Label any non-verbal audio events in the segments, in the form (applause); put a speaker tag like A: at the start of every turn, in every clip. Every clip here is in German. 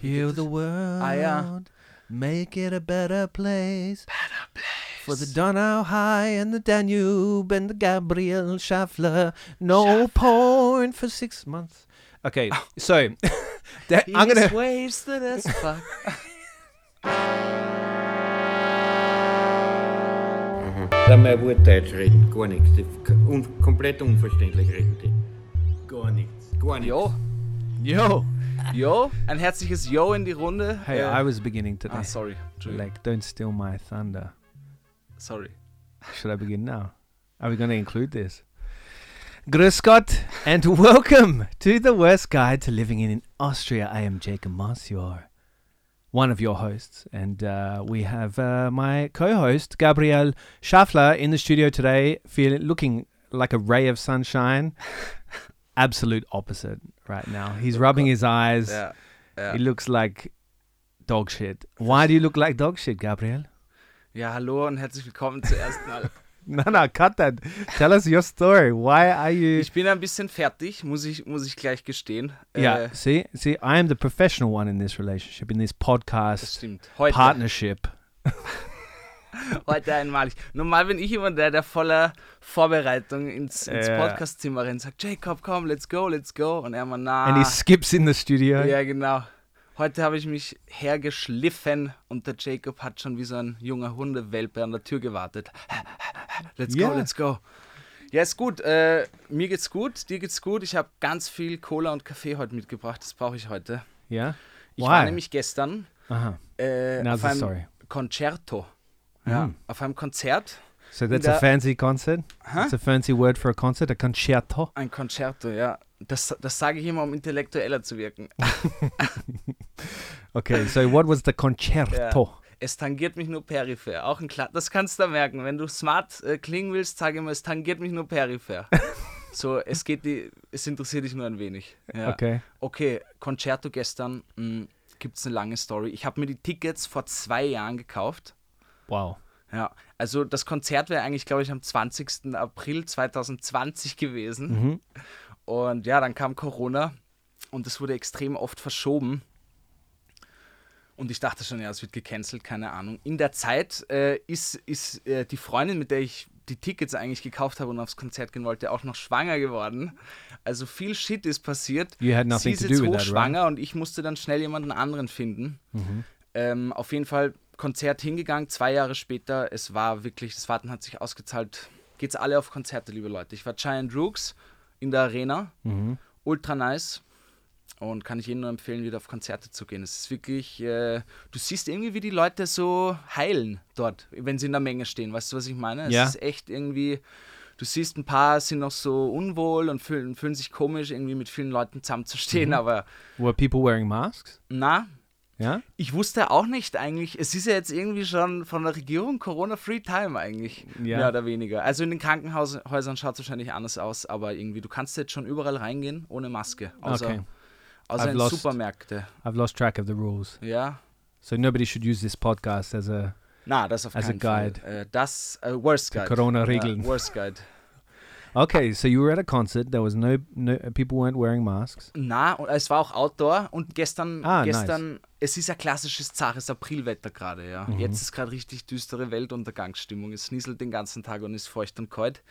A: Heal the uh, world.
B: Ah, ja.
A: Make it a better place. For the Donau High and the Danube and the Gabriel Schaffler. Oh. No porn for six months. Okay, so (laughs) that, I'm gonna.
B: wasted (laughs) as fuck.
C: Dann mein Wortdeutsch reden, gar nichts. Die k- Un komplett unverständlich reden die. Gar nichts. Gar nichts.
B: Jo,
A: Yo,
B: jo, ein herzliches Yo in die Runde.
A: hey,
B: Äh,
A: I was beginning today.
B: ah, sorry, Entschuldigung.
A: Like, don't steal my thunder.
B: sorry.
A: Should I begin now? Are we going to include this? Grüß Gott and (laughs) welcome to the worst guide to living in Austria. I am Jacob Marcior, one of your hosts, and uh, we have uh, my co-host Gabriel Schaffler in the studio today, feeling looking like a ray of sunshine. (laughs) Absolute opposite right now. He's rubbing his eyes.
B: Ja, ja.
A: He looks like dog shit. Why do you look like dog shit, Gabriel?
B: ja, hallo und herzlich willkommen zur ersten
A: (laughs)
B: Al-
A: No, no, cut that. Tell us your story. Why are you?
B: Ich bin ein bisschen fertig, muss ich, muss ich gleich gestehen. Äh,
A: yeah, see, see, I am the professional one in this relationship, in this
B: Das
A: podcast
B: stimmt. Heute,
A: partnership.
B: (laughs) heute einmalig. Normal bin ich immer der, der voller Vorbereitung ins, ins
A: Ja.
B: Podcastzimmer rennt und sagt, Jacob, komm, let's go, let's go. Und er mal, na.
A: And he skips in the studio.
B: Ja, genau. Heute habe ich mich hergeschliffen und der Jacob hat schon wie so ein junger Hundewelpe an der Tür gewartet. Let's
A: Ja.
B: go, let's go. Ja, ist gut. Äh, mir geht's gut, dir geht's gut. Ich habe ganz viel Cola und Kaffee heute mitgebracht. Das brauche ich heute.
A: Yeah?
B: Ich
A: Why?
B: war nämlich gestern
A: uh-huh.
B: äh,
A: Now
B: auf
A: the
B: einem
A: story.
B: Concerto. Ja,
A: Mhm.
B: Auf einem Konzert.
A: So that's
B: da-
A: a fancy concert. It's a fancy word for a concert, a concerto.
B: Ein Concerto, ja. Das, das sage ich immer, um intellektueller zu wirken.
A: Okay, so what was the concerto?
B: Es tangiert mich nur peripher. Auch ein klar, das kannst du da merken. Wenn du smart äh, klingen willst, sag immer, es tangiert mich nur peripher. so, es geht die, es interessiert dich nur ein wenig. Ja.
A: Okay.
B: Okay, Concerto gestern. Gibt es eine lange Story. Ich habe mir die Tickets vor zwei Jahren gekauft.
A: Wow.
B: Ja, also das Konzert wäre eigentlich, glaube ich, am 20. April 2020 gewesen.
A: Mhm.
B: Und ja, dann kam Corona und es wurde extrem oft verschoben. Und ich dachte schon, ja, es wird gecancelt, keine Ahnung. In der Zeit äh, ist, ist äh, die Freundin, mit der ich die Tickets eigentlich gekauft habe und aufs Konzert gehen wollte, auch noch schwanger geworden. Also viel Shit ist passiert.
A: You had nothing
B: Sie ist
A: to do
B: jetzt
A: with that, right? Mhm.
B: hochschwanger und ich musste dann schnell jemanden anderen finden. Ähm, auf jeden Fall Konzert hingegangen, zwei Jahre später. Es war wirklich, das Warten hat sich ausgezahlt. Geht's alle auf Konzerte, liebe Leute. Ich war Giant Rooks in der Arena. Ultra nice. Und kann ich jedem nur empfehlen, wieder auf Konzerte zu gehen. Es ist wirklich, äh, du siehst irgendwie, wie die Leute so heilen dort, wenn sie in der Menge stehen. Weißt du, was ich meine? Es
A: Ja.
B: ist echt irgendwie, du siehst ein paar sind noch so unwohl und fühlen, fühlen sich komisch, irgendwie mit vielen Leuten zusammenzustehen. Aber
A: Were people wearing masks?
B: na,
A: Yeah.
B: ich wusste auch nicht eigentlich, es ist ja jetzt irgendwie schon von der Regierung Corona-Free Time eigentlich,
A: Ja.
B: mehr oder weniger. Also in den Krankenhäusern schaut es wahrscheinlich anders aus, aber irgendwie, du kannst jetzt schon überall reingehen ohne Maske, außer,
A: Okay. I've
B: außer in
A: lost-
B: Supermärkte.
A: I've lost track of the rules.
B: Ja.
A: So nobody should use this podcast as a
B: Na, das auf
A: As a
B: keinen Fall. Äh, das, äh, Worst Guide.
A: Corona-Regeln.
B: Ja, worst Guide.
A: Okay, so you were at a concert, there was no no people weren't wearing masks.
B: Na, und es war auch Outdoor und gestern,
A: Ah, nice.
B: gestern, es ist ja klassisches zares Aprilwetter gerade, ja.
A: Mhm.
B: Jetzt ist gerade richtig düstere Weltuntergangsstimmung. Es nieselt den ganzen Tag und ist feucht und kalt.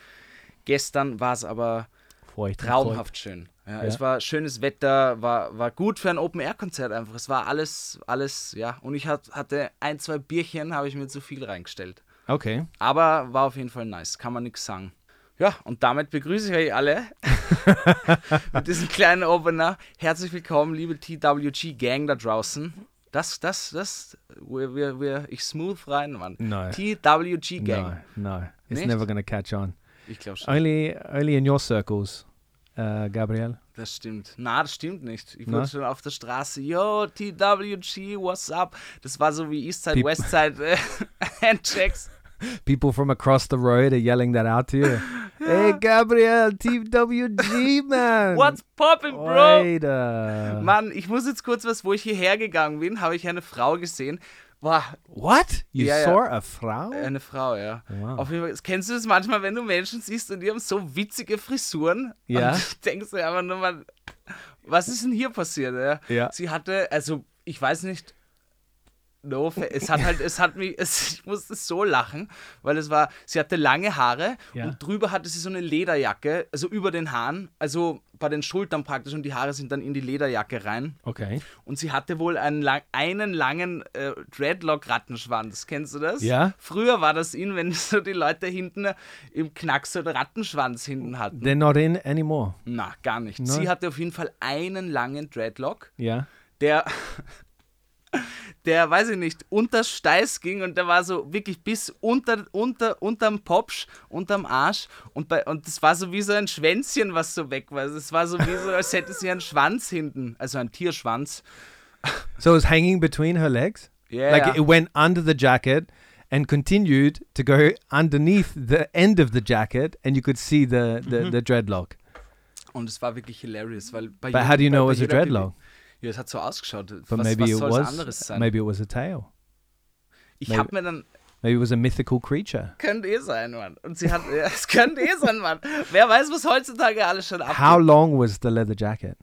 B: Gestern war es aber
A: Feucht,
B: traumhaft schön. Ja,
A: Ja.
B: Es war schönes Wetter, war, war gut für ein Open-Air-Konzert einfach. Es war alles, alles, ja. Und ich hat, hatte ein, zwei Bierchen, habe ich mir zu viel reingestellt.
A: Okay.
B: Aber war auf jeden Fall nice, kann man nichts sagen. Ja, und damit begrüße ich euch alle
A: (laughs)
B: mit diesem kleinen Opener. Herzlich willkommen, liebe TWG-Gang da draußen. Das, das, das, wir, wir, wir, ich smooth rein, Mann.
A: Nein.
B: TWG-Gang.
A: No, no, it's
B: Nicht?
A: never going to catch on.
B: Ich glaube schon,
A: Only, only in your circles, uh, Gabriel.
B: das stimmt. Na, das stimmt nicht. Ich
A: Na?
B: wurde schon auf der Straße, yo, TWG, what's up? Das war so wie Eastside,
A: Piep.
B: Westside, äh, (laughs)
A: (laughs)
B: Handchecks.
A: People from across the road are yelling that out to you.
B: (laughs)
A: Hey, Gabriel, Team WG, man.
B: What's poppin', bro?
A: Alter.
B: Mann, ich muss jetzt kurz was, wo ich hierher gegangen bin, habe ich eine Frau gesehen. Boah,
A: What? You
B: Ja, ja.
A: saw a Frau?
B: eine Frau, ja.
A: Wow.
B: Auf jeden Fall, kennst du das manchmal, wenn du Menschen siehst und (laughs) die haben so witzige Frisuren?
A: Ja.
B: Und du denkst du aber nur mal, was ist denn hier passiert? Ja?
A: Ja.
B: Sie hatte, also ich weiß nicht, no, fa- es hat halt, es hat mich, (laughs) es, ich musste so lachen, weil es war, sie hatte lange Haare
A: Ja.
B: und drüber hatte sie so eine Lederjacke, also über den Haaren, also bei den Schultern praktisch und die Haare sind dann in die Lederjacke rein.
A: Okay.
B: Und sie hatte wohl einen, lang, einen langen äh, Dreadlock-Rattenschwanz. Kennst du das?
A: Ja.
B: Früher war das in, wenn (laughs) so die Leute hinten im Knack so einen Rattenschwanz hinten hatten.
A: They're not in anymore.
B: Na, gar nicht. Sie hatte auf jeden Fall einen langen Dreadlock,
A: Ja.
B: der, (laughs) der, weiß ich nicht, unter Steiß ging und der war so wirklich bis unter, unter, unterm Popsch, unterm Arsch und, bei, und das war so wie so ein Schwänzchen, was so weg war. Es war so wie so, als hätte sie einen Schwanz hinten, also einen Tierschwanz.
A: So it was hanging between her legs.
B: Yeah.
A: Like it went under the jacket and continued to go underneath the end of the jacket, and you could see the the,
B: Mm-hmm.
A: the dreadlock.
B: Und es war wirklich hilarious, weil bei
A: But how do you
B: bei-
A: know
B: bei
A: it was a
B: jeder Bewe-
A: dreadlock?
B: Ja, es hat so ausgeschaut.
A: But
B: was
A: maybe
B: was
A: it
B: soll es
A: was
B: anderes sein?
A: maybe it was a tail.
B: ich
A: maybe-
B: habe mir dann
A: Maybe it was a mythical creature.
B: Könnte eh sein, Mann. Und sie hat, (laughs) ja, es könnte eh sein, Mann. Wer weiß, was heutzutage alles schon abgeht.
A: How long was the leather jacket?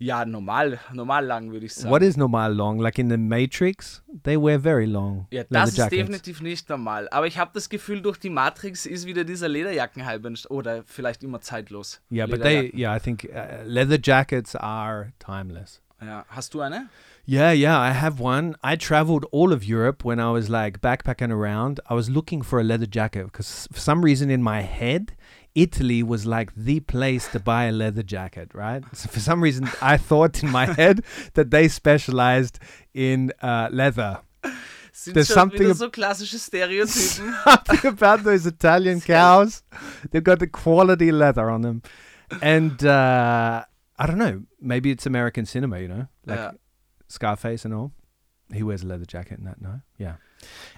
B: ja, normal, normal lang, würde ich sagen.
A: What is normal long? Like in the Matrix, they wear very long
B: ja, das
A: leather
B: ist
A: jackets.
B: definitiv nicht normal. Aber ich habe das Gefühl, durch die Matrix ist wieder dieser Lederjackenhype entst- Oder vielleicht immer zeitlos.
A: Yeah, but they
B: Lederjacken.
A: yeah, I think uh, leather jackets are timeless.
B: Ja. Hast du eine?
A: Yeah, yeah, I have one. I traveled all of Europe when I was like backpacking around. I was looking for a leather jacket because for some reason in my head, Italy was like the place to buy a leather jacket, right? So for some reason, I thought in my head that they specialized in uh, leather. (laughs)
B: Sind
A: There's
B: schon
A: something
B: wieder
A: ab-
B: so klassische Stereotypen.
A: Something about those Italian cows, they've got the quality leather on them. And uh, I don't know, maybe it's American cinema, you know? (laughs) Like,
B: ja.
A: Scarface and all. He wears a leather jacket and that, no? Yeah.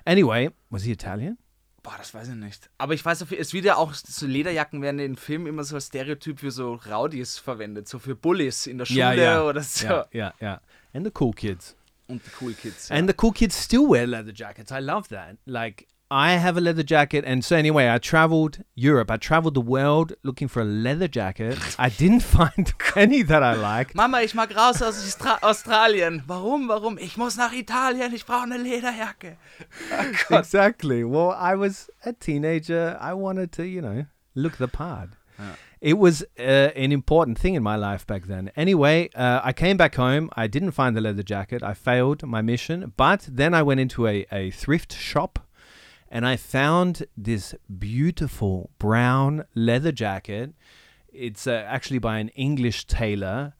A: Anyway, was he Italian?
B: Boah, das weiß ich nicht. Aber ich weiß, auf- es wird ja auch, so Lederjacken werden in Filmen immer so als Stereotyp für so Rowdies verwendet. So für Bullies in der Schule oder so.
A: Yeah, yeah, yeah. And the cool kids.
B: Und die Cool Kids.
A: And the cool kids still wear leather jackets. I love that. Like, I have a leather jacket. And so, anyway, I traveled Europe. I traveled the world looking for a leather jacket. I didn't find (laughs) any that I liked.
B: Mama, ich mag raus aus Istra Australien. Warum, warum? Ich muss nach Italien, ich brauche eine Lederjacke.
A: exactly. Well, I was a teenager. I wanted to, you know, look the part. It was uh, an important thing in my life back then. Anyway, uh, I came back home. I didn't find the leather jacket. I failed my mission. But then I went into a, a thrift shop and I found this beautiful brown leather jacket. It's uh, actually by an English tailor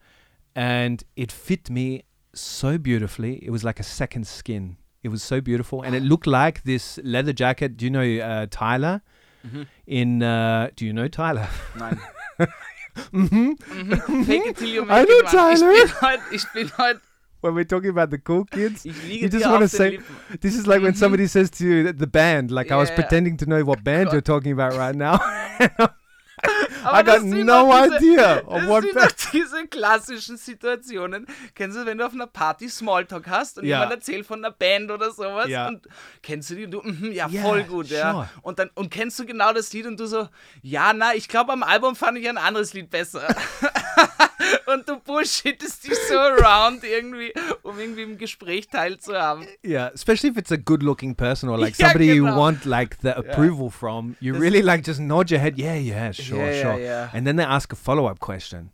A: and it fit me so beautifully. It was like a second skin. It was so beautiful, and it looked like this leather jacket. Do you know uh, Tyler? In uh, do you know Tyler?
B: Nein. mhm. Fake it till you make
A: I know,
B: it, Mann.
A: Tyler.
B: Ich bin heute, ich bin heute,
A: when we're talking about the cool
B: (laughs)
A: kids,
B: ich
A: you
B: liege
A: just
B: dir
A: want to
B: auf den
A: say
B: Lippen.
A: this is like when somebody says to you that the band. Like I was
B: Mm-hmm. Yeah.
A: pretending to know
B: (laughs)
A: what band you're talking about right now. (laughs) I
B: das
A: got
B: sind
A: no
B: doch diese- (laughs)
A: idea of
B: Das
A: what
B: sind
A: band.
B: doch diese klassischen Situationen. Kennst du, wenn du auf einer Party Smalltalk hast und
A: Ja.
B: jemand erzählt von einer Band oder sowas
A: Ja.
B: und kennst du die und du, mhm, ja,
A: Ja,
B: voll gut,
A: sure.
B: ja. Und dann und kennst du genau das Lied und du so, ja, na, ich glaube am Album fand ich ein anderes Lied besser. (laughs) und du bullshittest dich so around irgendwie, um irgendwie im Gespräch teilzuhaben.
A: (laughs) Yeah, especially if it's a good-looking person or
B: (laughs)
A: like
B: Yeah,
A: somebody you
B: genau.
A: want like the approval from. You really like just nod your head, yeah, yeah, sure,
B: Yeah, yeah,
A: sure,
B: yeah.
A: and then they ask a follow-up question,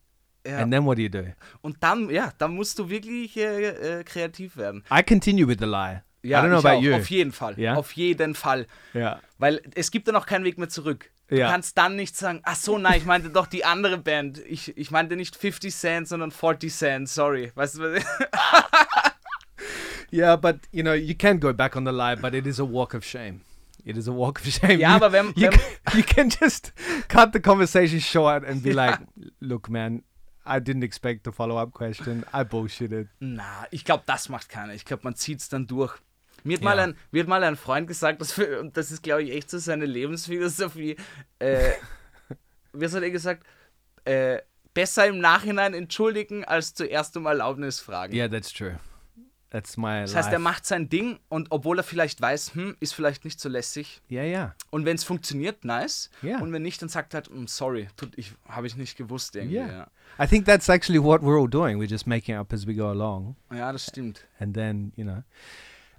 B: Ja.
A: and then what do you do?
B: Und dann, ja, dann musst du wirklich äh, äh, kreativ werden.
A: I continue with the lie.
B: Ja,
A: I don't know
B: ich
A: about
B: auch,
A: you.
B: Auf jeden Fall.
A: Ja?
B: Auf jeden Fall.
A: yeah,
B: Weil es gibt dann auch keinen Weg mehr zurück. Du
A: Ja.
B: kannst dann nicht sagen, ach so, nein, ich meinte doch die andere Band. Ich, ich meinte nicht 50 Cent, sondern 40 Cent, sorry. Weißt du, was- (laughs)
A: yeah, but you know you can go back on the lie, but it is a walk of shame. It is a walk of shame.
B: Ja,
A: you,
B: aber wenn- wenn-
A: you, can, you can just cut the conversation short and be like, "Look, man, I didn't expect the follow-up question. I bullshitted."
B: na, ich glaube, das macht keiner. Ich glaube, man zieht es dann durch. Mir hat, mal
A: Ja.
B: ein, mir hat mal ein Freund gesagt, dass wir, und das ist, glaube ich, echt so seine Lebensphilosophie.
A: (laughs)
B: Äh, wie hat er gesagt? Äh, besser im Nachhinein entschuldigen, als zuerst um Erlaubnis fragen.
A: Yeah, that's true. That's my
B: Das heißt,
A: life.
B: er macht sein Ding und obwohl er vielleicht weiß, hm, ist vielleicht nicht so lässig.
A: Ja, ja.
B: Und wenn es funktioniert, nice.
A: Ja.
B: Und wenn nicht, dann sagt er halt, "Mm, sorry, tut, ich, habe ich nicht gewusst irgendwie.
A: Yeah.
B: Ja.
A: I think that's actually what we're all doing. We're just making up as we go along.
B: Ah, ja, das stimmt.
A: And then, you know.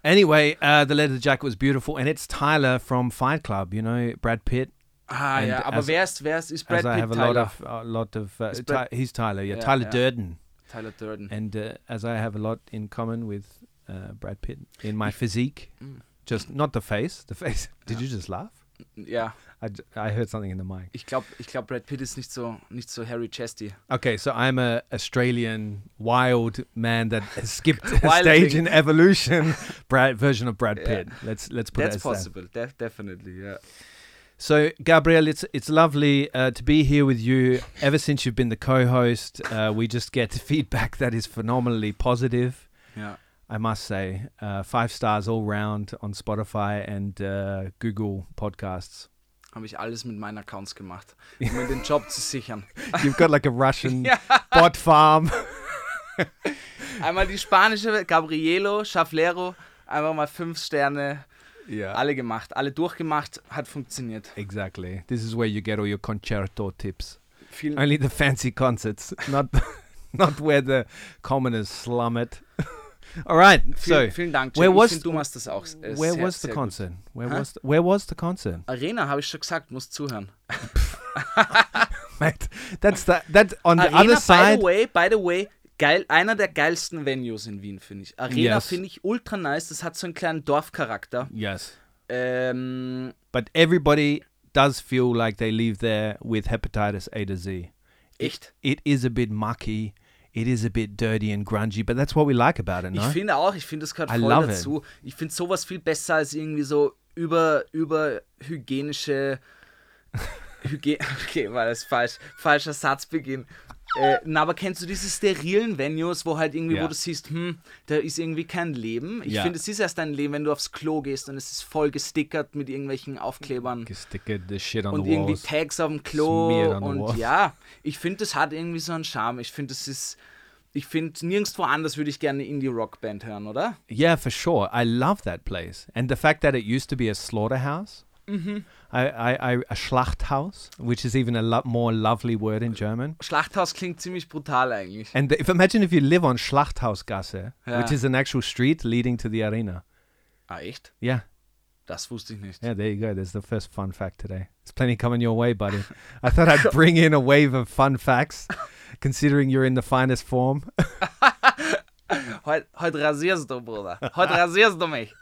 A: Anyway, uh, The Leather Jacket was beautiful. And it's Tyler from Fight Club, you know, Brad Pitt.
B: Ah
A: And
B: ja, aber
A: as-
B: wer ist, wer ist, ist Brad
A: as I
B: Pitt,
A: have a
B: Tyler,
A: lot of, a lot of, uh,
B: Is
A: Ty-
B: Brad-
A: he's Tyler, yeah,
B: Yeah,
A: Tyler
B: yeah.
A: Durden.
B: Tyler Durden.
A: And uh, as I have a lot in common with uh, Brad Pitt in my physique,
B: Mm.
A: just not the face. The (laughs) face.
B: Yeah.
A: Did you just laugh?
B: Ja,
A: I, j- I heard something in the mic.
B: ich glaube, ich glaub, Brad Pitt ist nicht so, nicht so Harry Chesty.
A: Okay, so I'm a Australian wild man that
B: (laughs)
A: has skipped a
B: Wild
A: stage
B: thing. (laughs)
A: in evolution. Brad version of Brad
B: Yeah.
A: Pitt. Let's let's put
B: That's
A: it as that.
B: possible, de definitely, ja.
A: So Gabriel, it's it's lovely uh, to be here with you. Ever since you've been the co-host, uh, we just get (laughs) feedback that is phenomenally positive.
B: ja.
A: I must say, uh, five stars all round on Spotify and uh, Google
B: (laughs)
A: podcasts.
B: Habe ich alles mit meinen Accounts
A: (laughs)
B: gemacht, um mir den Job zu sichern.
A: You've got like
B: (laughs)
A: a Russian bot farm.
B: Einmal die spanische Gabrielo Schaflero, einfach mal fünf Sterne,
A: Yeah.
B: alle gemacht, alle durchgemacht, hat funktioniert.
A: Exactly. This is where you get all your concerto tips.
B: Vielen
A: Only the fancy concerts, not (laughs) not where the commoners slum it. (laughs) All right, so
B: Vielen, vielen Dank,
A: where
B: Jay. Ich
A: was-
B: find, du machst das auch. äh,
A: where
B: sehr,
A: was the
B: sehr gut.
A: concert? Where
B: Huh?
A: was the, where was the concert, (laughs)
B: Arena, habe ich schon gesagt, musst zuhören.
A: mate? That's the that on the
B: Arena,
A: other
B: by
A: side.
B: the way, by the way, geil, einer der geilsten Venues in Wien, finde ich. Arena
A: Yes.
B: finde ich ultra nice, das hat so einen kleinen Dorfcharakter.
A: Yes,
B: Ähm,
A: but everybody does feel like they leave there with hepatitis A to Z.
B: echt.
A: It is a bit mucky. It is a bit dirty and grungy, but that's what we like about it,
B: Ich
A: no?
B: finde auch, ich finde, das gehört
A: ne? I
B: voll
A: love
B: dazu. Ich finde sowas viel besser als irgendwie so über, über
A: (laughs)
B: hygienische. Hygie okay, war das falsch. Falscher Satzbeginn. Äh, na, aber kennst du diese sterilen Venues, wo halt irgendwie,
A: Ja.
B: wo du siehst, hm, da ist irgendwie kein Leben. Ich
A: Ja.
B: finde, es ist erst ein Leben, wenn du aufs Klo gehst und es ist voll gestickert mit irgendwelchen Aufklebern
A: Stick it, the shit on
B: und
A: the
B: irgendwie
A: walls.
B: Tags auf dem
A: Smeared
B: Klo
A: on the
B: und
A: walls.
B: ja, ich finde, das hat irgendwie so einen Charme. Ich finde, es ist, ich finde, nirgendwo anders würde ich gerne eine Indie-Rock-Band hören, oder?
A: Yeah, for sure. I love that place. And the fact that it used to be a slaughterhouse, I, I, I, a Schlachthaus, which is even a lo- more lovely word in German.
B: Schlachthaus klingt ziemlich brutal eigentlich.
A: And if, imagine if you live on Schlachthausgasse, which
B: Yeah.
A: is an actual street leading to the arena.
B: Ah, echt?
A: Yeah,
B: Das wusste ich nicht.
A: yeah, there you go. There's the first fun fact today. There's plenty coming your way, (laughs) buddy. I thought I'd bring in a wave of fun facts, considering you're in the finest form.
B: Heute, heute rasierst du, Bruder. Heute rasierst du mich.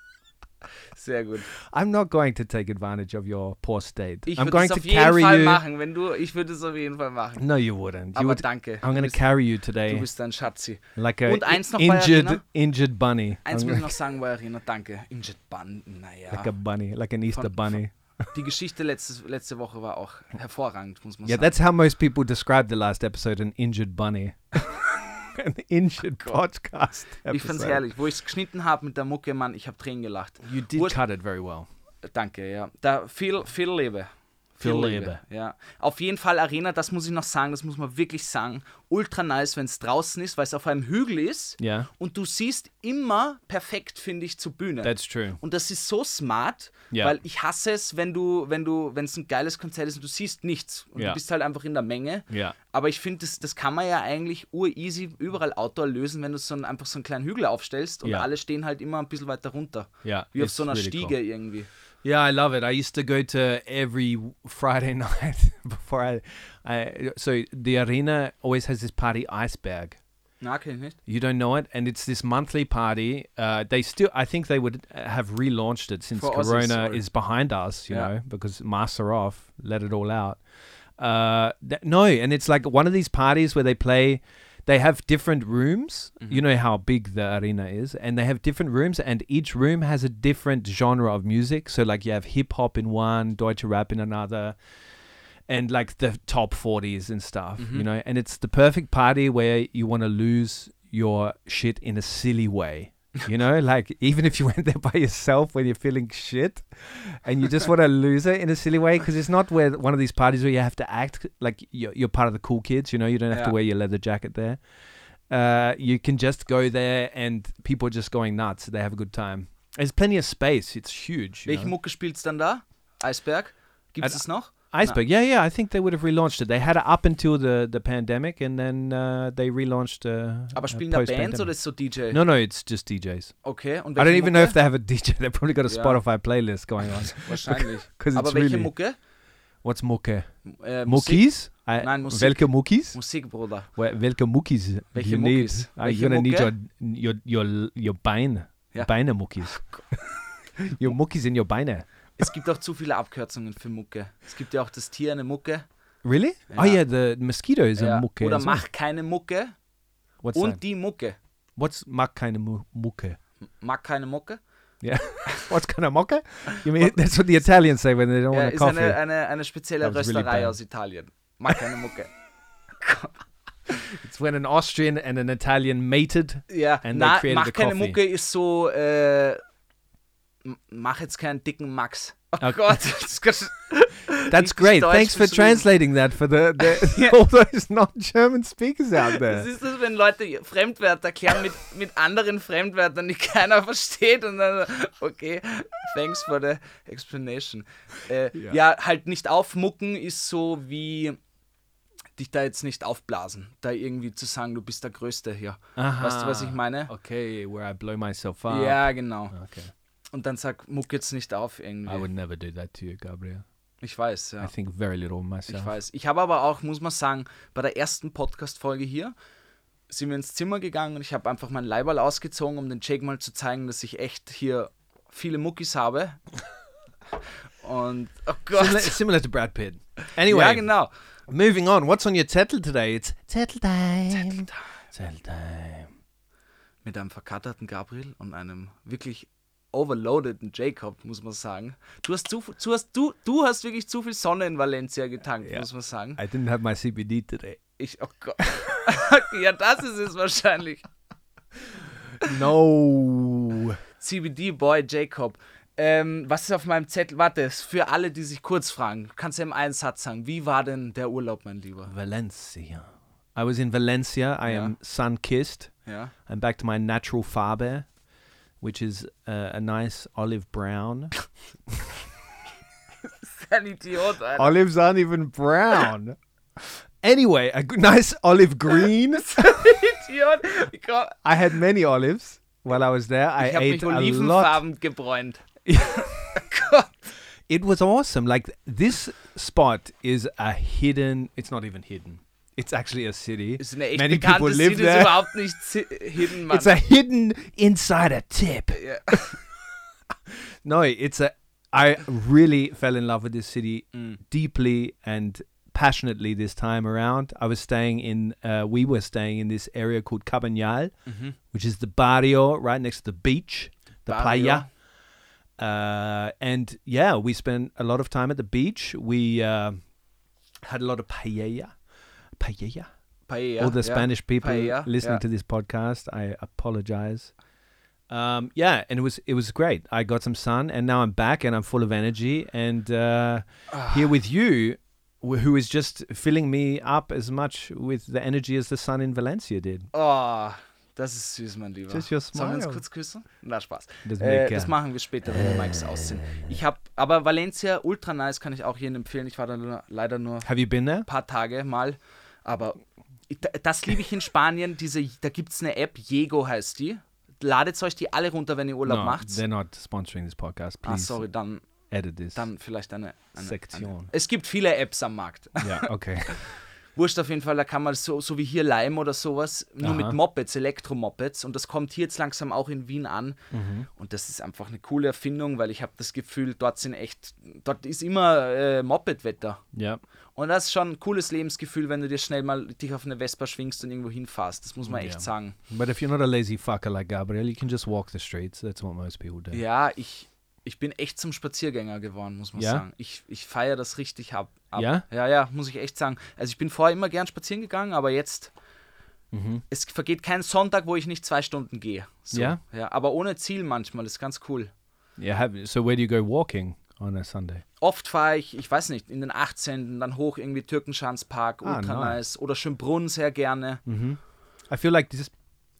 B: Sehr gut.
A: I'm not going to take advantage of your poor state.
B: Ich
A: I'm
B: würde
A: going
B: es
A: to
B: auf jeden
A: carry
B: Fall
A: you.
B: machen, wenn du. Ich würde es auf jeden Fall machen.
A: No, you wouldn't. You
B: Aber
A: would,
B: danke.
A: I'm
B: du,
A: going to
B: bist,
A: carry you today.
B: du bist ein Schatzi.
A: Like a
B: Und eins noch bei
A: injured
B: Arena?
A: injured bunny.
B: Eins
A: I'm (laughs)
B: muss ich
A: like,
B: noch sagen bei Arena, danke. Injet Bun, naja.
A: like a bunny, like an Easter
B: Von-
A: bunny.
B: Die Geschichte letzte, letzte Woche war auch hervorragend, muss man
A: Yeah,
B: sagen.
A: that's how most people describe the last episode, an injured bunny. (laughs) an injured podcast. Episode.
B: Oh, Ich fand's herrlich. Wo ich es geschnitten habe mit der Mucke, Mann, ich habe Tränen gelacht.
A: You did
B: Wurst-
A: cut it very well.
B: Danke, ja. Da viel, viel Liebe.
A: Viel Liebe.
B: Ja. Auf jeden Fall Arena, das muss ich noch sagen, das muss man wirklich sagen. Ultra nice, wenn es draußen ist, weil es auf einem Hügel ist
A: Yeah.
B: und du siehst immer perfekt, finde ich, zur Bühne.
A: That's true.
B: und das ist so smart,
A: Ja.
B: weil ich hasse es, wenn du, wenn du, wenn es ein geiles Konzert ist und du siehst nichts und
A: Ja.
B: du bist halt einfach in der Menge.
A: Ja.
B: Aber ich finde, das, das kann man ja eigentlich ureasy überall outdoor lösen, wenn du so einen, einfach so einen kleinen Hügel aufstellst und
A: Ja.
B: alle stehen halt immer ein bisschen weiter runter.
A: Ja,
B: Wie auf
A: it's
B: so einer
A: really
B: Stiege
A: cool.
B: irgendwie.
A: Yeah, I love it. I used to go to every Friday (laughs) night before I, I so the arena always has this party iceberg.
B: Na, kenn ich nicht.
A: You don't know it, and it's this monthly party. Uh, they still, I think they would uh, have relaunched it since
B: For Aussies,
A: Corona
B: sorry.
A: is behind us. You
B: Yeah.
A: know, because masks are off, let it all out. Uh, th- no, and it's like one of these parties where they play. They have different rooms. You know how big the arena is, and they have different rooms, and each room has a different genre of music. So, like, you have hip hop in one, Deutsche Rap in another, and like the top 40s and stuff, you know. And it's the perfect party where you want to lose your shit in a silly way, you know, like even if you (laughs) went there by yourself when you're feeling shit and you just want to lose it in a silly way because it's not where one of these parties where you have to act like you're, you're part of the cool kids, you know, you don't have
B: Yeah.
A: to wear your leather jacket there. Uh, you can just go there and people are just going nuts. They have a good time. There's plenty of space. It's huge. you
B: Welche
A: know?
B: Mucke spielt's dann da? Eisberg? Gibt's
A: Also-
B: es noch?
A: Iceberg. Yeah, yeah. I think they would have relaunched it. They had it up until the, the pandemic and then uh, they relaunched. Uh,
B: Aber spielen
A: uh,
B: da Bands
A: post-pandemic.
B: oder ist so DJ?
A: No, no, it's just DJs.
B: Okay, und
A: I don't
B: welche
A: even know if
B: Mucke?
A: they have a DJ. (laughs) They've probably got a
B: Yeah.
A: Spotify playlist going (laughs) on.
B: Wahrscheinlich.
A: Because
B: Aber
A: it's
B: welche
A: really.
B: Mucke?
A: What's Mucke?
B: Äh, Musik?
A: Muckis? I-
B: Nein, Musik.
A: Welke Muckis?
B: Musik, Bruder.
A: Wel- Welke Muckis?
B: Welche
A: you need?
B: Muckis?
A: Are you
B: Welche
A: gonna need your, your, your, your Beine?
B: Ja.
A: Beine (laughs) Muckis. your Muckis in your Beine.
B: Es gibt auch zu viele Abkürzungen für Mucke. Es gibt ja auch das Tier eine Mucke.
A: Really? Oh,
B: Ja.
A: yeah, the mosquito is
B: Ja.
A: a Mucke.
B: Oder
A: as well.
B: mach keine Mucke
A: What's
B: und
A: that?
B: die Mucke.
A: What's mag keine Mu Mucke?
B: Mach keine Mucke.
A: Yeah. (laughs) What's kind of Mucke? You mean (laughs) that's what the Italians say when they don't
B: Ja,
A: want a
B: ist
A: coffee?
B: eine, eine, eine spezielle
A: That was really
B: Rösterei
A: bad.
B: aus Italien. Mach keine
A: (laughs)
B: Mucke.
A: It's when an Austrian and an Italian mated.
B: Ja,
A: And they
B: na,
A: created
B: mach
A: a
B: keine
A: coffee.
B: Mucke ist so, äh, m- mach jetzt keinen dicken Max. Oh Gott, das ist-
A: That's
B: Richtig
A: great.
B: Deutsch
A: Thanks for
B: beschrieben.
A: translating that for the, the
B: Yeah.
A: (laughs) all those non-German speakers out
B: das
A: there.
B: ist das, wenn Leute Fremdwörter erklären mit, mit anderen Fremdwörtern, die keiner (laughs) versteht und dann, okay, thanks for the explanation. Äh,
A: Ja.
B: ja. halt nicht aufmucken ist so wie dich da jetzt nicht aufblasen, da irgendwie zu sagen, du bist der Größte hier. Weißt du, was ich meine?
A: Okay, where I blow myself up.
B: Ja, genau.
A: Okay.
B: Und dann sag, muck jetzt nicht auf
A: I would
B: irgendwie.
A: never do that to you, Gabriel.
B: Ich weiß, ja.
A: I think very little of
B: Ich
A: myself.
B: weiß. Ich habe aber auch, muss man sagen, bei der ersten Podcast-Folge hier sind wir ins Zimmer gegangen und ich habe einfach mein Leiberl ausgezogen, um den Jake mal zu zeigen, dass ich echt hier viele Muckis habe. Und, oh (laughs)
A: Similar,
B: Gott.
A: similar to Brad Pitt. Anyway,
B: Ja, genau.
A: moving on. What's on your tettle today? It's tettle time. Tettle time.
B: Mit einem verkatterten Gabriel und einem wirklich overloadeden Jacob, muss man sagen. Du hast, zu, du hast, du, du hast wirklich zu viel Sonne in Valencia getankt,
A: Ja.
B: muss man sagen.
A: I didn't have my CBD today.
B: Ich, oh Gott. (laughs) ja, das ist es wahrscheinlich.
A: No.
B: CBD Boy Jacob. Ähm, was ist auf meinem Zettel? Warte, es ist für alle, die sich kurz fragen, kannst du im einen Satz sagen, wie war denn der Urlaub, mein Lieber?
A: Valencia. I was in Valencia. I am sun kissed.
B: Ja.
A: I'm back to my natural farbe, which is uh, a nice olive brown.
B: (laughs) Ein Idiot, Alter.
A: (laughs) Olives aren't even brown. (laughs) anyway, a g- nice olive green.
B: Idiot. Ich, glaub,
A: (laughs) I had many olives while I was there. I
B: ich habe
A: ate
B: mich
A: a lot.
B: olivenfarben gebräunt. (laughs)
A: It was awesome. Like this spot is a hidden. It's not even hidden. It's actually a city.
B: Ist eine echt
A: Many people
B: bekannte
A: live
B: City, ist
A: there.
B: überhaupt nicht si- hidden, Mann.
A: It's a hidden insider tip. (laughs)
B: Ja.
A: No, it's a. I really fell in love with this city deeply and passionately this time around. I was staying in. Uh, we were staying in this area called Cabanyal, which is the barrio right next to the beach, the playa.
B: Barrio.
A: Uh, and yeah, we spent a lot of time at the beach. We uh, had a lot of paella, paella.
B: Paella,
A: All the
B: ja.
A: Spanish people
B: Paella,
A: listening
B: ja.
A: to this podcast, I apologize. Um, yeah, and it was it was great. I got some sun, and now I'm back, and I'm full of energy, and uh,
B: Ah.
A: here with you, wh- who is just filling me up as much with the energy as the sun in Valencia did.
B: Oh, das ist süß, mein Lieber.
A: Just your
B: Sollen wir uns
A: smile.
B: kurz küssen? Na, Spaß. Das,
A: Das will
B: äh,
A: ich
B: das
A: gern.
B: machen wir später, wenn wir Mikes aussehen. Ich habe, aber Valencia, ultra nice, kann ich auch jedem empfehlen. Ich war da nur, leider nur ein
A: Have you been there?
B: paar Tage mal, aber ich- da- das liebe ich in Spanien. Diese, da gibt es eine App, Jego heißt die. Ladet euch die alle runter, wenn ihr Urlaub
A: no,
B: macht.
A: they're not sponsoring this podcast.
B: Ah,
A: Please
B: sorry, dann,
A: edit this.
B: dann vielleicht eine, eine
A: Sektion.
B: Eine. Es gibt viele Apps am Markt. (laughs)
A: yeah, okay.
B: Wurscht auf jeden Fall, da kann man so, so wie hier Leim oder sowas, nur
A: Aha.
B: mit Mopeds, Elektromopeds. Und das kommt hier jetzt langsam auch in Wien an.
A: Mhm.
B: Und das ist einfach eine coole Erfindung, weil ich habe das Gefühl, dort sind echt, dort ist immer äh, Moped-Wetter.
A: yeah.
B: Und das ist schon ein cooles Lebensgefühl, wenn du dir schnell mal dich auf eine Vespa schwingst und irgendwo hinfährst. Das muss man
A: Ja.
B: echt sagen.
A: But if you're not a lazy fucker like Gabriel, you can just walk the streets. That's what most people do.
B: Ja, ich, ich bin echt zum Spaziergänger geworden, muss man
A: Ja?
B: sagen. Ich, ich feiere das richtig ab. ab.
A: Ja?
B: Ja, ja, muss ich echt sagen. Also ich bin vorher immer gern spazieren gegangen, aber jetzt, es vergeht kein Sonntag, wo ich nicht zwei Stunden gehe. So.
A: Mhm. Ja?
B: ja. Aber ohne Ziel manchmal, ist ganz cool.
A: Yeah. Have, so where do you go walking on a Sunday?
B: Oft fahre ich, ich weiß nicht, in den 18. dann hoch irgendwie Türkenschanzpark,
A: Ah,
B: ultra
A: nice. Mhm.
B: (laughs) nice. Oder Schönbrunn sehr gerne.
A: I feel like this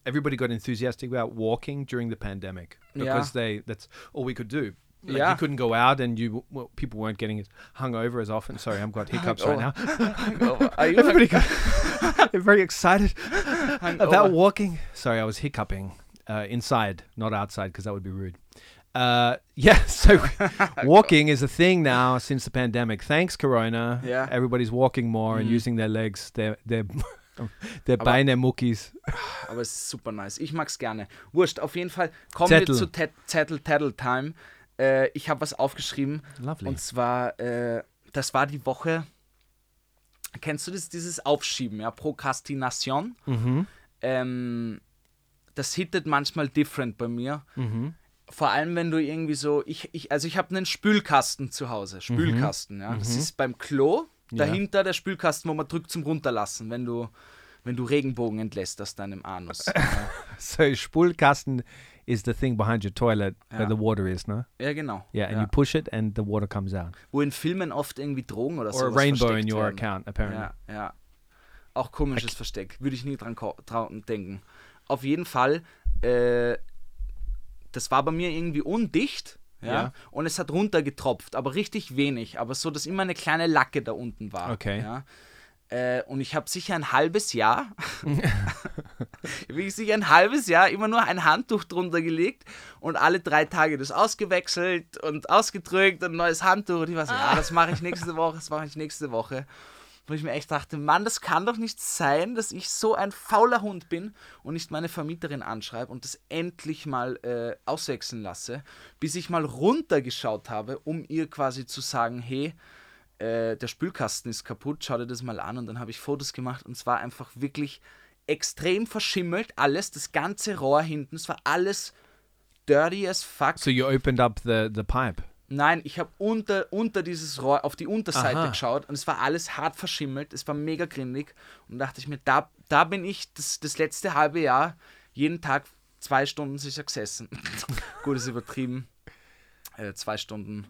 A: everybody got enthusiastic about walking during the pandemic because they that's all we could do. Like
B: Yeah.
A: you couldn't go out and you well, people weren't getting as hungover as often. Sorry, I've got hiccups right now.
B: Hangover. Oh,
A: (laughs)
B: Are you (laughs)
A: Everybody got (laughs) very excited
B: hung-
A: about
B: hangover?
A: walking. Sorry, I was hiccuping uh, inside, not outside, because that would be rude. Uh, yeah, (laughs)
B: (laughs)
A: so walking is a thing now since the pandemic. Thanks, Corona.
B: Yeah. Mm.
A: everybody's walking more and using their legs, their their (laughs) their
B: Aber-
A: Beine, Muckis.
B: Aber es ist super nice. Ich mag's gerne. Wurscht, auf jeden Fall kommen wir
A: Zettel.
B: zu Tet- Zettel Tattle Time. Äh, ich habe was aufgeschrieben.
A: Lovely.
B: Und zwar, äh, das war die Woche. Kennst du das, dieses Aufschieben, ja? Prokrastination. Ähm, das hittet manchmal different bei mir. Vor allem, wenn du irgendwie so, ich, ich also ich habe einen Spülkasten zu Hause. Spülkasten, ja. Das ist beim Klo, dahinter der Spülkasten, wo man drückt zum Runterlassen, wenn du, wenn du Regenbogen entlässt aus deinem Anus. ja.
A: (laughs) So Spulkasten is the thing behind your toilet where
B: Yeah.
A: the water is, no?
B: ja, genau.
A: Yeah, and you push it and the water comes out.
B: Wo in Filmen oft irgendwie Drogen oder so.
A: Or a rainbow in
B: versteckt
A: your
B: werden.
A: account, apparently.
B: Ja, ja. Auch komisches Versteck. Würde ich nie dran ko- trau- denken. Auf jeden Fall, äh, das war bei mir irgendwie undicht. Ja,
A: Ja.
B: Und es hat runtergetropft, aber richtig wenig. Aber so, dass immer eine kleine Lacke da unten war.
A: Okay.
B: Ja. Äh, und ich habe sicher ein halbes
A: (laughs)
B: Jahr, wie ich sicher ein halbes Jahr immer nur ein Handtuch drunter gelegt und alle drei Tage das ausgewechselt und ausgedrückt und ein neues Handtuch. Und ich war so,
A: Ah.
B: ja, das mache ich nächste Woche, das mache ich nächste Woche. Wo ich mir echt dachte, Mann, das kann doch nicht sein, dass ich so ein fauler Hund bin und nicht meine Vermieterin anschreibe und das endlich mal äh, auswechseln lasse, bis ich mal runtergeschaut habe, um ihr quasi zu sagen, hey, äh, der Spülkasten ist kaputt, schau dir das mal an. Und dann habe ich Fotos gemacht und es war einfach wirklich extrem verschimmelt, alles, das ganze Rohr hinten, es war alles dirty as fuck.
A: So you opened up the, the pipe.
B: Nein, ich habe unter, unter dieses Rohr, auf die Unterseite
A: Aha.
B: geschaut und es war alles hart verschimmelt, es war mega grindig und dachte ich mir, da, da bin ich das, das letzte halbe Jahr jeden Tag zwei Stunden sicher gesessen. (laughs) Gut, ist übertrieben. Äh, zwei Stunden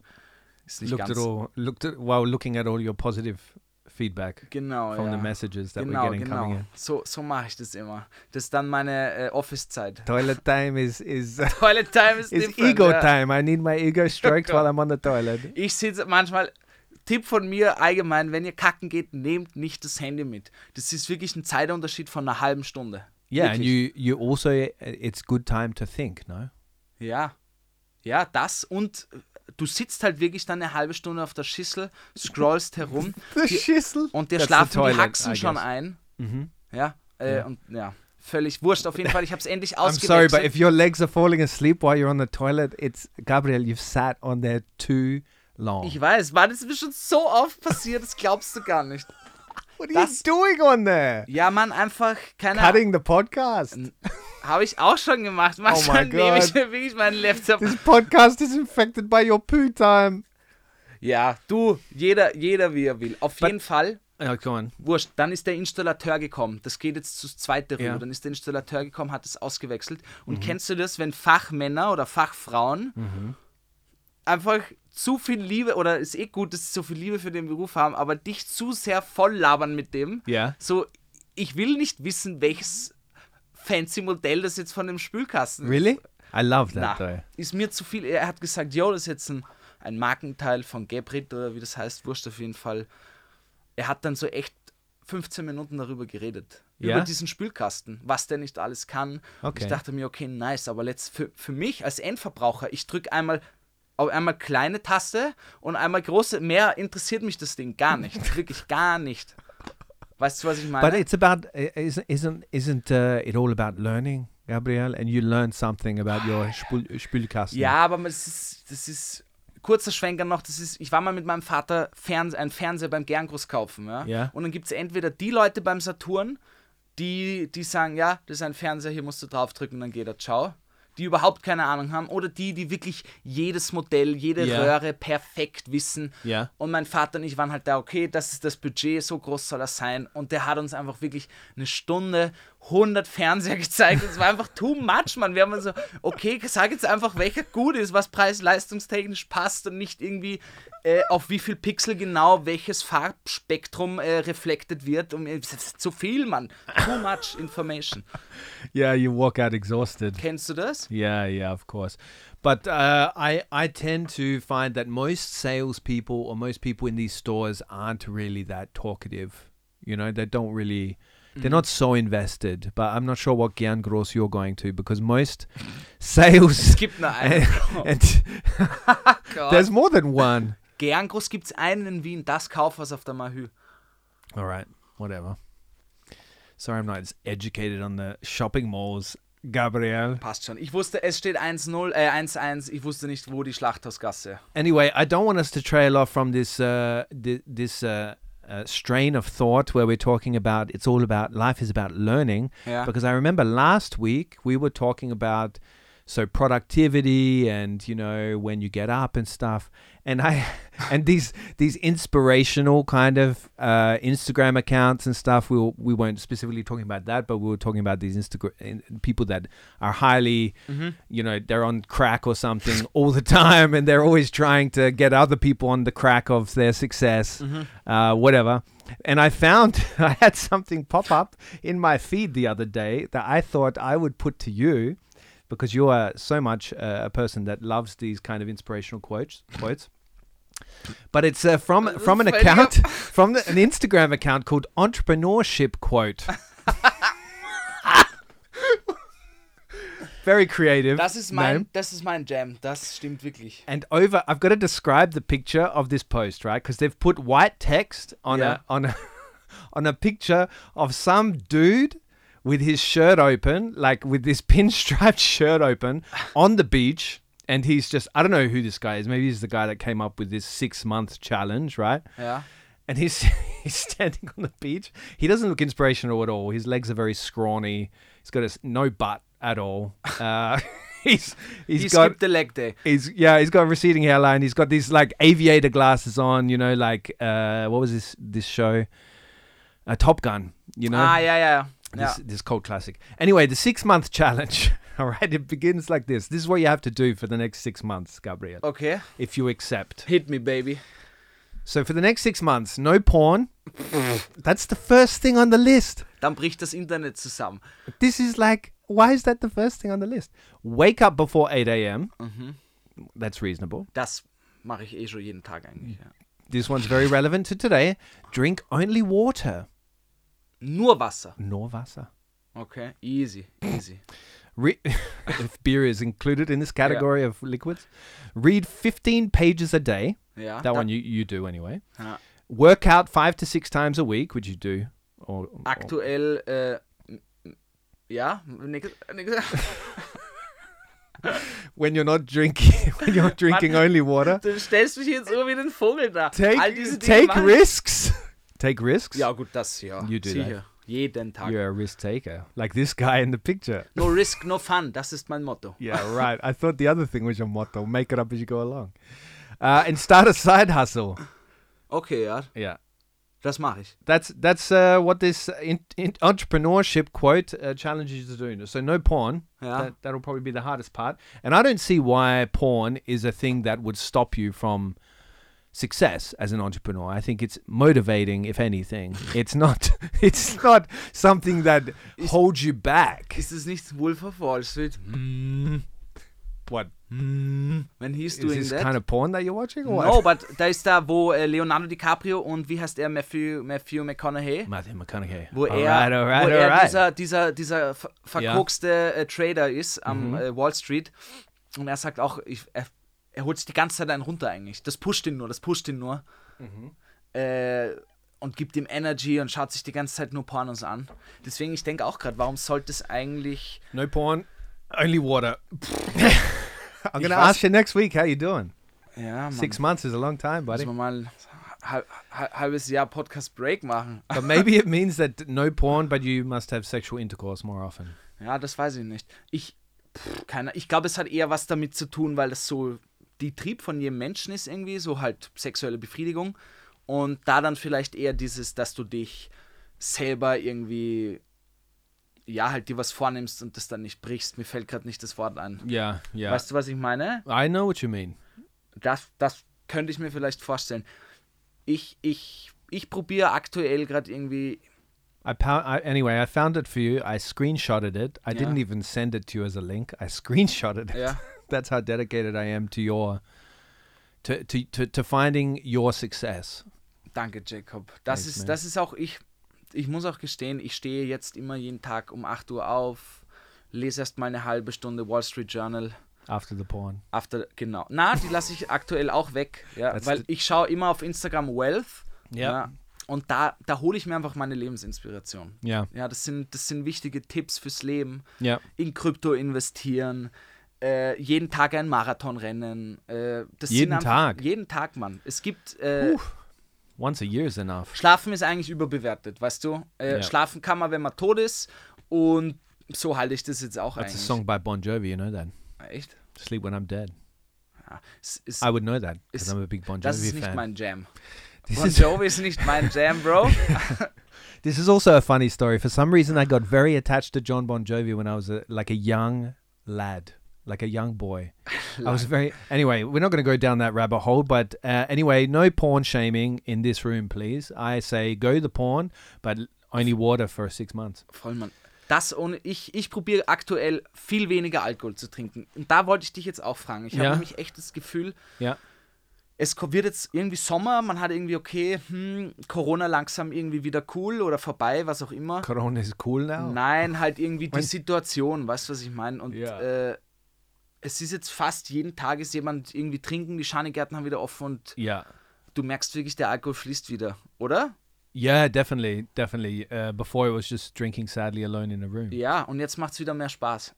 B: ist nicht
A: Looked
B: ganz.
A: at all looked at while looking at all your positive feedback
B: Genau,
A: from
B: ja.
A: the messages that
B: genau,
A: we're getting
B: genau.
A: coming in.
B: So, so mache ich das immer. Das ist dann meine äh, Office-Zeit. (laughs)
A: Toilet time is (laughs) is
B: Toilet Time ist
A: is ego
B: ja.
A: time. I need my (laughs) ego stroked while I'm on the toilet.
B: Ich sitze manchmal. Tipp von mir allgemein, wenn ihr kacken geht, nehmt nicht das Handy mit. Das ist wirklich ein Zeitunterschied von einer halben Stunde.
A: Yeah, and
B: Wirklich.
A: you you also it's good time to think, no?
B: Ja. Ja, das und äh, du sitzt halt wirklich dann eine halbe Stunde auf der Schüssel, scrollst
A: (laughs)
B: herum die-
A: schissel.
B: und dir
A: That's the
B: schlafen die
A: toilet, I
B: Haxen
A: guess. Mhm.
B: schon ein. Ja, äh, und ja, völlig wurscht. Auf jeden Fall, ich habe es endlich
A: I'm sorry,
B: ausgewechselt.
A: but if your legs are falling asleep while you're on the toilet, it's Gabriel. You've sat on there too long.
B: Ich weiß, Mann, das ist mir schon so oft passiert, das glaubst du gar nicht.
A: What
B: you das-
A: doing on there?
B: Ja, Mann, einfach, keine Ahnung,
A: Cutting the podcast.
B: habe ich auch schon gemacht. Manchmal
A: my
B: nehme ich
A: God.
B: mir wirklich meinen Laptop.
A: This podcast is infected by your poo time.
B: Ja, du, jeder, jeder wie er will. Auf jeden Fall,
A: Oh, go on.
B: wurscht, dann ist der Installateur gekommen. Das geht jetzt zu zweite Runde.
A: Ja. Mhm.
B: Dann ist der Installateur gekommen, hat es ausgewechselt. Und kennst du das, wenn Fachmänner oder Fachfrauen einfach zu viel Liebe, oder ist eh gut, dass sie so viel Liebe für den Beruf haben, aber dich zu sehr voll labern mit dem.
A: Ja.
B: So, ich will nicht wissen, welches fancy Modell das jetzt von dem Spülkasten ist.
A: Really? I love
B: Na,
A: that though.
B: ist mir zu viel. Er hat gesagt, yo, das ist jetzt ein, ein Markenteil von Gebrit oder wie das heißt, wurscht auf jeden Fall. Er hat dann so echt 15 Minuten darüber geredet.
A: Ja?
B: Über diesen Spülkasten, was der nicht alles kann. Und
A: Okay.
B: ich dachte mir, okay, nice, aber let's, für, für mich als Endverbraucher, ich drücke einmal auf einmal kleine Taste und einmal große. Mehr interessiert mich das Ding gar nicht.
A: (laughs)
B: Wirklich gar nicht. Weißt du, was ich meine?
A: But it's about i- isn't isn't isn't uh, it all about learning, Gabriel? And you learn something about (sighs) your spul- Spülkasten.
B: Ja, aber es ist, das ist, kurzer Schwenker noch, das ist, ich war mal mit meinem Vater Ferns einen Fernseher beim Gerngroß kaufen, ja.
A: Ja.
B: Und dann gibt es entweder die Leute beim Saturn, die, die sagen, ja, das ist ein Fernseher, hier musst du draufdrücken, dann geht er, ciao. Die überhaupt keine Ahnung haben oder die, die wirklich jedes Modell, jede
A: Ja.
B: Röhre perfekt wissen.
A: Ja.
B: Und mein Vater und ich waren halt da, okay, das ist das Budget, so groß soll das sein. Und der hat uns einfach wirklich eine Stunde 100 Fernseher (laughs) gezeigt. Es war einfach too much, man. Wir haben so, okay, sag jetzt einfach, welcher gut ist, was preis-leistungstechnisch passt und nicht irgendwie äh, auf wie viel Pixel genau welches Farbspektrum äh, reflektet wird. Und, äh, das ist zu viel, man. Too much information.
A: Yeah, you walk out exhausted.
B: Kennst du das?
A: Yeah, yeah, of course. But uh, I I tend to find that most salespeople or most people in these stores aren't really that talkative. You know, they don't really. They're not so invested, but I'm not sure what Gian Gross you're going to because most (laughs) sales (laughs)
B: Es gibt nur einen. Oh
A: and, (laughs) and there's more than one.
B: Gern groß gibt es einen in Wien, das Kaufhaus auf der Mahü.
A: (laughs) All right, whatever. Sorry, I'm not as educated on the shopping malls, Gabriel.
B: Passt schon. Ich wusste, es steht 1-0, äh 1-1. Ich wusste nicht, wo die Schlachthausgasse.
A: Anyway, I don't want us to trail off from this uh, thi- this uh, uh, strain of thought where we're talking about it's all about life is about learning.
B: Ja.
A: Because I remember last week we were talking about so productivity and you know when you get up and stuff and I (laughs) and these these inspirational kind of uh, Instagram accounts and stuff we were, we weren't specifically talking about that but we were talking about these Instagram people that are highly you know they're on crack or something (laughs) all the time and they're always trying to get other people on the crack of their success uh, whatever and I found (laughs) I had something pop up in my feed the other day that I thought I would put to you because you are so much uh, a person that loves these kind of inspirational quotes quotes but it's uh, from from an
B: funny.
A: account from the, an Instagram account called entrepreneurship quote very creative
B: Das ist mein,
A: name.
B: das ist mein Jam. Das stimmt wirklich.
A: and over I've got to describe the picture of this post right because they've put white text on
B: Yeah.
A: a on a (laughs) on a picture of some dude with his shirt open like with this (laughs) pinstriped shirt open on the beach and he's just I don't know who this guy is maybe he's the guy that came up with this 6 month challenge right
B: Ja.
A: and he's (laughs) he's standing on the beach. He doesn't look inspirational at all. His legs are very scrawny. He's got a s no butt at all. Uh, (laughs) he's
B: He
A: he's got
B: skipped the leg day.
A: He's yeah, he's got a receding hairline. He's got these like aviator glasses on, you know, like uh, what was this this show? Uh, Top Gun, you know.
B: Ah, ja, ja, ja. ja.
A: This, this cult classic. Anyway, the six month (laughs) challenge. All right, it begins like this. This is what you have to do for the next six months, Gabriel,
B: Okay.
A: if you accept.
B: Hit me, baby.
A: So for the next six months, no porn. That's the first thing on the list.
B: Dann bricht das Internet zusammen.
A: This is like, why is that the first thing on the list? Wake up before 8 a.m. That's reasonable.
B: Das mache ich eh schon jeden Tag eigentlich. Ja.
A: This one's very relevant to today. Drink only water,
B: Nur Wasser.
A: nor Wasser.
B: Okay. Easy, easy.
A: Re- (laughs) if beer is included in this category of liquids, read 15 pages a day.
B: Ja.
A: That one you, you do anyway.
B: Ja.
A: Oh. Work out five to six times a week, which you do. Or, or-
B: Aktuell, äh, m- m- ja, nix, nix.
A: when you're not drinking, (laughs) when you're drinking
B: (laughs)
A: only water.
B: (laughs) du stellst mich jetzt immer wie den Vogel da. All diese
A: Take,
B: Dinge
A: take
B: mache ich.
A: risks. (laughs) Take risks.
B: Ja, gut, das ja.
A: You do
B: Sicher. Jeden Tag.
A: You're a risk taker, like this guy in the picture.
B: No risk, no fun. Das ist mein Motto.
A: Yeah, right. I thought the other thing was your motto: make it up as you go along, uh, and start a side hustle.
B: Okay, ja,
A: Yeah,
B: das mache ich.
A: that's that's uh, what this in, in entrepreneurship quote uh, challenges you to do. So no porn.
B: Yeah.
A: That, that'll probably be the hardest part. And I don't see why porn is a thing that would stop you from success as an entrepreneur. I think it's motivating, if
B: (laughs)
A: anything. It's not. (laughs) It's not something that holds you back. Mm.
B: Ist es nicht Wolf of Wall Street?
A: What
B: When he's
A: is
B: Mm. doing
A: this
B: that?
A: kind of porn that you're watching? Or
B: No,
A: what?
B: but da ist da, wo äh, Leonardo DiCaprio und wie heißt er, Matthew, Matthew McConaughey,
A: Matthew McConaughey.
B: wo
A: All
B: er,
A: right, all right,
B: wo er
A: all right.
B: dieser, dieser, dieser ver verkokste äh, Trader ist am
A: Mhm.
B: äh, Wall Street und er sagt auch, ich, er, er holt sich die ganze Zeit einen runter eigentlich. Das pusht ihn nur, das pusht ihn nur.
A: Mhm.
B: Äh, und gibt ihm Energy und schaut sich die ganze Zeit nur Pornos an. Deswegen, ich denke auch gerade, warum sollte es eigentlich
A: No porn, only water. (laughs) I'm gonna
B: was-
A: ask you next week how you doing.
B: ja, Mann.
A: Six months is a long time, buddy.
B: Müssen wir mal ein halb, halb- halbes Jahr Podcast-Break machen.
A: But maybe it means that no porn, but you must have sexual intercourse more often.
B: Ja, das weiß ich nicht. Ich, pff, keine, ich glaube, es hat eher was damit zu tun, weil das so die Trieb von jedem Menschen ist irgendwie, so halt sexuelle Befriedigung. Und da dann vielleicht eher dieses, dass du dich selber irgendwie ja, halt dir was vornimmst und das dann nicht brichst. Mir fällt gerade nicht das Wort ein.
A: Yeah, yeah.
B: Weißt du, was ich meine?
A: I know what you mean.
B: Das, das könnte ich mir vielleicht vorstellen. Ich, ich, ich probiere aktuell gerade irgendwie.
A: I, pou- I anyway, I found it for you. I screenshotted it. I
B: Yeah.
A: didn't even send it to you as a link. I (laughs) screenshotted it.
B: Yeah.
A: (laughs) That's how dedicated I am to your to to to, to finding your success.
B: Danke, Jacob. Das
A: Thanks, man.
B: ist, das ist auch ich. Ich muss auch gestehen, ich stehe jetzt immer jeden Tag um 8 Uhr auf, lese erst mal eine halbe Stunde Wall Street Journal.
A: After the porn.
B: After, genau. Na, die lasse ich aktuell auch weg, ja,
A: That's
B: weil
A: the-
B: ich schaue immer auf Instagram Wealth.
A: Ja.
B: und da, da hole ich mir einfach meine Lebensinspiration.
A: Yeah.
B: Ja, das sind, das sind wichtige Tipps fürs Leben.
A: Yeah.
B: In Krypto investieren, äh, jeden Tag ein Marathon rennen. Äh, das sind
A: Jeden
B: einfach-
A: Tag?
B: Jeden Tag, Mann. Es gibt. Äh,
A: Once a year is enough.
B: Schlafen ist eigentlich überbewertet, weißt du? Äh,
A: Ja.
B: Schlafen kann man, wenn man tot ist. Und so halte ich das jetzt auch
A: That's a
B: eigentlich.
A: song by Bon Jovi. You know that.
B: Echt?
A: Sleep when I'm dead.
B: Ja. Es ist,
A: I would know that because
B: Is-
A: I'm a big Bon Jovi
B: das ist nicht
A: fan.
B: mein
A: (laughs)
B: Jam.
A: This
B: Bon
A: is-
B: Jovi ist nicht mein Jam,
A: (laughs)
B: Bro.
A: This is also a funny story. For some reason, I got very attached to John Bon Jovi when I was a, like a young lad, like a
B: (laughs)
A: young boy. I was very. Anyway, we're not going to go down that rabbit hole, but uh, anyway, no porn shaming in this room, please. I say go to the porn, but only water for six months.
B: Voll, Mann. Das ohne, ich ich probiere aktuell viel weniger Alkohol zu trinken. Und da wollte ich dich jetzt auch fragen. Ich
A: Ja.
B: habe nämlich echt das Gefühl,
A: Yeah.
B: es ko- wird jetzt irgendwie Sommer, man hat irgendwie, okay, hm, Corona langsam irgendwie wieder cool oder vorbei, was auch immer.
A: Corona is cool now.
B: Nein, halt irgendwie die
A: Mein-
B: Situation, weißt du, was ich meine? Und
A: Ja.
B: äh, es ist jetzt fast jeden Tag ist jemand irgendwie trinken, die Schanigärten haben wieder offen und
A: Yeah.
B: du merkst wirklich, der Alkohol fließt wieder, oder?
A: Yeah, definitely, definitely. Uh, before it was just drinking sadly alone in a room.
B: Ja, und jetzt macht es wieder mehr Spaß.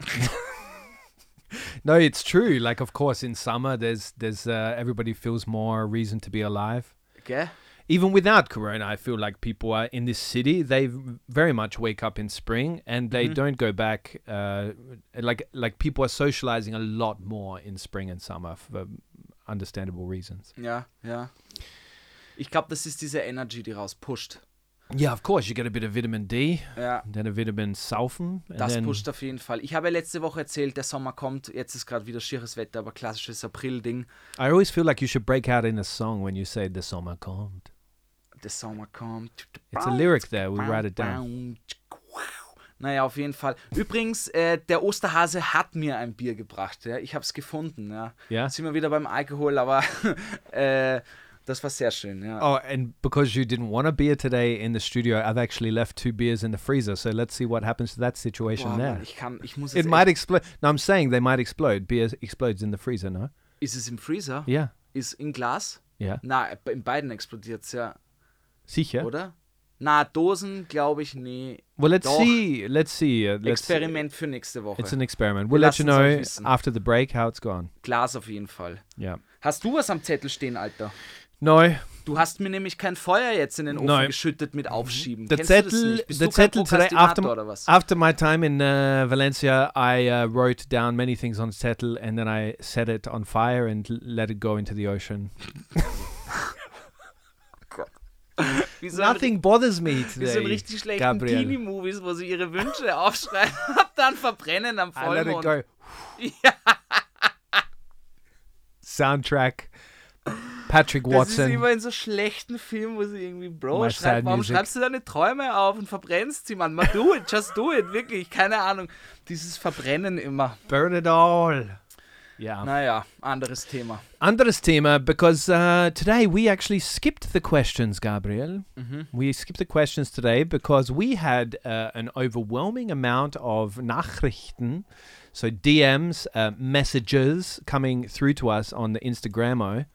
A: No, it's true. Like, of course, in summer, there's there's uh, everybody feels more reason to be alive.
B: Gell?
A: even without corona i feel like people are in this city they v- very much wake up in spring and they don't go back uh, like like people are socializing a lot more in spring and summer for understandable reasons
B: Ja, ja. Ich glaube, das ist diese Energy, die rauspusht.
A: yeah of course you get a bit of vitamin d
B: Ja,
A: then a vitamin sulfum and
B: das
A: then
B: pusht auf jeden Fall. Ich habe ja letzte Woche erzählt, der Sommer kommt, jetzt ist gerade wieder schieres Wetter, aber klassisches April-Ding.
A: i always feel like you should break out in a song when you say the summer kommt
B: Der Sommer kommt.
A: it's a lyric there we write it down
B: Naja, auf jeden Fall. Übrigens, äh, der Osterhase hat mir ein Bier gebracht. Ja? Ich habe es gefunden. Ja?
A: Ja?
B: Sind wir wieder beim Alkohol, aber (laughs) äh, das war sehr schön. Ja.
A: Oh, and because you didn't want a beer today in the studio, I've actually left two beers in the freezer. So let's see what happens to that situation
B: Boah,
A: there.
B: Mann, ich kann, ich muss
A: It
B: jetzt
A: might
B: echt,
A: explode. No, I'm saying they might explode. Beer explodes in the freezer, no?
B: Ist es im Freezer?
A: Yeah.
B: Ist in Glas?
A: Yeah.
B: Na, in beiden explodiert es ja,
A: Sicher.
B: oder? Na, Dosen glaube ich, nee.
A: Well, let's
B: Doch.
A: see. Let's see. Uh, let's
B: Experiment für nächste Woche.
A: It's an experiment. We'll let you
B: lassen es euch
A: know
B: wissen.
A: after the break how it's gone.
B: Glas auf jeden Fall.
A: Yeah.
B: Hast du was am Zettel stehen, Alter?
A: No,
B: Du hast mir nämlich kein Feuer jetzt in den Ofen
A: Nein.
B: geschüttet mit Aufschieben.
A: the
B: Kennst du das
A: Zettel,
B: nicht? Bist
A: the
B: du kein
A: Zettel Ah. today
B: Prokrastinator
A: after
B: oder was?
A: after my time in uh, Valencia, I uh, wrote down many things on Zettel and then I set it on fire and l- let it go into the ocean.
B: Wie so ein-
A: Nothing
B: (laughs)
A: bothers me
B: Wie so ein
A: today.
B: richtig schlechten
A: Gabriel.
B: Teenie-Movies, wo sie ihre Wünsche (laughs) aufschreiben und dann verbrennen am
A: I let it
B: Vollmond. (laughs)
A: go. Soundtrack. Patrick
B: Das ist
A: Watson.
B: immer in so schlechten Filmen, wo sie irgendwie, Bro,
A: My sad
B: schreib, warum
A: music.
B: schreibst du deine Träume auf und verbrennst sie, Mann? Mal do it, just do it, wirklich, keine Ahnung. Dieses Verbrennen immer.
A: Burn it all. Yeah.
B: Naja, anderes Thema.
A: Anderes Thema, because uh, today we actually skipped the questions, Gabriel.
B: Mhm.
A: We skipped the questions today because we had uh, an overwhelming amount of Nachrichten, so DMs, uh, messages coming through to us on the Instagramo.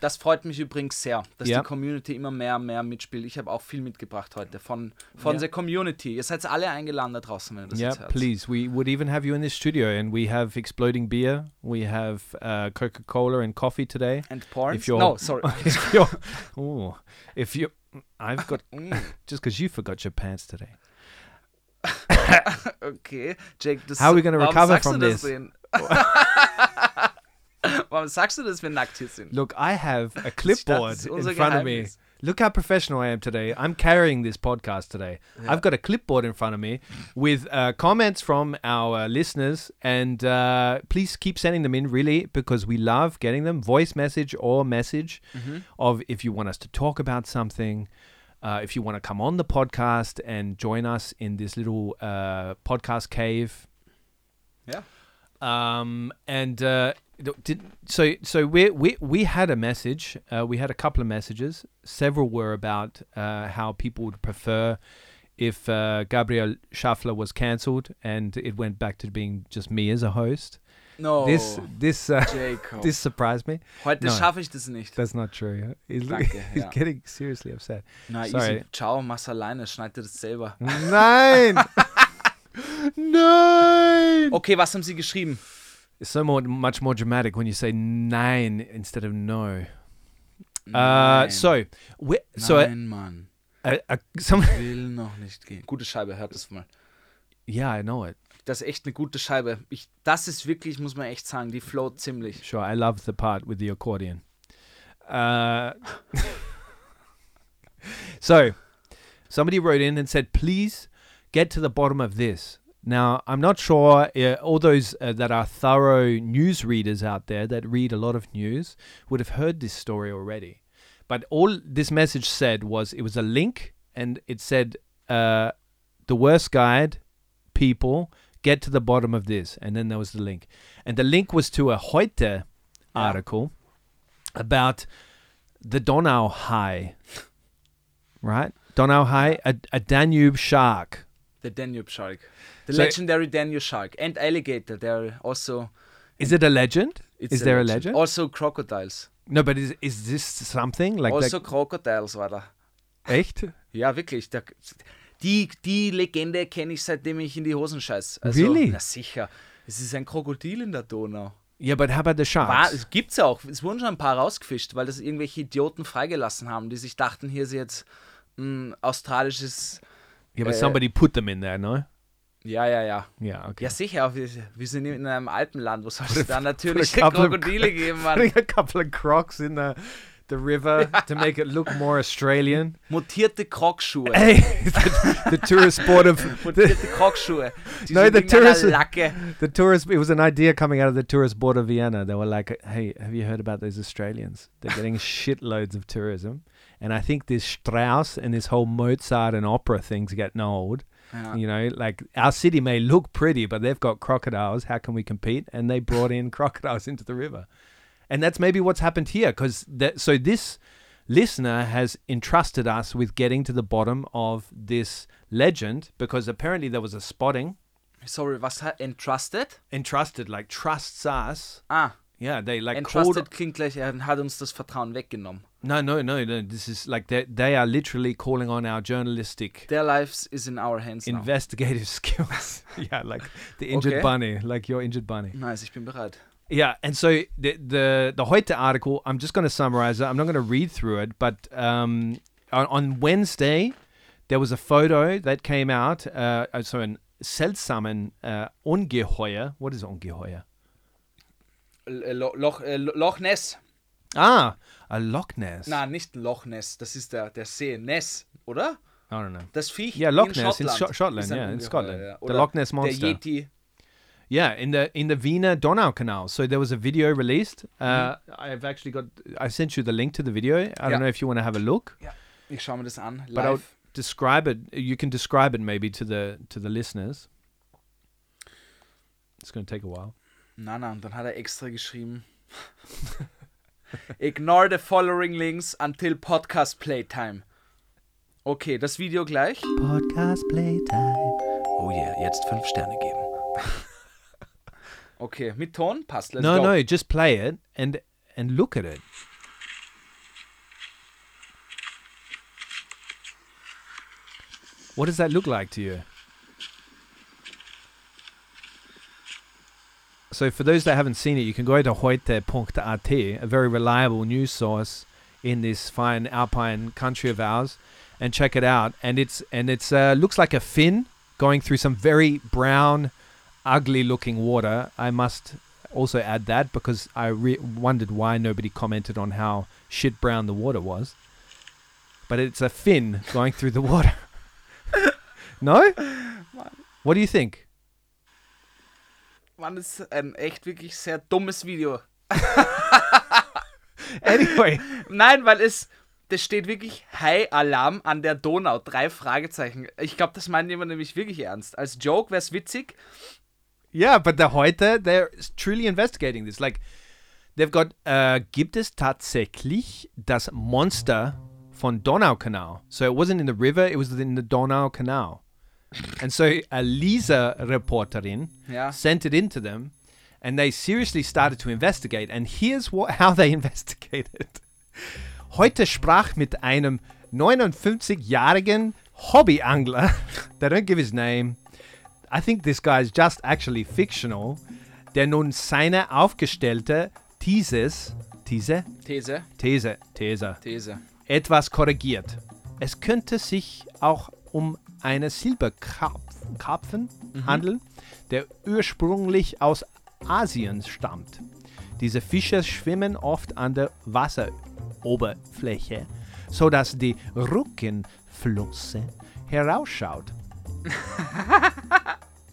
B: Das freut mich übrigens sehr, dass
A: Ja.
B: die Community immer mehr und mehr mitspielt. Ich habe auch viel mitgebracht heute von, von
A: Ja.
B: der Community. Ihr seid alle eingeladen da draußen, wenn ihr das
A: yeah,
B: jetzt hört.
A: please. We would even have you in this studio, and we have exploding beer, we have uh, Coca Cola and coffee today.
B: And porn?
A: If you're-
B: no,
A: (laughs)
B: sorry.
A: if you're, ooh, if you, I've got
B: Mm,
A: just because you forgot your pants today.
B: Okay, Jake, das
A: How are we gonna
B: warum
A: recover
B: sagst du
A: from
B: das
A: this?
B: denn?
A: (laughs) Oh.
B: (laughs) warum sagst du, dass wir nackt hier sind?
A: Look, I have a
B: Ich dachte,
A: clipboard
B: das ist
A: in
B: unser
A: front of me
B: Geheimnis.
A: Look how professional I am today. I'm carrying this podcast today. I've got a clipboard in front of me with uh, comments from our uh, listeners, and uh, please keep sending them in, really, because we love getting them voice message or message of if you want us to talk about something. Uh, if you want to come on the podcast and join us in this little uh, podcast cave,
B: Yeah.
A: um, and uh, d- did, so so we we we had a message. Uh, we had a couple of messages. Several were about uh, how people would prefer if uh, Gabriel Schaffler was cancelled and it went back to being just me as a host.
B: No.
A: This
B: (laughs)
A: this uh, (laughs)
B: Jacob.
A: this surprised me.
B: Heute
A: Nein.
B: schaffe ich das nicht.
A: That's not true. He's,
B: Danke, (laughs)
A: (laughs) he's
B: ja.
A: getting seriously upset.
B: Na,
A: Sorry.
B: easy. Ciao, mach's alleine, schneid dir das selber.
A: Nein. Nein.
B: Okay, was haben sie geschrieben?
A: Oh, It's so more, much more dramatic when you say nine instead of no. Uh,
B: Nein.
A: so, we, so uh,
B: Nein, Mann.
A: uh, some,
B: Will noch nicht gehen. Gute Scheibe, hört das mal.
A: (laughs) yeah, I know it.
B: Das ist echt eine gute Scheibe. Ich, das ist wirklich, muss man echt sagen, die float ziemlich.
A: Sure, I love the part with the accordion. Uh, (laughs) so, somebody wrote in and said, "Please get to the bottom of this." Now, I'm not sure. Uh, all those uh, that are thorough news readers out there that read a lot of news would have heard this story already. But all this message said was it was a link, and it said, uh, "The worst guide people get to the bottom of this," and then there was the link, and the link was to a Heute article about the Donau High, right? Donau High, a, a Danube shark.
B: The Danube Shark. The
A: So-
B: legendary Danube Shark. And Alligator. They're also.
A: Is it a legend?
B: it's
A: is there a legend?
B: Also crocodiles.
A: no, but is is this something like
B: also
A: like
B: crocodiles, war da.
A: echt?
B: Ja, wirklich. Da, die, die Legende kenne ich, seitdem ich in die Hosen scheiß. Also,
A: Really?
B: Na sicher. Es ist ein Krokodil in der Donau.
A: Yeah, but how about the
B: War,
A: sharks?
B: es gibt's ja auch. Es wurden schon ein paar rausgefischt, weil das irgendwelche Idioten freigelassen haben, die sich dachten, hier ist jetzt ein australisches.
A: yeah, but
B: uh,
A: somebody put them in there, no?
B: Ja, ja, ja.
A: Yeah, okay.
B: Ja, sicher. aber Wir, wir sind in einem Alpenland. Wo soll (laughs) es da
A: a
B: natürlich
A: couple of-
B: Krokodile geben, Mann?
A: Putting a couple of crocs in the the river to make it look more Australian.
B: Mutierte Krogschuhe.
A: (laughs) hey, (laughs) the, the tourist board of the,
B: Mutierte Krogschuhe. Die
A: Nein,
B: sind in
A: der
B: einer
A: Tourist-
B: Lacke.
A: The tourist, it was an idea coming out of the tourist board of Vienna. They were like, hey, have you heard about those Australians? They're getting shitloads of tourism. And I think this Strauss and this whole Mozart and opera thing's getting old.
B: Ja.
A: You know, like our city may look pretty, but they've got crocodiles. How can we compete? And they brought in (laughs) crocodiles into the river. And that's maybe what's happened here. Because that, so this listener has entrusted us with getting to the bottom of this legend because apparently there was a spotting
B: Sorry, was hat entrusted?
A: entrusted, like trusts us.
B: Ah,
A: Yeah, they like
B: entrusted
A: called.
B: klingt gleich, er hat uns das Vertrauen weggenommen.
A: No, no, no, no. This is like they they are literally calling on our journalistic
B: Their lives is in our hands now.
A: investigative (laughs) skills. yeah, like the injured
B: Okay.
A: bunny, like your injured bunny.
B: nice, ich bin bereit.
A: Yeah, and so the the the Heute article, I'm just going to summarize it. I'm not going to read through it, but um, on, on Wednesday there was a photo that came out. Uh, uh, so an seltsamen uh, ungeheuer. What is ungeheuer?
B: L- äh, Lo Loch, äh, Lo- Loch Ness.
A: Ah, a Loch Ness.
B: Na, nicht Loch Ness, das ist der, der See. Ness, oder?
A: I don't know.
B: Das Viech.
A: Ja,
B: in
A: Loch Ness in
B: Schottland.
A: Scho- Schottland,
B: Ist ein
A: ja, in
B: Ungeheuer,
A: Scotland.
B: ja.
A: Der
B: Oder
A: Loch Ness Monster.
B: Der Yeti.
A: Yeah, in the in the Wiener Donau Canal. So there was a video released. Uh, I've actually got. I sent you the link to the video. I
B: Mm-hmm. Yeah.
A: don't know if you want to have a look,
B: Ich schaue mir das an.
A: but I'll
B: Live.
A: describe it. You can describe it maybe to the to the listeners. It's going to take a while.
B: Na, na, und dann hat er extra geschrieben. (laughs) Ignore the following links until podcast playtime. Okay, das Video gleich.
A: Podcast playtime.
B: Oh yeah, jetzt fünf Sterne geben. okay, mit Ton passt. Let's
A: No,
B: go.
A: no, just play it and and look at it. What does that look like to you? So, for those that haven't seen it, you can go to heute.at, a very reliable news source in this fine alpine country of ours, and check it out. And it's and it's uh, looks like a fin going through some very brown, ugly-looking water. I must also add that because I re- wondered why nobody commented on how shit brown the water was. but it's a fin going through the water. (laughs) no? What do you think?
B: Mann, das ist ein echt wirklich sehr dummes Video.
A: Anyway,
B: Nein, weil es, das steht wirklich High Alarm an der Donau. Drei Fragezeichen. Ich glaube, das meint jemand nämlich wirklich ernst. Als Joke wäre es witzig.
A: yeah, but the heute, they're truly investigating this. Like, they've got, uh, gibt es tatsächlich das Monster von Donaukanal? So it wasn't in the river, it was in the Donaukanal. And so a Lisa reporterin
B: Ja.
A: sent it in to them, and they seriously started to investigate. And here's what, (laughs) how they investigated. Heute sprach mit einem 59-jährigen Hobbyangler. (laughs) They don't give his name. I think this guy is just actually fictional. Der nun seine aufgestellte Thesis, These,
B: These,
A: These, These,
B: These.
A: etwas korrigiert. Es könnte sich auch um eine Silberkarpfen handeln, der ursprünglich aus Asien stammt. Diese Fische schwimmen oft an der Wasseroberfläche, sodass die Rückenflosse herausschaut.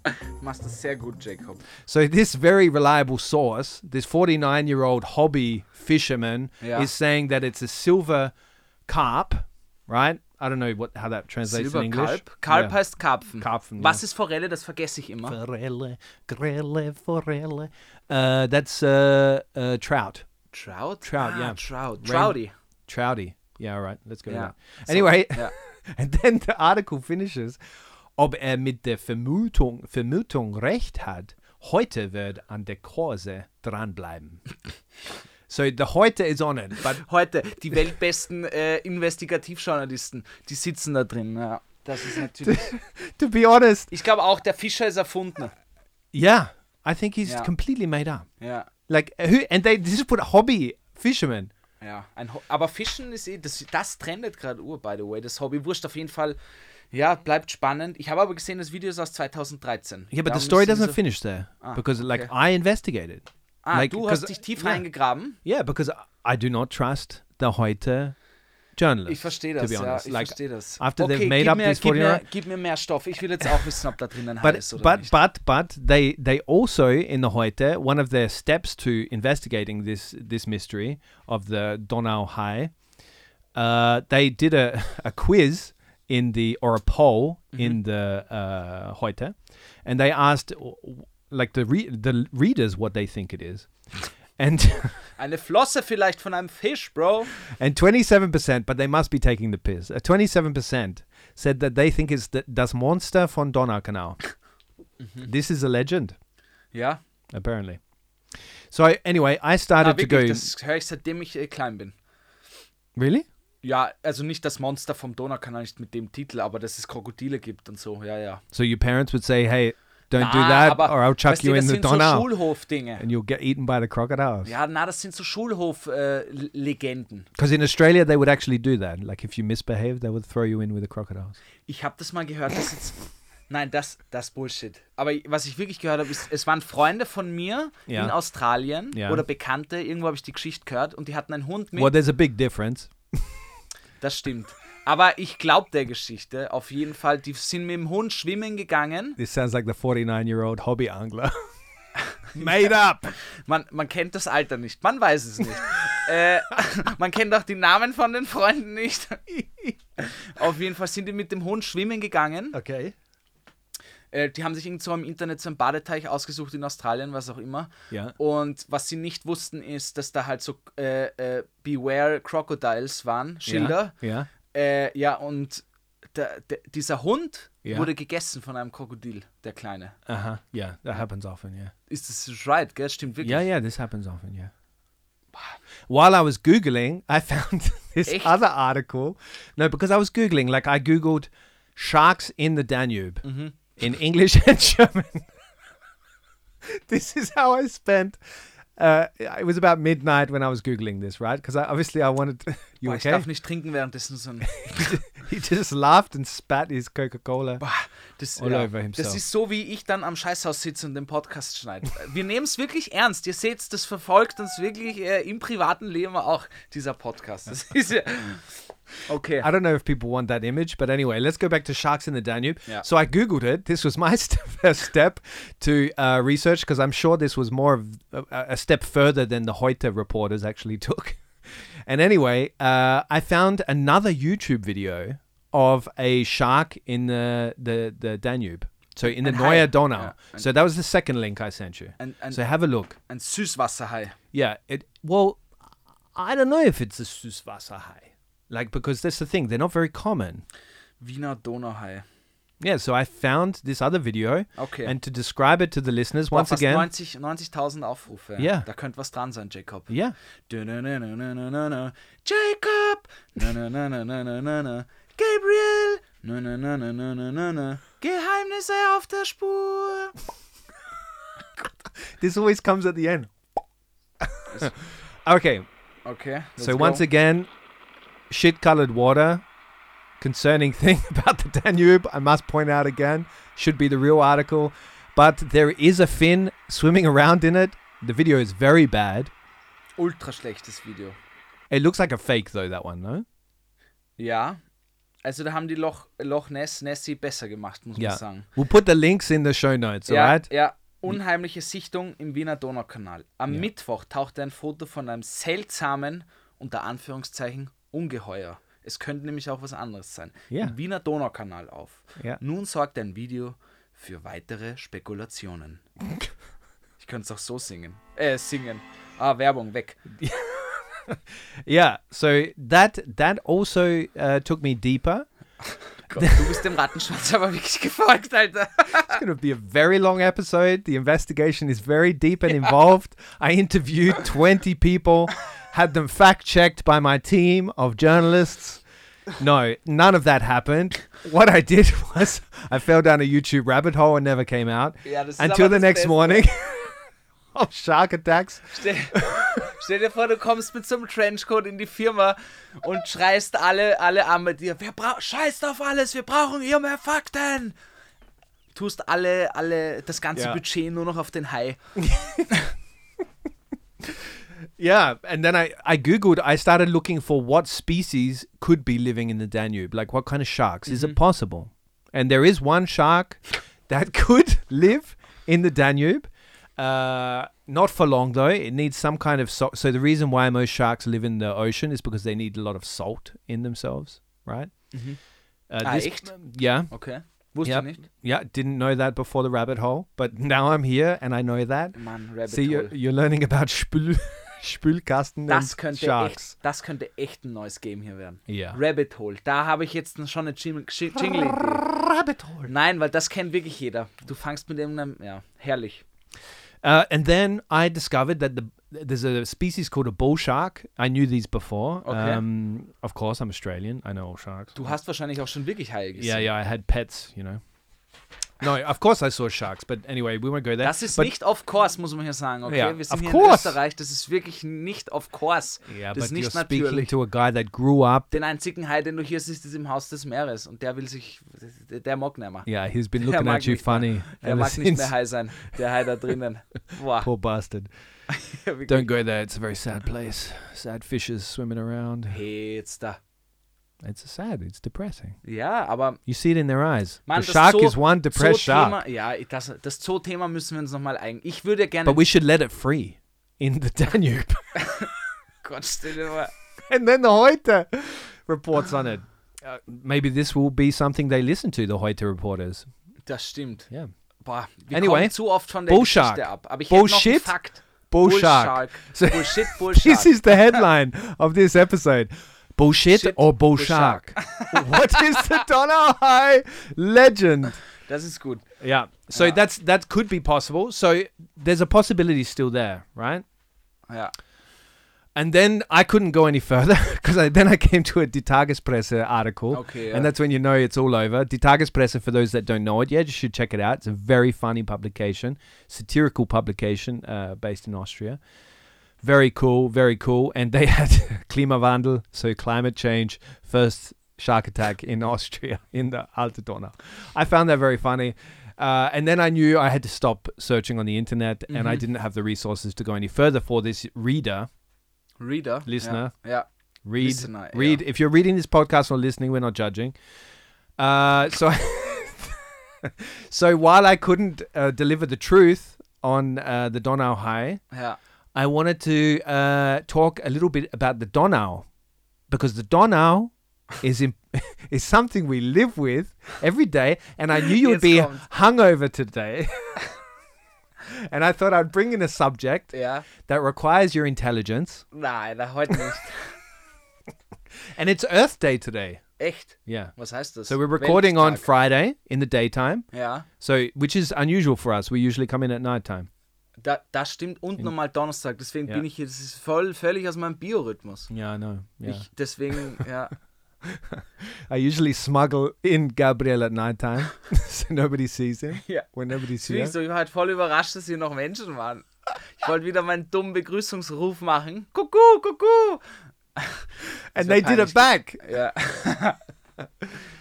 B: Du machst das sehr gut, Jacob.
A: So this very reliable source, this 49-year-old hobby fisherman,
B: Yeah.
A: is saying that it's a silver carp, right? I don't know what how that translates in English.
B: Silberkalb. Kalb
A: Yeah.
B: heißt Karpfen.
A: Karpfen,
B: Was
A: ja.
B: ist Forelle? Das vergesse ich immer.
A: Forelle, grelle, forelle. Uh, that's uh, uh, trout,
B: Trout?
A: Trout,
B: ah,
A: ja.
B: Trout.
A: Rain-
B: Trouty.
A: trouty. Yeah, all right. Let's go.
B: Yeah.
A: With that. Anyway,
B: (laughs) yeah.
A: (laughs) and then the article finishes. Ob er mit der Vermutung, Vermutung recht hat, heute wird an der Kurse dranbleiben. So the heute is on it,
B: (laughs)
A: but
B: Heute, die weltbesten äh, Investigativjournalisten, die sitzen da drin. Ja. Das ist natürlich.
A: to be honest,
B: Ich glaube auch, der Fischer ist erfunden.
A: yeah, I think he's
B: Yeah.
A: completely made up.
B: Ja.
A: Like who? And they just put hobby fisherman.
B: Ja, ein Ho aber Fischen ist eh, das, das trendet gerade Uhr, by the way, das Hobby. Wurscht auf jeden Fall. Ja, bleibt spannend. Ich habe aber gesehen, das Video ist aus 2013.
A: Yeah, but the
B: Darum
A: story
B: ist
A: doesn't
B: sowieso-
A: finish there because like
B: Ah, okay.
A: I investigated.
B: Ah,
A: like,
B: du hast
A: 'cause-
B: dich tief
A: yeah.
B: reingegraben.
A: Yeah, because I do not trust the heute journalist.
B: Ich verstehe
A: To
B: das,
A: be
B: ja.
A: honest,
B: Ich
A: like
B: verstehe das.
A: after they've
B: Okay,
A: made
B: gib
A: up
B: mir,
A: this
B: gib,
A: 49
B: mir, gib mir mehr Stoff. Ich will
A: (laughs)
B: jetzt auch wissen, ob da drin ein Hai
A: But
B: ist oder
A: but
B: nicht.
A: but but they they also in the Heute one of their steps to investigating this this mystery of the Donau High, uh, they did a, (laughs) a quiz in the or a poll in the uh, Heute, and they asked w- w- like the re- the readers what they think it is, and (laughs)
B: Eine Flosse vielleicht von einem Fisch, Bro.
A: and twenty seven percent, but they must be taking the piss. Twenty seven percent said that they think it's the, das Monster von Donaukanal. This is a legend.
B: Ja,
A: apparently. So I- anyway, I started
B: ah,
A: to go.
B: wirklich, das höre ich seitdem ich äh, klein bin.
A: Really?
B: Ja, also nicht das Monster vom Donaukanal, nicht mit dem Titel, aber dass es Krokodile gibt und so. Ja, ja.
A: So your parents would say, "Hey, don't do
B: Na,
A: that,
B: Ah, aber,
A: or I'll chuck
B: weißt du,
A: you in
B: das
A: the
B: sind so
A: Donau,
B: Schulhofdinge.
A: and you'll get eaten by the crocodiles."
B: Ja, na, das sind so Schulhof-Legenden.
A: Because in Australia they would actually do that. Like if you misbehave, they would throw you in with the crocodiles.
B: ich habe das mal gehört, dass jetzt. Nein, das, das Bullshit. Aber was ich wirklich gehört habe, ist, es waren Freunde von mir
A: Ja.
B: in Australien
A: Ja.
B: oder Bekannte, irgendwo habe ich die Geschichte gehört und die hatten einen Hund mit.
A: Well, there's a big difference.
B: Das stimmt. Aber ich glaube der Geschichte auf jeden Fall. Die sind mit dem Hund schwimmen gegangen.
A: This sounds like the 49-year-old hobby (laughs) angler. Made up.
B: Man, man kennt das Alter nicht, man weiß es
A: (laughs)
B: nicht. äh, (laughs) man kennt auch die Namen von den Freunden nicht. (laughs) auf jeden Fall sind die mit dem Hund schwimmen gegangen.
A: Okay.
B: Äh, die haben sich irgend so im Internet so einen Badeteich ausgesucht in Australien, was auch immer.
A: Ja.
B: Und was sie nicht wussten, ist, dass da halt so äh, äh, Beware Crocodiles waren, Schilder.
A: Yeah.
B: Äh, ja und der, der, dieser Hund
A: Ja.
B: wurde gegessen von einem Krokodil, der Kleine.
A: Uh huh. Yeah. That happens often. Yeah.
B: Ist das right, gell? Stimmt wirklich.
A: Yeah, yeah, this happens often, yeah. While I was Googling, I found (laughs) this
B: Echt?
A: other article. No, because I was Googling, like I Googled sharks in the Danube in English (laughs) and German. this is how I spent. Uh, it was about midnight when I was Googling this, right? Because I, obviously I wanted. (laughs) you
B: Boah, Ich
A: okay?
B: darf nicht trinken währenddessen so ein.
A: He just laughed and spat his Coca Cola.
B: Boah, das,
A: All
B: ja,
A: over himself.
B: das ist so, wie ich dann am Scheißhaus sitze und den Podcast schneide. Wir nehmen es wirklich ernst. Ihr seht,
A: (laughs)
B: das verfolgt uns wirklich äh, im privaten Leben auch, dieser Podcast. Das ist ja, Okay.
A: I don't know if people want that image, but anyway, let's go back to sharks in the Danube.
B: Yeah.
A: So I googled it. This was my (laughs) st- first step to uh, research because I'm sure this was more of a, a step further than the Heute reporters actually (laughs) took. And anyway, uh, I found another YouTube video of a shark in the the, the Danube. So in the
B: Ein
A: Neue
B: Hai.
A: Donau.
B: Ja, ein-
A: so that was the second link I sent you.
B: Ein- ein-
A: so have a look.
B: Ein Süßwasserhai.
A: Yeah, it well, I don't know if it's a Süßwasserhai. Like because that's the thing, they're not very common.
B: Wiener Donauhai.
A: Yeah, so I found this other video.
B: Okay.
A: And to describe it to the listeners
B: Boah,
A: once
B: fast
A: again.
B: 90 90.000 Aufrufe.
A: Ja.
B: Da könnte was dran sein, Jacob.
A: Yeah.
B: Dö-nö-nö-nö-nö-nö-nö. Jacob! Nö-nö-nö-nö-nö-nö-nö. Gabriel! Nö-nö-nö-nö-nö-nö-nö. Geheimnisse auf der Spur!
A: This always comes at the end. (laughs) okay.
B: Okay. let's
A: so
B: go.
A: once again, shit colored water. Concerning (laughs) thing about the Danube, I must point out again, should be the real article. But there is a fin swimming around in it. The video is very bad.
B: Ultra schlechtes Video.
A: It looks like a fake though, that one, no?
B: Ja. Also da haben die Loch, Loch Ness Nessie besser gemacht, muss
A: Yeah.
B: man sagen.
A: We'll put the links in the show notes,
B: ja,
A: alright?
B: ja. Unheimliche Sichtung im Wiener Donaukanal. Am Mittwoch tauchte ein Foto von einem seltsamen, unter Anführungszeichen, Ungeheuer. Es könnte nämlich auch was anderes sein.
A: Ja.
B: Im Wiener Donaukanal auf.
A: Ja.
B: Nun sorgt ein Video für weitere
A: (laughs)
B: Spekulationen. ich könnte es auch so singen. Äh, singen. Ah, Werbung, weg.
A: Yeah, so that that also uh, took me deeper.
B: Gott, du bist dem Rattenschwanz aber wirklich gefolgt, Alter.
A: It's going to be a very long episode. The investigation is very deep and involved. I interviewed 20 people, had them fact checked by my team of journalists. No, none of that happened. What I did (laughs) was I fell down a YouTube rabbit hole and never came out
B: Ja, das ist
A: until
B: aber das
A: the next
B: Beste.
A: morning (laughs) of shark attacks.
B: Stell, stell dir vor, du kommst mit so einem Trenchcoat in die Firma und schreist alle, alle an mit dir. Wir bra- scheißt auf alles, wir brauchen hier mehr Fakten. Tust alle, alle, das ganze
A: Ja.
B: Budget nur noch auf den Hai.
A: Yeah, and then I, I googled. I started looking for what species could be living in the Danube, like what kind of sharks is
B: Mm-hmm.
A: it possible? And there is one shark that (laughs) could live in the Danube. Uh, not for long though. It needs some kind of salt. So the reason why most sharks live in the ocean is because they need a lot of salt in themselves, right? Uh,
B: Ah, echt?
A: Yeah,
B: Okay. Wusste
A: Yep.
B: ich nicht.
A: yeah. Didn't know that before the rabbit hole, but (laughs) now I'm here and I know that.
B: Mann, Rabbit
A: See, you're,
B: Hole.
A: you're learning about Spül (laughs) Spülkasten
B: Das
A: and
B: könnte,
A: sharks.
B: echt, das könnte echt ein neues Game hier werden.
A: Ja.
B: Rabbit Hole. Da habe ich jetzt schon eine Jing- Jing- Jingle. Idee.
A: (laughs) Rabbit hole.
B: Nein, weil das kennt wirklich jeder. Du fangst mit irgendeinem. Ja, herrlich.
A: Uh, and then I discovered that the there's a species called a bull shark. I knew these before.
B: Okay.
A: Um, of course, I'm Australian. I know all sharks.
B: Du hast wahrscheinlich auch schon wirklich Haie gesehen.
A: yeah, yeah. I had pets, you know. No, of course I saw sharks, but anyway, we won't go there.
B: Das ist
A: but,
B: nicht of course, muss man hier sagen. Okay,
A: Ja,
B: wir
A: of
B: sind hier in
A: course.
B: Österreich. Das ist wirklich nicht of course.
A: Yeah,
B: das ist
A: but you're
B: nicht
A: speaking
B: natürlich.
A: to a guy that grew up.
B: Den einzigen Hai, den du hier siehst, ist im Haus des Meeres und der will sich, der der mag nicht mehr.
A: Yeah, he's been
B: Der
A: looking
B: Er mag
A: at you
B: nicht mehr.
A: funny
B: Der
A: ever
B: mag nicht
A: since.
B: mehr Hai sein. Der Hai da
A: (laughs)
B: drinnen. Boah.
A: Poor bastard.
B: wirklich.
A: Don't go there. It's a very sad place. Sad fishes swimming around.
B: Jetzt da.
A: It's sad. It's depressing.
B: Ja, aber
A: You see it in their eyes.
B: Mann,
A: the
B: das
A: shark
B: Zoo-
A: is one depressed shark.
B: Zoo-Thema, ja, ich- das, das Zoo-Thema müssen wir uns nochmal eigen. Ich würde gerne.
A: But we should let it free in the (laughs) Danube.
B: Gott, stell dir mal.
A: and then the Heute reports on it. Uh, maybe this will be something they listen to, the Heute reporters.
B: Das stimmt.
A: Yeah.
B: Boah, wir
A: Anyway,
B: kommen zu oft von der
A: Bullshark.
B: Geschichte ab. Aber ich hätte noch einen
A: Bullshit.
B: Fakt.
A: Bull
B: Bullshark.
A: (laughs) shark. So
B: Bullshit,
A: this
B: Bullshark.
A: is the (laughs) headline of this episode. Bullshit
B: Shit,
A: or
B: bull
A: bull shark? (laughs) what is the Donau High legend?
B: Das ist gut.
A: (laughs) Yeah. So
B: Yeah.
A: that's that could be possible. So there's a possibility still there, right?
B: Ja.
A: And then I couldn't go any further (laughs) because I, then I came to a Die Tagespresse article.
B: Okay, yeah.
A: And that's when you know it's all over. Die Tagespresse, for those that don't know it yet, you should check it out. It's a very funny publication, satirical publication uh, based in Austria. Very cool, very cool. And they (laughs) had Klimawandel, so climate change, first shark attack in (laughs) Austria, in the Alte Donau. I found that very funny. Uh, and then I knew I had to stop searching on the internet, and I
B: Mhm.
A: didn't have the resources to go any further for this reader.
B: Reader.
A: Listener.
B: Ja. ja.
A: Read,
B: Listener, ja.
A: read. If you're reading this podcast or listening, we're not judging. Uh, so, (laughs) so while I couldn't uh, deliver the truth on uh, the Donau High,
B: Ja.
A: I wanted to uh, talk a little bit about the Donau because the Donau is im (laughs) is something we live with every day, and I knew you would
B: Jetzt
A: be
B: kommt's.
A: hungover today. (laughs) And I thought I'd bring in a subject
B: Ja.
A: that requires your intelligence.
B: Nein, na, heute nicht.
A: And it's Earth Day today.
B: Echt?
A: Yeah.
B: Was heißt das?
A: So we're recording on
B: Welttag.
A: Friday in the daytime.
B: Ja.
A: So which is unusual for us. We usually come in at nighttime.
B: Da, das stimmt. Und nochmal Donnerstag. Deswegen
A: Ja.
B: bin ich hier. Das ist voll, völlig aus meinem Biorhythmus.
A: Yeah, I know.
B: Ich, deswegen,
A: (laughs)
B: ja.
A: I usually smuggle in Gabriel at (laughs) nighttime so nobody sees him.
B: Ja.
A: When nobody's
B: Deswegen
A: here.
B: so, ich war halt voll überrascht, dass hier noch Menschen waren. Ich wollte wieder meinen dummen Begrüßungsruf machen. Kuckuck, kuckuck.
A: And
B: wär
A: they did
B: peinlich.
A: it back.
B: Ja.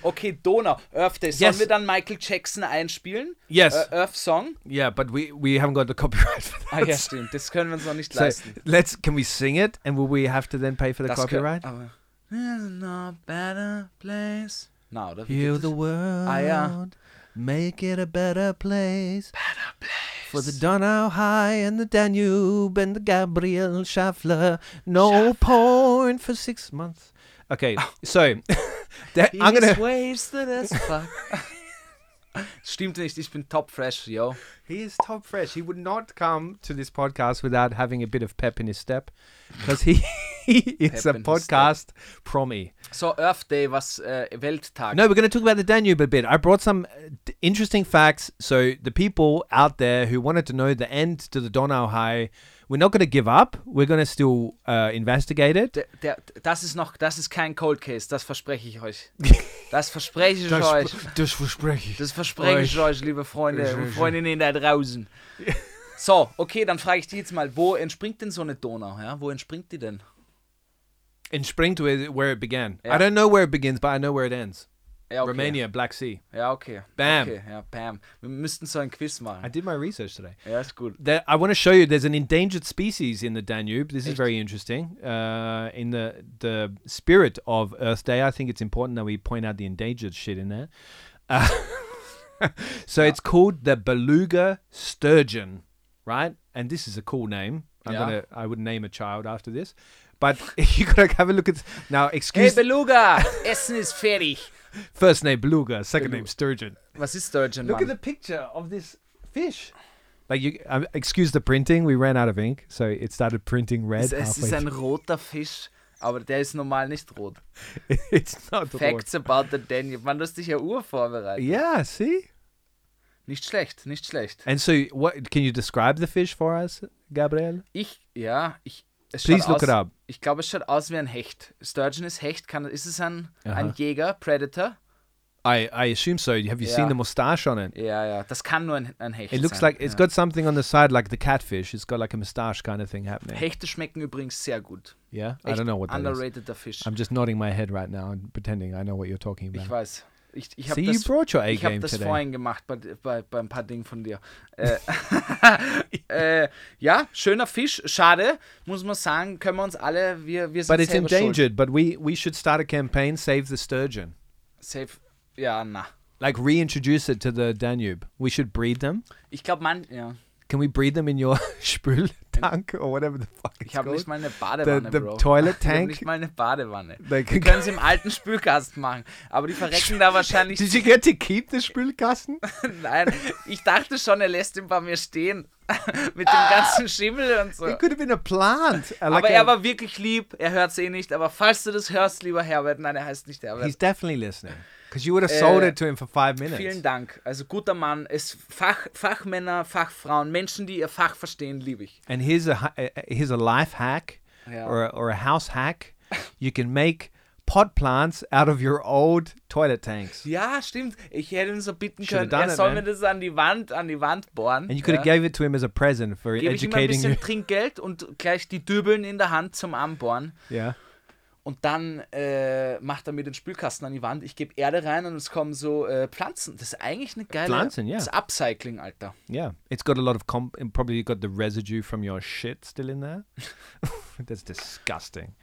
B: okay, Donau. Earth Day. Sollen
A: Yes.
B: wir dann Michael Jackson einspielen?
A: Yes.
B: Äh, Earth Song?
A: Yeah, but we we haven't got the copyright for (laughs) that.
B: Ah ja, stimmt. Das können wir uns noch nicht
A: So
B: leisten.
A: let's can we sing it and will we have to then pay for the
B: Das
A: copyright?
B: Kö- aber There's no better place. Na, oder? Wie
A: Heal
B: geht
A: the
B: das?
A: world.
B: yeah.
A: Make it a better place. uh. Better place. For the Donau High and the Danube and the Gabriel Schaffler. Oh. No porn for six months. Okay, so (laughs) that, I'm
B: He's
A: gonna.
B: wasted as fuck.
A: (laughs)
B: Stimmt nicht, ich bin top fresh, yo.
A: He is top fresh. He would not come to this podcast without having a bit of pep in his step, because he, (laughs) he is
B: Pep
A: a
B: in his step.
A: podcast promie.
B: So, Earth Day, was äh, Welttag.
A: No, we're going to talk about the Danube a bit. I brought some uh, d- interesting facts. So the people out there who wanted to know the end to the Donau High, we're not going to give up. We're going to still uh, investigate it.
B: Der, der, das ist noch, das ist kein Cold Case, das verspreche ich
A: (laughs)
B: euch. Das verspreche ich euch. Das verspreche
A: (laughs)
B: ich euch, liebe Freunde und Freundinnen da draußen. So, okay, dann frage ich dich jetzt mal, wo entspringt denn so eine Donau? Ja? Wo entspringt die denn?
A: In Spring, to where, where it began.
B: Yeah.
A: I don't know where it begins, but I know where it ends.
B: Ja, okay.
A: Romania, Black Sea.
B: Ja, okay.
A: Bam.
B: Okay, ja, bam. Wir müssten so ein Quiz
A: I
B: machen.
A: did my research today.
B: Ja, ist gut.
A: There, I want to show you. There's an endangered species in the Danube. This is very interesting. Uh, in the the spirit of Earth Day, I think it's important that we point out the endangered shit in there. Uh, (laughs) so it's called the beluga sturgeon, right? And this is a cool name. I'm
B: Yeah.
A: gonna. I would name a child after this. But (laughs) you gotta have a look at now.
B: Hey
A: Excuse
B: Beluga, (laughs) Essen ist fertig.
A: first name beluga, second name sturgeon.
B: Was ist Sturgeon,
A: Look at the
B: Mann?
A: picture of this fish. Like you, um, excuse the printing. We ran out of ink, so it started printing red.
B: Es, es
A: halfway
B: ist ein
A: through.
B: roter Fisch, aber der ist normal nicht rot.
A: (laughs) it's not the word.
B: Facts about the Danube. Man, du hast dich ja urvorbereitet.
A: Yeah, see.
B: Nicht schlecht, nicht schlecht.
A: And so, what can you describe the fish for us, Gabriel?
B: Ich, ja, ich. Es schaut
A: Please look
B: aus,
A: it up.
B: Ich glaube, es schaut aus wie ein Hecht. Sturgeon ist Hecht, kann, ist es ein,
A: Aha.
B: ein Jäger, Predator?
A: I I assume so. Have you seen
B: Yeah.
A: the mustache on it?
B: Ja, ja, das kann nur ein, ein Hecht
A: It looks
B: sein.
A: like it's
B: ja.
A: got something on the side, like the catfish. It's got like a mustache kind of thing happening.
B: Hechte schmecken übrigens sehr gut.
A: yeah, I
B: Echt
A: don't know what that is.
B: Underrateder Fisch.
A: I'm just nodding my head right now and pretending I know what you're talking
B: Ich
A: about.
B: weiß. Ich, ich habe
A: See, you
B: das,
A: brought your A
B: ich hab
A: game
B: das
A: today.
B: vorhin gemacht bei, bei, bei ein paar Dingen von
A: (laughs)
B: dir. Äh, (laughs) äh, ja, schöner Fisch. Schade, muss man sagen. Können wir uns alle, wir, wir sind
A: But it's
B: selber
A: endangered. But we we should start a campaign. Save the sturgeon.
B: Schuld. Safe. Ja, na.
A: like reintroduce it to the Danube. We should breed them.
B: Ich glaube, man, ja.
A: Can we breed them in your (laughs) Spül tank or whatever the fuck it's
B: Ich habe
A: called?
B: nicht mal eine Badewanne,
A: the
B: Bro.
A: toilet
B: Ich habe
A: tank?
B: nicht mal eine Badewanne.
A: They
B: Wir
A: (laughs) can-
B: können sie im alten Spülkasten machen. Aber die verrecken da wahrscheinlich.
A: Did you get to keep the (laughs) Spülkasten?
B: (laughs) Nein, ich dachte schon, er lässt ihn bei mir stehen. (laughs) Mit
A: Ah.
B: dem ganzen Schimmel und so.
A: It could have been a (laughs) plant. uh, like
B: aber
A: a-
B: er war wirklich lieb, er hört es eh nicht. Aber falls du das hörst, lieber Herbert, nein, er heißt nicht
A: He's
B: Herbert.
A: definitely listening because you would have sold
B: Uh,
A: it to him for five minutes.
B: Vielen Dank. Also guter Mann, es Fach, Fachmänner, Fachfrauen, Menschen, die ihr Fach verstehen, liebe ich.
A: And here's a hi- uh, uh, here's a life hack
B: Yeah.
A: or a, or a house hack. You can make pot plants out of your old toilet (laughs) tanks.
B: Ja, stimmt. Ich hätte ihn so bitten
A: Shoulda
B: können,
A: done
B: er
A: it,
B: soll
A: man.
B: mir das an die Wand, an die Wand bohren.
A: And you could have
B: ja.
A: gave it to him as a present for
B: Gebe ich ihm ein
A: educating
B: bisschen
A: you.
B: Trinkgeld und gleich die Dübeln in der Hand zum Anbohren.
A: Yeah.
B: Und dann äh, macht er mir den Spülkasten an die Wand. Ich gebe Erde rein und es kommen so äh, Pflanzen. Das ist eigentlich eine geile.
A: Pflanzen, ja.
B: Das ist Upcycling, Alter.
A: Yeah, it's got a lot of comp. And (laughs) probably got the residue from your shit still in there. That's disgusting.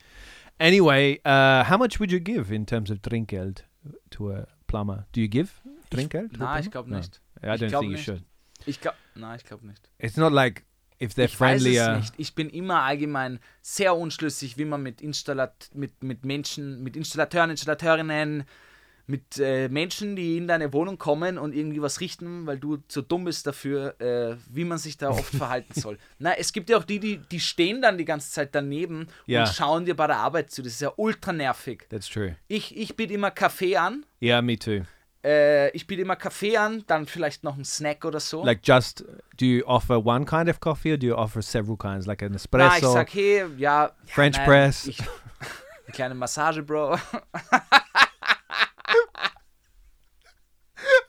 A: Anyway, uh, how much would you give in terms of Trinkgeld to a plumber? Do you give Trinkgeld? to a
B: Nein, ich
A: plumber?
B: glaube
A: No.
B: nicht.
A: I
B: Ich
A: don't
B: glaub
A: think you
B: nicht.
A: should.
B: Ich glaube, nein, ich glaube nicht.
A: It's not like if they're
B: ich
A: friendlier.
B: weiß es nicht. Ich bin immer allgemein sehr unschlüssig, wie man mit Installat mit, mit Menschen, mit Installateuren, Installateurinnen, mit äh, Menschen, die in deine Wohnung kommen und irgendwie was richten, weil du zu dumm bist dafür, äh, wie man sich da
A: (laughs)
B: oft verhalten soll. Na, es gibt ja auch die, die, die stehen dann die ganze Zeit daneben
A: Ja.
B: und schauen dir bei der Arbeit zu. Das ist ja ultra nervig.
A: That's true.
B: Ich, ich biete immer Kaffee an.
A: Yeah, me too.
B: Äh, ich biete immer Kaffee an, dann vielleicht noch einen Snack oder so.
A: Like, just do you offer one kind of coffee or do you offer several kinds, like an
B: Na, ich
A: espresso?
B: sag, hey, ja.
A: French
B: ja, nein,
A: press.
B: Ich, eine kleine Massage, Bro.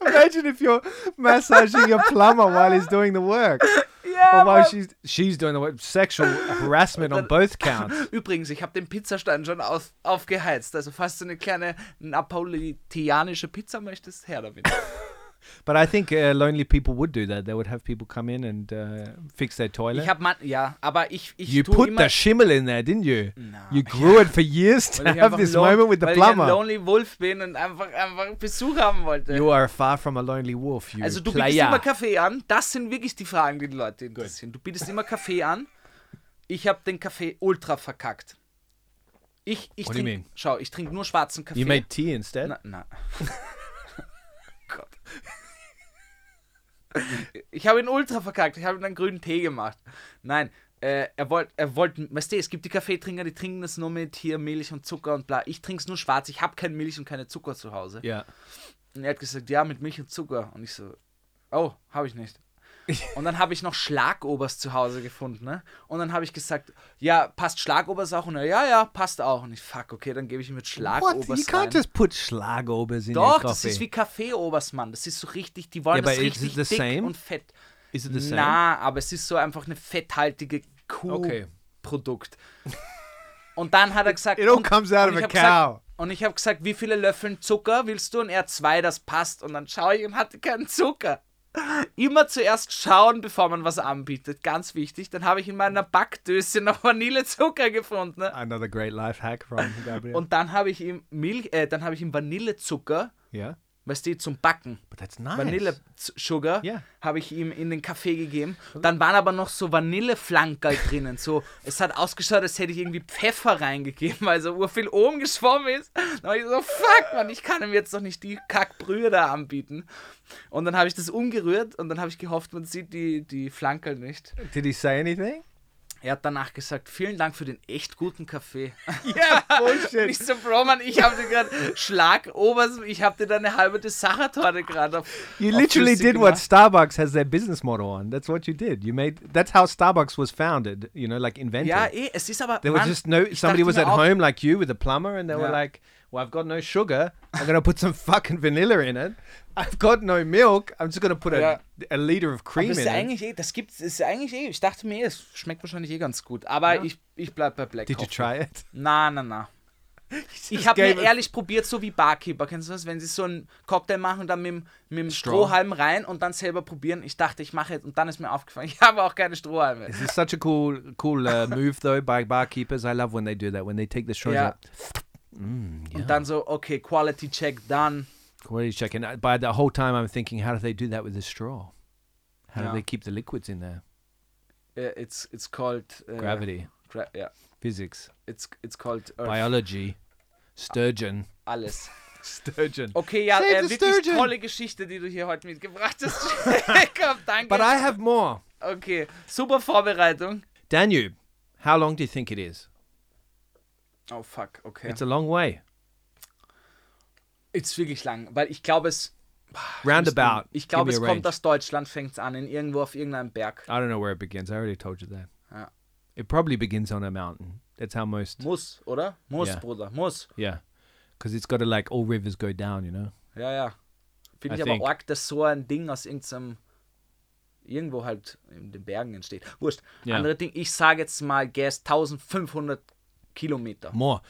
A: Imagine if you're massaging your plumber while he's doing the work,
B: Ja,
A: or while she's she's doing the work. Sexual harassment (laughs) on both counts.
B: (laughs) Übrigens, ich habe den Pizzastein schon auf, aufgeheizt. Also, falls du eine kleine napolitanische Pizza möchtest, her damit.
A: But I think uh, lonely people would do that. They would have people come in and uh, fix their toilet.
B: Ich habe man, ja, aber ich, ich
A: you
B: tu
A: put
B: immer,
A: the shimmel in there, didn't you?
B: No.
A: You grew it for (laughs) years
B: weil
A: to
B: ich
A: have
B: einfach
A: this
B: lon-
A: moment with the
B: weil ich ein
A: plumber.
B: Lonely Wolf bin und einfach, einfach Besuch haben wollte.
A: You are far from a lonely wolf. You
B: Also du bietest
A: player.
B: immer Kaffee an. Das sind wirklich die Fragen, die die Leute interessieren. Du bietest immer Kaffee an. Ich habe den Kaffee ultra verkackt. Ich, ich
A: What do you
B: trinke,
A: mean?
B: schau, ich trinke nur schwarzen Kaffee.
A: you made tea instead.
B: na, na. Äh, (laughs) Gott. Ich habe ihn ultra verkackt. Ich habe ihm einen grünen Tee gemacht. Nein, äh, er wollte, er wollte, weißt du, es gibt die Kaffeetrinker, die trinken das nur mit hier Milch und Zucker und bla. Ich trinke es nur schwarz. Ich habe kein Milch und keine Zucker zu Hause.
A: Yeah.
B: Und er hat gesagt, ja, mit Milch und Zucker. Und ich so, oh, habe ich (laughs) nicht. Und dann habe ich noch Schlagobers zu Hause gefunden, ne? Und dann habe ich gesagt, ja, passt Schlagobers auch? Und er, ja, ja, passt auch. Und ich, fuck, okay, dann gebe ich ihm mit Schlagobers
A: What? You can't
B: rein.
A: just put schlagobers in your
B: Doch,
A: coffee.
B: das ist wie Kaffeeobers, Mann. Das ist so richtig, die wollen
A: Ja,
B: das
A: aber is it
B: richtig
A: the
B: dick
A: same?
B: und fett.
A: Is it the same?
B: Na, aber es ist so einfach eine fetthaltige
A: Okay.
B: Kuh-Produkt. Und dann hat er gesagt,
A: It all
B: und,
A: comes out
B: und
A: of
B: ich
A: a
B: hab gesagt-
A: cow.
B: Und ich habe gesagt, wie viele Löffeln Zucker willst du? Und er zwei, das passt. Und dann schaue ich und hatte keinen Zucker. Immer zuerst schauen, bevor man was anbietet. Ganz wichtig. Dann habe ich in meiner Backdöse noch Vanillezucker gefunden. Ne?
A: Another great life hack (laughs) from Gabriel.
B: Und dann habe ich ihm Milch, äh, dann habe ich ihm Vanillezucker,
A: yeah,
B: weißt du, zum Backen.
A: but that's nice.
B: Vanille-Sugar
A: Ja.
B: habe ich ihm in den Kaffee gegeben. Dann waren aber noch so Vanilleflankerl drinnen. So, es hat ausgeschaut, als hätte ich irgendwie Pfeffer reingegeben, weil so urviel oben geschwommen ist. Dann war ich so, fuck, Mann, ich kann ihm jetzt doch nicht die Kackbrühe da anbieten. Und dann habe ich das umgerührt und dann habe ich gehofft, man sieht die, die Flankerl nicht.
A: Did he say anything?
B: Er hat danach gesagt, vielen Dank für den echt guten
A: (laughs)
B: Kaffee.
A: Yeah,
B: Nicht so, Bro, Mann, ich habe dir gerade Schlag, Obers, ich habe dir deine halbe Dessert-Torte gerade auf
A: You
B: auf
A: literally
B: flüssig
A: did what
B: gemacht.
A: Starbucks has their business model on. That's what you did. You made. That's how Starbucks was founded. You know, like invented.
B: Ja, eh, es ist aber.
A: There was
B: Mann,
A: just no.
B: ich
A: Somebody
B: dachte
A: was
B: mir
A: at
B: auch,
A: home like you with a plumber, and they were
B: Yeah.
A: like, "Well, I've got no sugar. I'm gonna put some (laughs) fucking vanilla in it. I've got no milk. I'm just gonna put a,
B: Yeah.
A: a liter of
B: Aber
A: cream
B: das
A: in
B: ist
A: it."
B: eigentlich eh, das gibt's, ist eigentlich eh. Ich dachte mir, eh, es schmeckt wahrscheinlich eh ganz gut. Aber ich, ich bleib bei Black
A: Did you
B: Coffee.
A: try (laughs) it?
B: Na, na, na. Ich habe
A: gave
B: mir
A: it-
B: ehrlich probiert, so wie Barkeeper. Kennst du das? Wenn sie so einen Cocktail machen und dann mit, dem- mit dem
A: Straw.
B: Strohhalm rein und dann selber probieren. Ich dachte, ich mache jetzt und dann ist mir aufgefallen, (laughs) ich habe auch keine Strohhalme.
A: This is such a cool, cool uh, move though by barkeepers. I love when they do that. When they take the straws
B: Ja.
A: out.
B: Und dann so, okay, Quality Check done.
A: Quality check. And I- by the whole time, I'm thinking, how do they do that with a straw? How
B: Yeah.
A: do they keep the liquids in there?
B: Äh, it's, it's called. äh,
A: Gravity,
B: Gra ja.
A: physics,
B: It's, it's called Earth.
A: biology,
B: (laughs)
A: sturgeon.
B: Alles.
A: Sturgeon.
B: Okay, ja,
A: Save
B: äh,
A: the
B: wirklich
A: sturgeon.
B: tolle Geschichte, die du hier heute mitgebracht
A: (laughs)
B: hast. (laughs) Jacob, danke.
A: But I have more.
B: okay, super Vorbereitung.
A: Danube. How long do you think it is?
B: Oh fuck, okay.
A: It's a long way.
B: Ist wirklich lang, weil ich glaube es.
A: Roundabout.
B: Ich glaube
A: Give
B: es
A: me a
B: kommt
A: range.
B: aus Deutschland, fängt es an, in irgendwo auf irgendeinem Berg.
A: I don't know where it begins. I already told you that.
B: Ja.
A: It probably begins on a mountain. That's how most.
B: Muss, oder? Muss,
A: Ja.
B: Bruder, muss.
A: Yeah. Because it's got to like all rivers go down, you know?
B: Ja, ja. Finde
A: I
B: ich aber
A: think-
B: arg, dass so ein Ding aus irgendeinem. Irgendwo halt in den Bergen entsteht. Wurscht.
A: Ja.
B: Andere Ding, ich sage jetzt mal, Gas 1500 Kilometer.
A: More.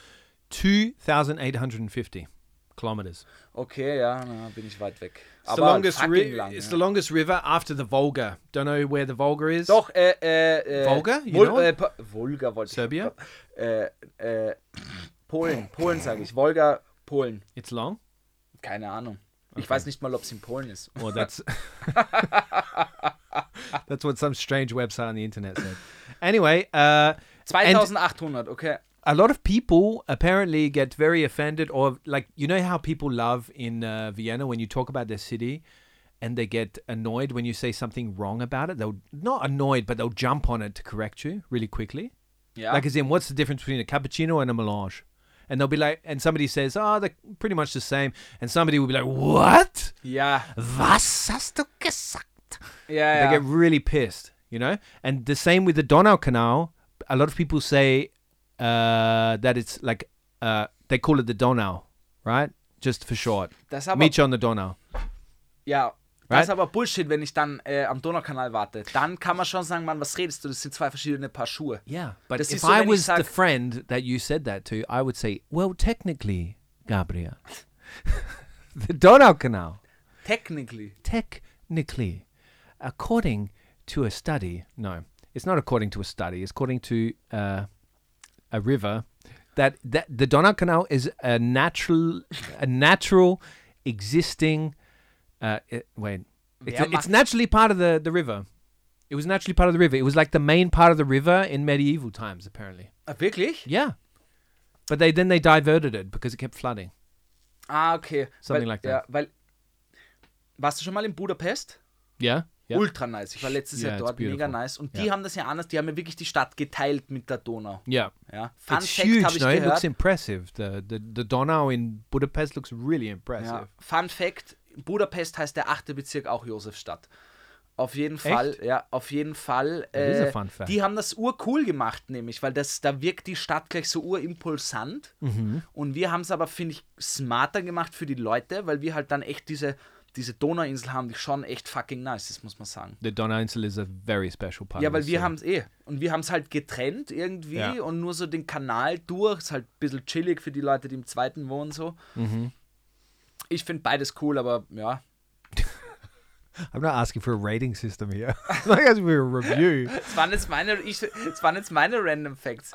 A: 2,850 kilometers.
B: Okay, ja, na, bin ich weit weg.
A: It's the
B: Aber
A: longest
B: fucking
A: ri-
B: lang,
A: It's
B: ja.
A: the longest river after the Volga. Don't know where the Volga is.
B: Doch, äh, äh, äh.
A: Volga? You
B: Vul
A: know
B: äh,
A: it?
B: Pa- Volga wollte ich.
A: Serbia?
B: Äh, äh, Polen, Polen sage ich. Wolga, Polen.
A: It's long?
B: Keine Ahnung. Ich weiß nicht mal, ob es in Polen ist.
A: Well, that's (laughs) that's what some strange website on the internet said. Anyway, uh, and
B: 2800, okay.
A: a lot of people apparently get very offended, or like you know how people love in uh, Vienna when you talk about their city, and they get annoyed when you say something wrong about it. They'll not annoyed, but they'll jump on it to correct you really quickly.
B: Ja.
A: Like, as in, what's the difference between a cappuccino and a melange? And they'll be like, and somebody says, oh, they're pretty much the same. And somebody will be like, what?
B: ja,
A: Was hast du gesagt?
B: ja,
A: They
B: ja.
A: get really pissed, you know? And the same with the Donau Canal. A lot of people say uh, that it's like, uh, they call it the Donau, right? Just for short.
B: Das aber,
A: Meet you on the Donau.
B: ja, das
A: Right?
B: ist aber Bullshit, wenn ich dann äh, am Donaukanal warte. Dann kann man schon sagen, Mann, was redest du? Das sind zwei verschiedene Paar Schuhe.
A: Yeah, but
B: Das
A: if
B: ist so,
A: I
B: wenn ich
A: was the
B: sag-
A: friend that you said that to, I would say, well, technically, Gabriel, (laughs) the Donau Canal.
B: Technically.
A: technically, according to a study, no, it's not according to a study. It's according to uh, a river that, that the Donau Canal is a natural, a natural existing. Uh, it, wait, it's,
B: Wer
A: it's
B: macht-
A: naturally part of the the river. It was naturally part of the river. It was like the main part of the river in medieval times, apparently.
B: Ah, wirklich?
A: Yeah, but they then they diverted it because it kept flooding.
B: Ah, okay.
A: Something
B: weil,
A: like that.
B: Ja, weil, warst du schon mal in Budapest?
A: Yeah, yeah.
B: Ultra nice. Ich war letztes
A: Yeah,
B: Jahr
A: it's
B: dort, mega
A: beautiful.
B: nice. Und die
A: Ja.
B: haben das ja anders, die haben ja wirklich die Stadt geteilt mit der Donau.
A: yeah.
B: Ja. Fun
A: it's
B: Fact
A: huge, ne?
B: habe ich
A: no? It
B: gehört.
A: looks impressive. The, the the Donau in Budapest looks really impressive.
B: Ja. Fun Fact: Budapest heißt der achte Bezirk auch Josefstadt. Auf jeden Fall, ja, auf jeden Fall.
A: is a
B: Äh,
A: fun fact.
B: die haben das urcool gemacht, nämlich, weil das, da wirkt die Stadt gleich so urimpulsant.
A: Mhm.
B: Und wir haben es aber, finde ich, smarter gemacht für die Leute, weil wir halt dann echt diese, diese Donauinsel haben, die schon echt fucking nice ist, muss man sagen.
A: The Donauinsel is a very special part.
B: Ja,
A: of
B: weil
A: the
B: wir
A: city.
B: haben es eh. Und wir haben es halt getrennt irgendwie
A: Ja.
B: und nur so den Kanal durch. Ist halt ein bisschen chillig für die Leute, die im zweiten wohnen so.
A: Mhm.
B: Ich finde beides cool, aber ja,
A: I'm not asking for a rating
B: (laughs)
A: system here. (laughs) I'm not asking for a review. (laughs)
B: Es waren jetzt meine, ich, es waren jetzt meine Random Facts.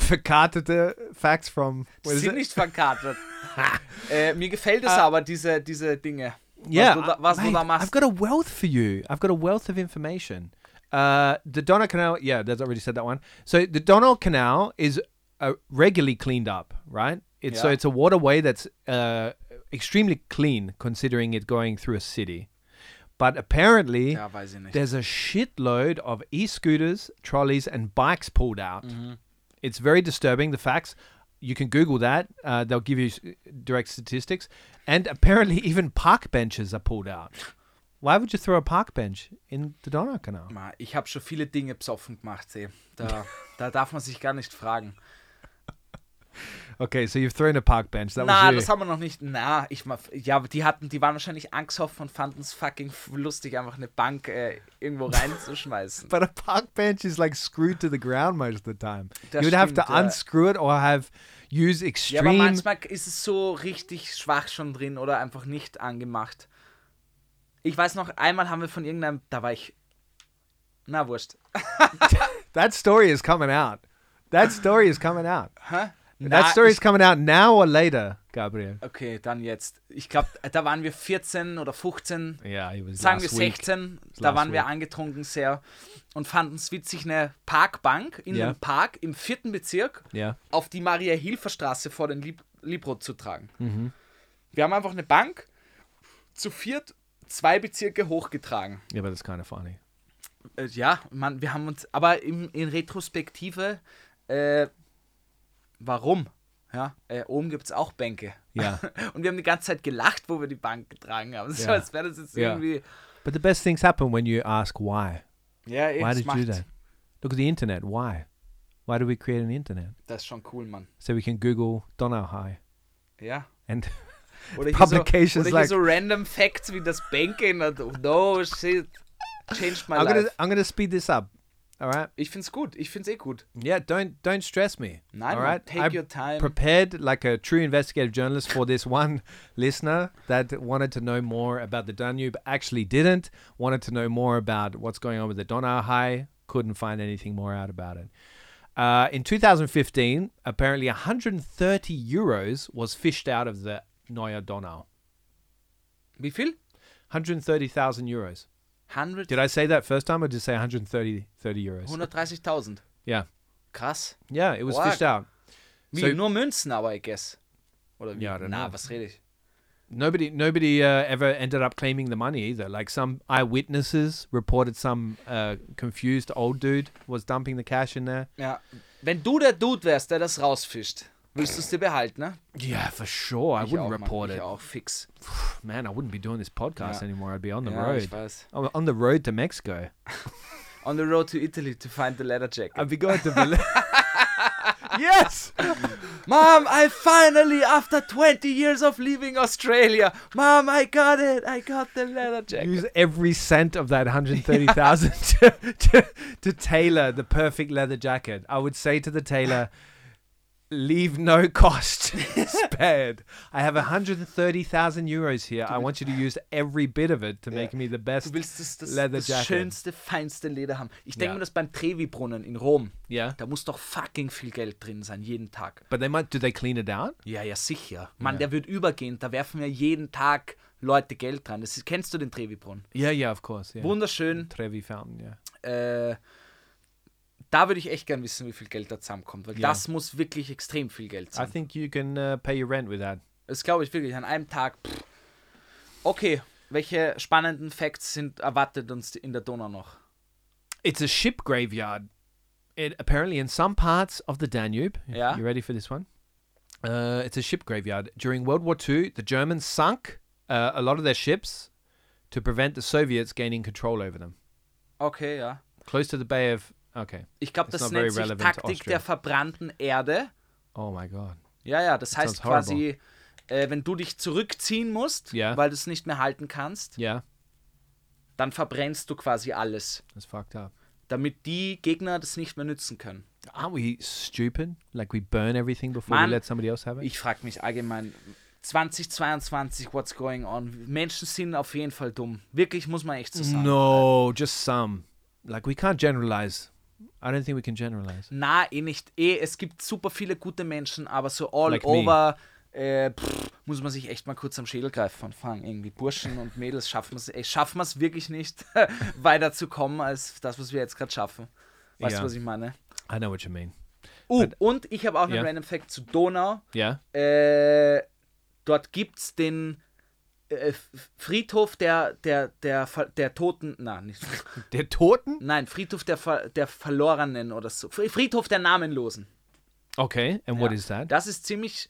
A: Verkartete facts from.
B: Die
A: What is
B: sind
A: it?
B: nicht verkatert. äh, mir gefällt es aber, diese, diese Dinge. Was
A: Yeah,
B: du da,
A: I-
B: was du
A: mate,
B: da machst.
A: Ah. I've got a wealth for you. I've got a wealth of information. Uh, the Donau Canal. Yeah, that's already said that one. So the Donau Canal is uh, regularly cleaned up, right? It's so
B: Yeah.
A: it's a waterway that's uh, extremely clean, considering it going through a city. But apparently,
B: ja, weiß ich nicht.
A: there's a shitload of e-scooters, trolleys, and bikes pulled out. It's very disturbing. The facts. You can Google that. Uh, they'll give you s- direct statistics. And apparently, (laughs) even park benches are pulled out. Why would you throw a park bench in the Donau Canal?
B: Ma, Ich habe schon viele Dinge besoffen gemacht, seh. Da, da darf man sich gar nicht fragen.
A: Okay, so you've thrown a park bench. That
B: Na,
A: was
B: das
A: you.
B: haben wir noch nicht. Na, ich ma- ja, die hatten, die waren wahrscheinlich angesoffen und fanden es fucking f- lustig, einfach eine Bank äh, irgendwo
A: (laughs)
B: reinzuschmeißen.
A: But a park bench is like screwed to the ground most of the time.
B: Das
A: you would have to
B: stimmt, ja.
A: unscrew it or have use
B: ja, aber
A: extreme.
B: manchmal ist es so richtig schwach schon drin oder einfach nicht angemacht. Ich weiß noch, einmal haben wir von irgendeinem, da war ich. Na, wurscht.
A: that story is coming out. That story is coming out.
B: Hä?
A: That
B: Na,
A: story is
B: ich,
A: coming out now or later, Gabriel.
B: okay, dann jetzt. Ich glaube, da waren wir 14 oder 15,
A: Yeah, he was.
B: sagen wir
A: last week.
B: 16. Da
A: Last
B: waren wir
A: week.
B: angetrunken sehr und fanden es witzig, eine Parkbank in
A: Ja.
B: einem Park im vierten Bezirk
A: Yeah,
B: auf die Maria-Hilfer-Straße vor den Lib Librot zu tragen.
A: Mhm.
B: Wir haben einfach eine Bank zu viert zwei Bezirke hochgetragen.
A: yeah, but it's kind of funny.
B: Äh, ja, man, wir haben uns, aber im, in Retrospektive, äh, warum? Ja, äh, oben gibt es auch Bänke.
A: (laughs) Ja.
B: (laughs) Und wir haben die ganze Zeit gelacht, wo wir die Bank getragen haben. (laughs) So
A: Ja.
B: als wäre das jetzt
A: Ja.
B: irgendwie.
A: But the best things happen when you ask why.
B: Ja, ey,
A: Why
B: das
A: did you do
B: macht
A: that? Look at the internet. Why? Why did we create an internet?
B: das ist schon cool, Mann.
A: So we can Google Donau High
B: Ja.
A: and
B: Oder
A: Publications
B: hier so, oder hier
A: like-
B: so random Facts wie das Bänke in der. No shit. Changed my
A: (laughs) I'm
B: life.
A: gonna I'm gonna speed this up. All right.
B: Ich find's gut. Ich find's eh gut.
A: Yeah. Don't don't stress me.
B: Nein,
A: all
B: Mann,
A: right.
B: take
A: I
B: your time.
A: Prepared like a true investigative journalist for this one (laughs) listener that wanted to know more about the Danube, actually didn't. Wanted to know more about what's going on with the Donau High. Couldn't find anything more out about it. Uh, in 2015, apparently 130 euros was fished out of the Neue Donau.
B: Wie viel?
A: 130,000 euros.
B: 100
A: Did I say that first time or did I say 130 30 euros?
B: 130.000.
A: Yeah.
B: Krass.
A: Yeah, it was
B: Org.
A: fished out.
B: Wie,
A: So-
B: nur Münzen, aber I guess. Oder wie?
A: Ja, I don't
B: Na,
A: know.
B: was rede ich?
A: Nobody, nobody uh, ever ended up claiming the money either. Like some eyewitnesses reported, some uh, confused old dude was dumping the cash in there.
B: Ja. Wenn du der Dude wärst, der das rausfischt, willst du es dir behalten, ne?
A: Yeah, for sure. I
B: Ich
A: wouldn't
B: auch, Mann.
A: report
B: Ich
A: it.
B: auch, fix.
A: Man, I wouldn't be doing this podcast
B: Yeah.
A: anymore. I'd be on the
B: ja,
A: road.
B: ich weiß.
A: I'm on the road to Mexico.
B: On the road to Italy to find the leather jacket.
A: I'd be going to Bel- (laughs) yes.
B: Mom, I finally, after 20 years of leaving Australia, Mom, I got it. I got the leather jacket.
A: Use every cent of that 130,000 (laughs) to, to, to tailor the perfect leather jacket. I would say to the tailor, leave no (laughs) cost spared. I have 130,000 euros here. I want you to use every bit of it to make me the best
B: Du willst das, das,
A: leather
B: das
A: jacket.
B: schönste, feinste Leder haben. Ich denke
A: Ja.
B: mir das beim Trevi-Brunnen in Rom.
A: Yeah.
B: Da muss doch fucking viel Geld drin sein, jeden Tag.
A: But they might, do they clean it out?
B: Ja, ja, sicher. Mann, der wird übergehen. Da werfen ja jeden Tag Leute Geld rein. Das ist, kennst du den Trevi-Brunnen?
A: Yeah, yeah, of course. Yeah.
B: Wunderschön.
A: Trevi Fountain, yeah.
B: Äh, da würde ich echt gern wissen, wie viel Geld da zusammenkommt, weil
A: Ja.
B: das muss wirklich extrem viel Geld
A: I
B: sein.
A: think you can uh, pay your rent with that.
B: Das glaube ich wirklich, an einem Tag. Pff. Okay, welche spannenden Facts sind erwartet uns in der Donau noch?
A: It's a ship graveyard. It apparently in some parts of the Danube. if
B: Yeah.
A: You ready for this one? Uh, it's a ship graveyard. During World War II, the Germans sunk uh, a lot of their ships to prevent the Soviets gaining control over them.
B: Okay, ja.
A: Close to the Bay of. Okay.
B: Ich glaube,
A: It's
B: das
A: not very
B: nennt sich
A: relevant to
B: Taktik
A: Austria.
B: der verbrannten Erde.
A: Oh my God.
B: Ja, ja, das heißt
A: sounds horrible.
B: quasi, äh, wenn du dich zurückziehen musst,
A: Ja.
B: weil du es nicht mehr halten kannst,
A: Yeah.
B: dann verbrennst du quasi alles,
A: That's fucked up.
B: damit die Gegner das nicht mehr nützen können.
A: Aren't we stupid? Like we burn everything before
B: Man,
A: we let somebody else have it?
B: Ich frage mich allgemein, 2022, what's going on? Menschen sind auf jeden Fall dumm. Wirklich, muss man echt so sagen.
A: No, just some. Like we can't generalize. I don't think we can generalize.
B: Na, eh nicht. Eh, es gibt super viele gute Menschen, aber so all
A: Like me.
B: over äh, pff, muss man sich echt mal kurz am Schädel greifen und fangen. Irgendwie Burschen und Mädels schaffen es ey, schaffen wir's wirklich nicht, (laughs) weiterzukommen als das, was wir jetzt gerade schaffen. Weißt
A: Ja.
B: du, was ich meine?
A: I know what you mean.
B: Uh, und ich habe auch einen
A: Ja.
B: Random Fact zu Donau.
A: Yeah.
B: Äh, dort gibt es den äh, F- Friedhof der, der, der, Ver- der Toten. Na, nicht.
A: Der Toten?
B: Nein, Friedhof der, Ver- der Verlorenen oder so. Friedhof der Namenlosen.
A: Okay, and what
B: Ja.
A: is that?
B: Das ist ziemlich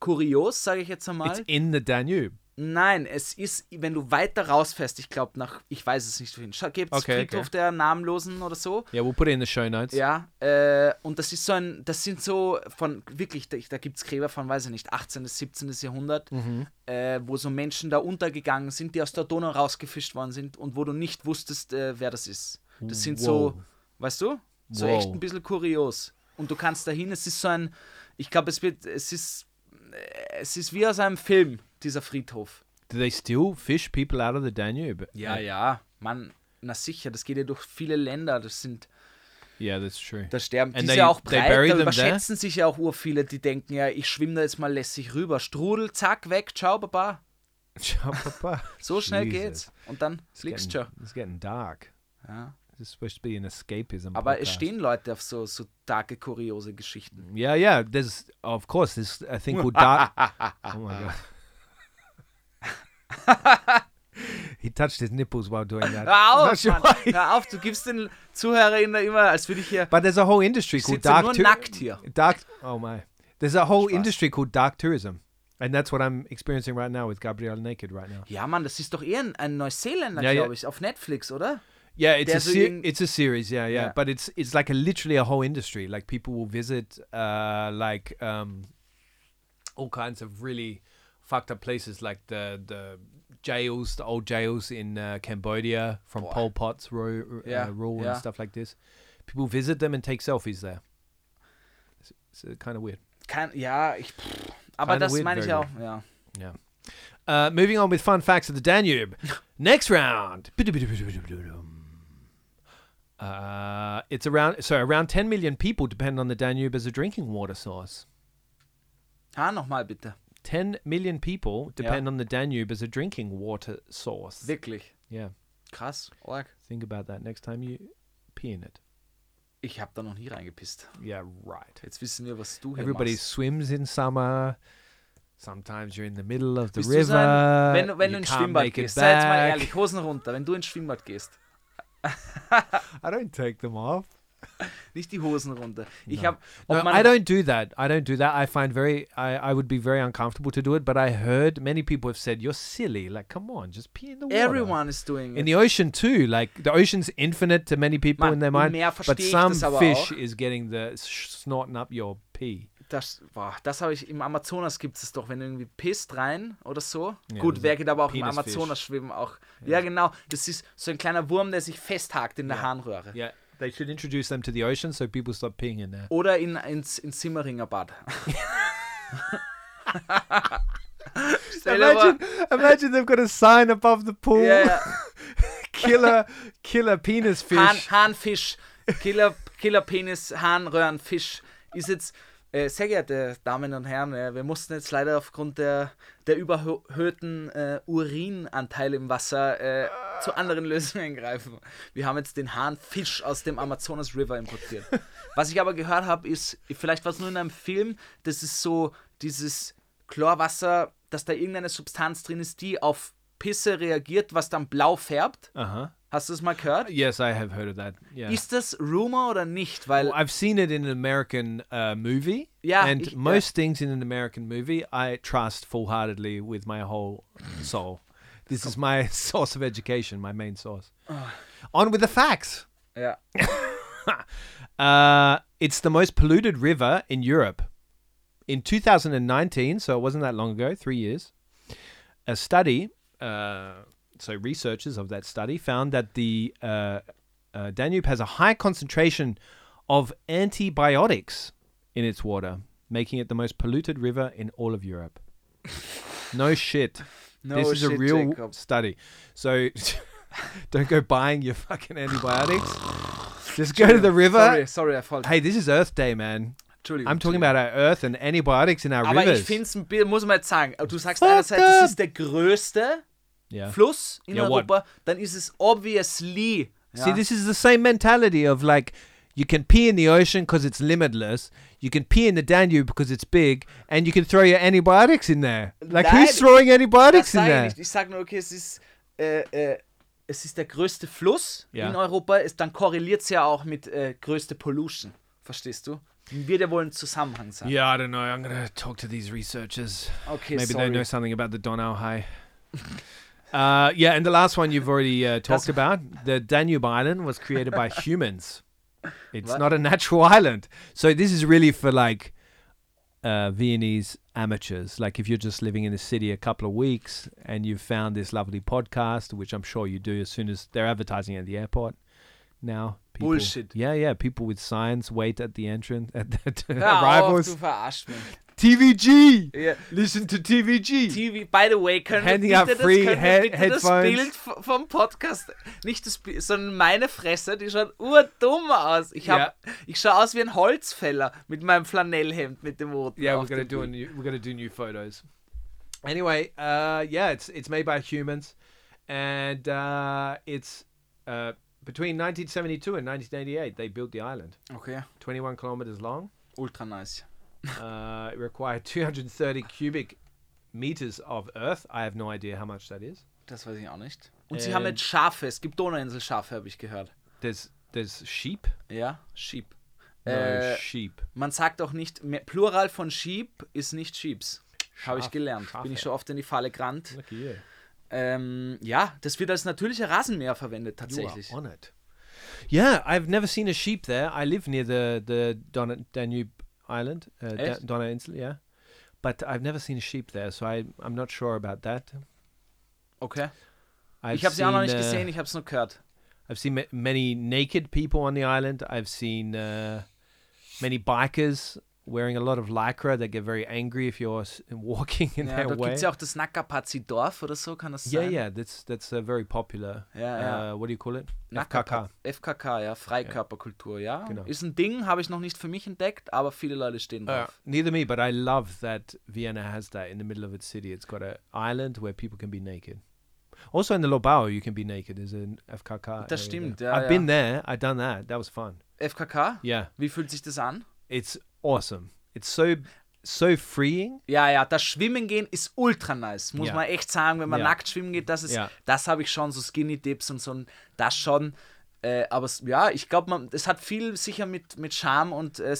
B: kurios, sage ich jetzt
A: It's
B: einmal.
A: in the Danube.
B: Nein, es ist, wenn du weiter rausfährst, ich glaube nach, ich weiß es nicht wohin. Gibt es
A: Okay,
B: Friedhof
A: okay.
B: der Namenlosen oder so?
A: Yeah, we'll put it in the show notes.
B: Ja, äh, und das ist so ein, das sind so von, wirklich, da, da gibt es Gräber von, weiß ich nicht, 18. bis 17. Jahrhundert,
A: Mhm.
B: äh, wo so Menschen da untergegangen sind, die aus der Donau rausgefischt worden sind und wo du nicht wusstest, äh, wer das ist. Das sind
A: Wow.
B: so, weißt du, so
A: Wow.
B: echt ein bisschen kurios. Und du kannst dahin, es ist so ein, ich glaube, es wird, es ist, äh, es ist wie aus einem Film, dieser Friedhof.
A: Do they still fish people out of the Danube? Uh,
B: Ja, ja, Mann, na sicher, das geht ja durch viele Länder, das sind...
A: Yeah, that's true. (laughs)
B: Da sterben die
A: And
B: ist
A: they-
B: ja auch
A: they
B: breit,
A: bury
B: da
A: them
B: überschätzen sich ja auch urviele, die denken ja, ich schwimme da jetzt mal lässig rüber. Strudel, zack, weg, ciao, Baba.
A: (laughs)
B: So schnell
A: Jesus.
B: geht's. Und dann
A: It's
B: liegst
A: getting-
B: schon.
A: It's getting dark.
B: Ja.
A: This is supposed to be an escapism.
B: Aber es
A: podcast. Mhm.
B: stehen Leute auf so, so starke, kuriose Geschichten.
A: Yeah, yeah. There's, of course, this, I think, will (laughs) dark. oh my God. (laughs) he touched his nipples while doing that.
B: Hör
A: I'm
B: auf,
A: not sure
B: Mann.
A: why.
B: Hör auf, du gibst den Zuhörerinnen da immer, als würde ich hier.
A: But there's a whole industry called
B: sitze
A: dark
B: nur
A: tou-
B: nackt hier.
A: Dark. Oh my. There's a whole industry called dark tourism, and that's what I'm experiencing right now with Gabrielle Naked right now.
B: Ja, Mann, das ist doch eher ein, ein Neuseeländer,
A: Ja, ja.
B: glaube ich, auf Netflix, oder?
A: Yeah, it's a
B: There's a
A: se-
B: in-
A: it's a series. Yeah, yeah,
B: Yeah.
A: But it's it's like a literally a whole industry. Like people will visit uh like um all kinds of really fucked up places, like the the jails, the old jails in uh, Cambodia from Pol Pot's ro-
B: Yeah,
A: uh, rule
B: yeah.
A: and stuff like this. People visit them and take selfies there. It's, it's kind of weird.
B: Kein, ja, ich. Pff. Aber
A: Keine
B: das
A: weird
B: meine ich auch,
A: Burger.
B: ja.
A: Yeah. Uh, moving on with
B: (laughs)
A: fun facts of the Danube. Next round. Uh, it's around so around 10 million people depend on the Danube as a drinking water source.
B: Ah, nochmal bitte.
A: 10 million people
B: Yeah.
A: depend on the Danube as a drinking water source.
B: Wirklich.
A: Yeah,
B: Krass. Org.
A: think about that next time you pee in it.
B: Ich habe da noch nie reingepisst.
A: Yeah, right.
B: Jetzt wissen wir, was du hier
A: Everybody
B: machst.
A: swims in summer. Sometimes you're in the middle of the
B: Bist du
A: river.
B: so ein- wenn, du- wenn du
A: you
B: ins
A: can't
B: Schwimmbad
A: make it
B: gehst, sei jetzt mal
A: back.
B: ehrlich, Hosen runter, wenn du ins Schwimmbad gehst.
A: I don't take them off.
B: Nicht die Hosen runter. Ich habe, ob
A: No,
B: man
A: I don't do that. I don't do that. I find very, I, I would be very uncomfortable to do it. But I heard many people have said, "You're silly. Like, come on, just pee in the water."
B: everyone is doing
A: in
B: it.
A: the ocean too. Like, the ocean's infinite to many people
B: Man,
A: in their
B: im
A: mind.
B: Meer
A: But
B: verstehe ich
A: some
B: das aber
A: fish
B: auch.
A: is getting the sh- snorting up your pee.
B: Das, boah, das habe ich im Amazonas gibt es doch, wenn du irgendwie pisst rein oder so.
A: Ja,
B: Gut,
A: also
B: wer geht aber auch im
A: Penisfisch.
B: Amazonas schwimmen auch. Ja. genau. Das ist so ein kleiner Wurm, der sich festhakt in der Harnröhre.
A: Yeah, they should introduce them to the ocean so people stop peeing in there.
B: Oder in, ins, ins Simmeringer Bad. Stell dir
A: Imagine,
B: (laughs)
A: imagine they've got a sign above the pool.
B: vor- ja, ja.
A: (laughs) killer, killer penis fish.
B: Hahn, Hahnfisch. Killer, Killer Penis, Hahnröhrenfisch. Ist jetzt, äh, sehr geehrte Damen und Herren, äh, wir mussten jetzt leider aufgrund der, der überhöhten äh, Urinanteile im Wasser äh, zu anderen Lösungen greifen. Wir haben jetzt den Hahnfisch aus dem Amazonas River importiert. Was ich aber gehört habe, ist, vielleicht war es nur in einem Film, das ist so dieses Chlorwasser, dass da irgendeine Substanz drin ist, die auf Pisse reagiert, was dann blau färbt.
A: Uh huh.
B: Hast du es mal gehört?
A: Yes, I have heard of that. Yeah.
B: Ist das Rumor oder nicht? Weil
A: I've seen it in an American uh, movie.
B: Yeah,
A: And
B: ich-
A: most things in an American movie I trust full heartedly with my whole soul. This is my (laughs) source of education, my main source.
B: Uh.
A: On with the facts.
B: ja,
A: Uh, it's the most polluted river in Europe. In 2019, so it wasn't that long ago, three years, a study, uh, so researchers of that study found that the uh, uh, Danube has a high concentration of antibiotics in its water, making it the most polluted river in all
B: (laughs)
A: of Europe. no shit.
B: No
A: this is a
B: shit,
A: real
B: Jacob.
A: study. So (laughs) don't go buying your fucking antibiotics.
B: (sighs)
A: Just go to the river.
B: sorry, sorry, Erfolg.
A: Hey, this is Earth Day, man.
B: Entschuldigung.
A: I'm talking about our Earth and antibiotics in our
B: Aber
A: rivers.
B: ich finde es ein bisschen, muss man jetzt sagen, du sagst
A: Fuck
B: einerseits,
A: up.
B: es ist der größte
A: yeah.
B: Fluss in
A: Ja, what?
B: Europa, dann ist es obviously. Ja.
A: See, this is the same mentality of like, you can pee in the ocean because it's limitless. You can pee in the Danube because it's big, and you can throw your antibiotics in there. Like,
B: Nein,
A: who's throwing
B: das
A: antibiotics in
B: sage ich
A: there?
B: nicht. Ich sage nur, okay, es ist, äh, äh, es ist der größte Fluss
A: Ja.
B: in Europa, es, dann korreliert es ja auch mit äh, größte Pollution. Verstehst du? Wird ja wohl ein Zusammenhang sein.
A: Yeah, I don't know. I'm gonna talk to these researchers.
B: Okay,
A: Maybe
B: sorry.
A: they know something about the Donau High.
B: (laughs)
A: uh, yeah, and the last one you've already uh, talked about, the Danube Island was created
B: (laughs)
A: by humans. It's
B: What?
A: not a natural island. So this is really for like uh, Viennese amateurs. Like if you're just living in a city a couple of weeks and you've found this lovely podcast, which I'm sure you do as soon as they're advertising at the airport now. People,
B: Bullshit.
A: Yeah, yeah. People with signs wait at the entrance (laughs) at the
B: Hör auf,
A: arrivals.
B: du verarschst mich.
A: TVG.
B: Ja.
A: Listen to TVG.
B: TV, by the way, können
A: Handing
B: wir
A: out
B: bitte, das,
A: free
B: können
A: head-
B: wir bitte das
A: headphones.
B: Bild v- vom Podcast, nicht das Bild, sondern meine Fresse, die schaut urdumm aus. Ich, hab, ich schaue aus wie ein Holzfäller mit meinem Flanellhemd mit dem roten.
A: Yeah, we're
B: auf
A: gonna
B: dem
A: do a
B: Bild.
A: new, we're gonna do new photos. Anyway, uh, yeah, it's it's made by humans, and uh, it's uh, between 1972 and 1988 they built the island,
B: Okay,
A: 21 kilometers (laughs) long.
B: ultra nice.
A: Uh, it required 230 cubic meters of earth. I have no idea how much that is.
B: Das weiß ich auch nicht. Und sie haben
A: Ähm.
B: jetzt Schafe, es gibt Donauinsel-Schafe, habe ich gehört.
A: There's there's sheep.
B: Ja, Sheep.
A: No
B: Äh,
A: sheep.
B: man sagt auch nicht, mehr, Plural von Sheep ist nicht Sheeps. Habe ich
A: Schaf-
B: gelernt.
A: Schafe.
B: Bin ich schon oft in die Falle gerannt.
A: Look at you.
B: Ähm, ja, das wird als natürlicher Rasenmäher verwendet
A: You are
B: tatsächlich.
A: on it. Yeah, I've never seen a sheep there. I live near the the Don- Danube Island, uh, da-
B: Echt?
A: Donauinsel, yeah. But I've never seen a sheep there, so I I'm not sure about that.
B: Okay.
A: I've
B: ich habe sie auch noch nicht
A: seen, uh,
B: gesehen, ich habe es nur gehört.
A: I've seen ma- many naked people on the island. I've seen uh, many bikers wearing a lot of lycra. They get very angry if you're s- walking in
B: Ja,
A: their
B: da
A: way.
B: gibt es ja auch das Nackerpazi-Dorf oder so, kann das
A: yeah,
B: sein?
A: yeah, that's that's uh, very popular.
B: Yeah,
A: uh,
B: yeah.
A: What do you call it?
B: Nackerpa- FKK, ja, Freikörperkultur, ja.
A: Genau.
B: Ist ein Ding, habe ich noch nicht für mich entdeckt, aber viele Leute stehen
A: Uh,
B: drauf.
A: neither me, but I love that Vienna has that in the middle of its city. It's got an island where people can be naked. Also in the Lobau, you can be naked. There's an
B: Das
A: FKK. area there.
B: stimmt, ja,
A: I've
B: ja.
A: been there. I've done that. That was fun.
B: FKK?
A: Yeah,
B: Wie fühlt sich das an?
A: it's awesome. It's so so freeing.
B: Ja, ja, das Schwimmen gehen ist ultra nice, muss
A: Ja.
B: man echt sagen, wenn man
A: Ja.
B: nackt schwimmen geht, das ist,
A: Ja.
B: das habe ich schon, so Skinny Dips und so, ein- das schon. Äh, aber s- ja, ich glaube, man, es hat viel sicher mit, mit Charme und äh,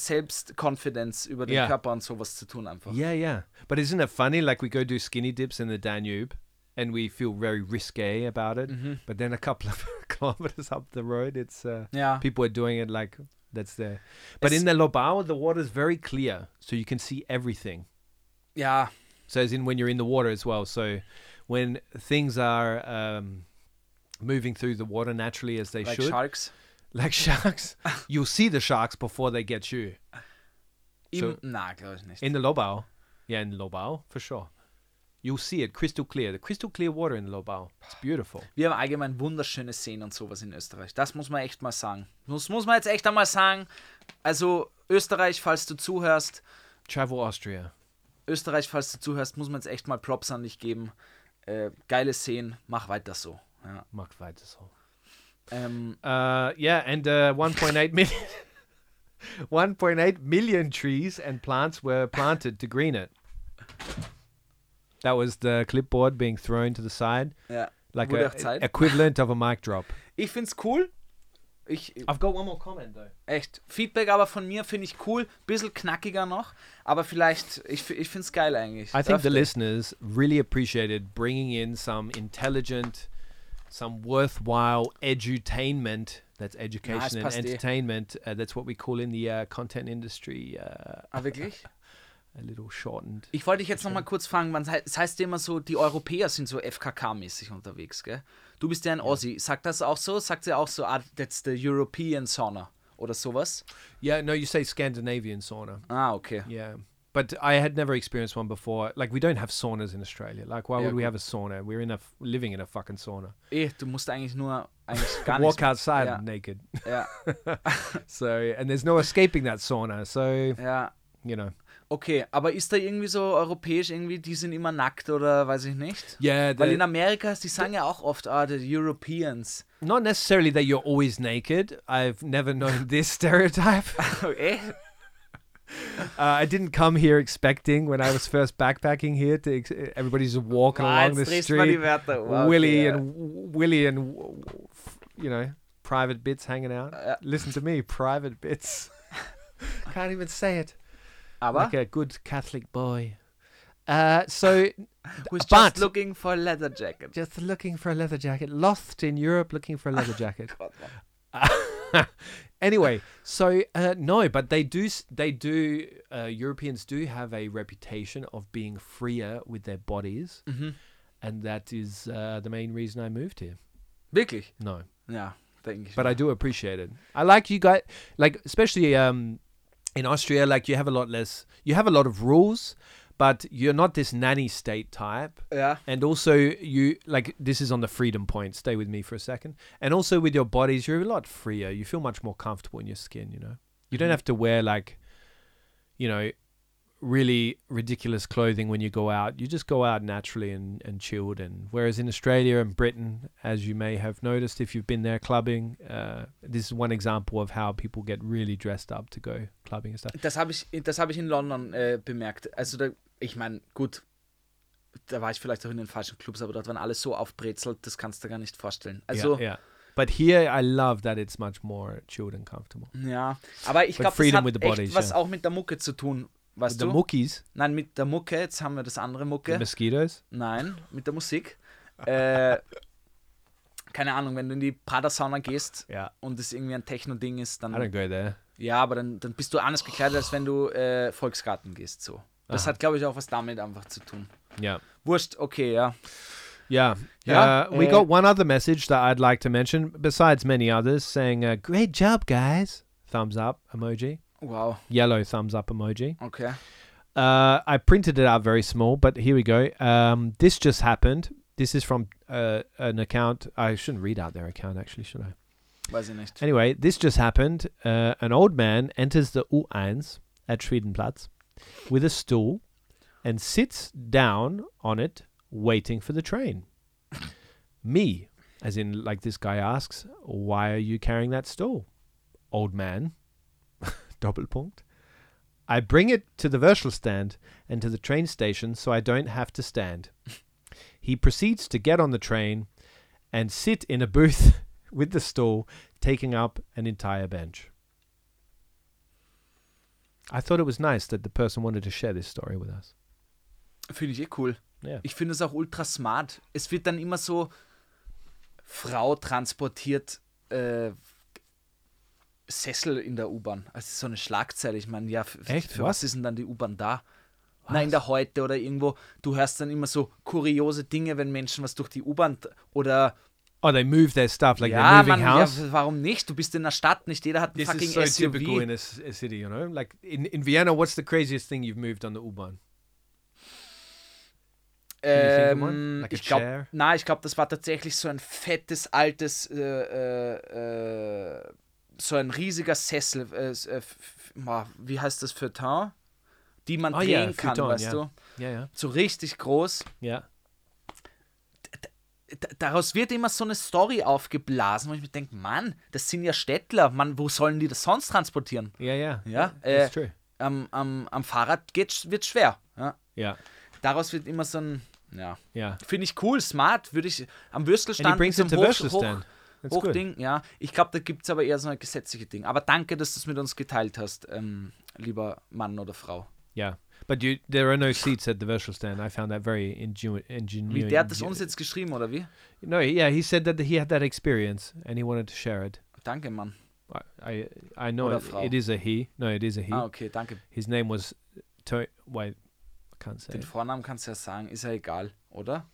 B: Selbstconfidence über den
A: Ja.
B: Körper und sowas zu tun einfach.
A: Yeah, yeah. But isn't it funny? Like we go do skinny dips in the Danube, and we feel very risque about it. But then a couple of (laughs) kilometers up the road, it's uh,
B: Ja.
A: people are doing it like that's there. But
B: Es-
A: in the Lobau, the water's very clear, so you can see everything.
B: Ja,
A: So as in when you're in the water as well. So when things are um, moving through the water naturally as they
B: like
A: should,
B: Sharks.
A: like sharks, (laughs) you'll see the sharks before they get you.
B: Im,
A: So-
B: na, glaube ich nicht.
A: In the Lobau. Yeah, in Lobau, for sure. You'll see it crystal clear. The crystal clear water in Lobau. It's beautiful.
B: Wir haben allgemein wunderschöne Seen und sowas in Österreich. Das muss man echt mal sagen. Das muss man jetzt echt einmal sagen. Also Österreich, falls du zuhörst,
A: Travel Austria.
B: Österreich, falls du zuhörst, muss man jetzt echt mal Props an dich geben. Äh, geile Szenen, mach weiter so. Ja.
A: Mark Weitersol.
B: Ähm,
A: Uh, yeah, and uh, 1.8 million. (laughs) 1.8 million trees and plants were planted to green it. That was the clipboard being thrown to the side,
B: ja.
A: like äh,
B: Wurde
A: a
B: auch Zeit.
A: equivalent of a mic drop.
B: Ich find's cool. Ich,
A: I've got one more comment though.
B: echt. Feedback aber von mir finde ich cool. Bisschen knackiger noch. Aber vielleicht, ich, fi- ich find's geil eigentlich.
A: I think the
B: Dürfte.
A: listeners really appreciated bringing in some intelligent, some worthwhile edutainment. That's
B: Nice,
A: education and
B: passt eh.
A: entertainment. Uh, that's what we call in the uh, content industry uh,
B: ah, wirklich?
A: a little shortened.
B: Ich wollte dich jetzt nochmal kurz fragen, wann, es heißt ja immer so, die Europäer sind so FKK-mäßig unterwegs, gell? Du bist ja ein Aussie. Sagt das auch so? Sagt sie auch so, ah, that's the European sauna oder sowas?
A: Yeah, no, you say Scandinavian sauna.
B: Ah, okay.
A: Yeah. But I had never experienced one before. Like, we don't have saunas in Australia. Like, why
B: Yeah,
A: would we
B: good.
A: have a sauna? We're in a f- living in a fucking sauna.
B: Eh, du musst eigentlich nur eigentlich gar
A: (laughs) Walk
B: nicht.
A: outside
B: yeah.
A: naked. (laughs)
B: Ja,
A: So, and there's no escaping that sauna. So,
B: ja.
A: you know.
B: Okay, aber ist da irgendwie so europäisch irgendwie, die sind immer nackt oder weiß ich nicht?
A: Yeah.
B: Weil
A: the-
B: in Amerika, die sagen ja auch oft, ah, the Europeans.
A: (laughs) Not necessarily that you're always naked. I've never known this (laughs) stereotype.
B: (laughs)
A: uh,
B: eh?
A: I didn't come here expecting when I was first backpacking here to ex- everybody's just walking
B: Ah,
A: along
B: jetzt
A: the
B: drehst du mal die
A: street,
B: Wörter um. Okay,
A: willy
B: ja.
A: and w- willy and w- w- f- you know private bits hanging out.
B: Yeah.
A: Listen to me, private bits. (laughs) Can't even say it.
B: Aber,
A: Like a good Catholic boy. Uh, so
B: who's just
A: but-
B: looking for a leather jacket.
A: just looking for a leather jacket. Lost in Europe, looking for a leather (laughs) jacket.
B: Gott, Mann.
A: anyway, so uh, no, but they do. s- They do. Uh, Europeans do have a reputation of being freer with their bodies, and that is uh, the main reason I moved here.
B: Wirklich?
A: No,
B: Ja, denke ich.
A: but I do appreciate it. I like you guys, like especially um, in Austria. Like you have a lot less. You have a lot of rules, but you're not this nanny state type.
B: ja.
A: And also, you like this is on the freedom point. Stay with me for a second. And also, with your bodies, you're a lot freer. You feel much more comfortable in your skin. You know, you don't have to wear like, you know, really ridiculous clothing when you go out. You just go out naturally and and chilled. And whereas in Australia and Britain, as you may have noticed if you've been there clubbing, uh, this is one example of how people get really dressed up to go clubbing and stuff.
B: Das habe ich, das hab ich in London äh, bemerkt. Also, da, ich meine, gut, da war ich vielleicht auch in den falschen Clubs, aber dort waren alle so aufbrezelt, das kannst du gar nicht vorstellen.
A: Yeah,
B: Also,
A: yeah. But here, I love that it's much more chilled and comfortable.
B: Ja, aber ich
A: But
B: glaube, das
A: freedom
B: hat
A: with the bodies,
B: echt was
A: ja.
B: auch mit der Mucke zu tun, weißt
A: the
B: du?
A: Mookies,
B: Nein, mit der Mucke, jetzt haben wir das andere Mucke.
A: the mosquitoes.
B: Nein, mit der Musik. Äh, (laughs) keine Ahnung, wenn du in die Prada-Sauna gehst
A: Yeah. Um,
B: und es irgendwie ein Techno-Ding ist,
A: I don't
B: dann...
A: go there.
B: Ja, aber dann, dann bist du anders gekleidet, als wenn du äh, Volksgarten gehst, so. Das hat, glaube ich, auch was damit einfach zu tun.
A: Yeah.
B: Wurscht, okay, ja.
A: Yeah.
B: Yeah,
A: Uh, we
B: uh,
A: got one other message that I'd like to mention, besides many others, saying, uh, Great job, guys. Thumbs up emoji.
B: Wow.
A: yellow thumbs up emoji.
B: Okay.
A: Uh, I printed it out very small, but here we go. Um, this just happened. This is from uh, an account. I shouldn't read out their account, actually, should I?
B: Weiß ich nicht.
A: Anyway, this just happened. Uh, an old man enters the U1 at Schwedenplatz with a stool and sits down on it, waiting for the train. Me, as in, like this guy asks, why are you carrying that stool? Old man, (laughs) Doppelpunkt. I bring it to the Versal stand and to the train station so I don't have to stand. He proceeds to get on the train and sit in a booth (laughs) with the stool, taking up an entire bench. I thought it was nice that the person wanted to share this story with us.
B: Finde ich eh cool.
A: Yeah.
B: Ich finde es auch ultra smart. Es wird dann immer so Frau transportiert äh, Sessel in der U-Bahn. Also es ist so eine Schlagzeile. Ich meine, ja, f-
A: Echt?
B: für
A: Was?
B: was ist denn dann die U-Bahn da? Nein, in der Heute oder irgendwo. Du hörst dann immer so kuriose Dinge, wenn Menschen was durch die U-Bahn t- oder
A: Oh, they move their stuff like
B: ja,
A: they're
B: Mann,
A: moving house.
B: ja, warum nicht? Du bist in der Stadt, nicht jeder hat einen fucking SUV.
A: a, s- a city, you know. Like in, in Vienna, what's the craziest thing you've moved on the U-Bahn? you think of one?
B: Ähm,
A: Like a
B: ich glaube,
A: chair?
B: na, ich glaube, das war tatsächlich so ein fettes altes, äh, äh, äh, so ein riesiger Sessel. Äh, s- äh, f- f- ma, wie heißt das für Teint? Die man
A: Ah,
B: drehen
A: ja,
B: kann,
A: Futon,
B: weißt
A: ja.
B: du?
A: Yeah, yeah,
B: So richtig groß.
A: yeah.
B: D daraus wird immer so eine Story aufgeblasen, wo ich mir denke, Mann, das sind ja Städtler, Mann, wo sollen die das sonst transportieren?
A: Yeah, yeah. Uh,
B: Ja, äh,
A: That's true.
B: am, am, am Fahrrad geht's, wird schwer. Ja?
A: Yeah,
B: Daraus wird immer so ein, ja,
A: yeah.
B: Finde ich cool, smart, würde ich am
A: And he
B: Würstelstand
A: brings it
B: mit
A: to
B: so einem Hoch,
A: Versal
B: Hoch,
A: stand. That's good.
B: Hochding, ja. Ich glaube, da gibt es aber eher so ein gesetzliches Ding. Aber danke, dass du es mit uns geteilt hast, ähm, lieber Mann oder Frau.
A: Yeah, but you, there are no seats at the virtual stand. I found that very ingenu-
B: Wie
A: ingenious.
B: der hat das uns jetzt geschrieben, oder wie?
A: No, yeah, he said that he had that experience and he wanted to share it.
B: Danke, Mann.
A: I, I, I know
B: Oder
A: it,
B: Frau.
A: it is a Oh. he. No, it is a he.
B: Ah, okay, danke.
A: His name was. To- wait, I can't say.
B: Den
A: It.
B: Vornamen kannst du ja sagen, ist ja egal, oder?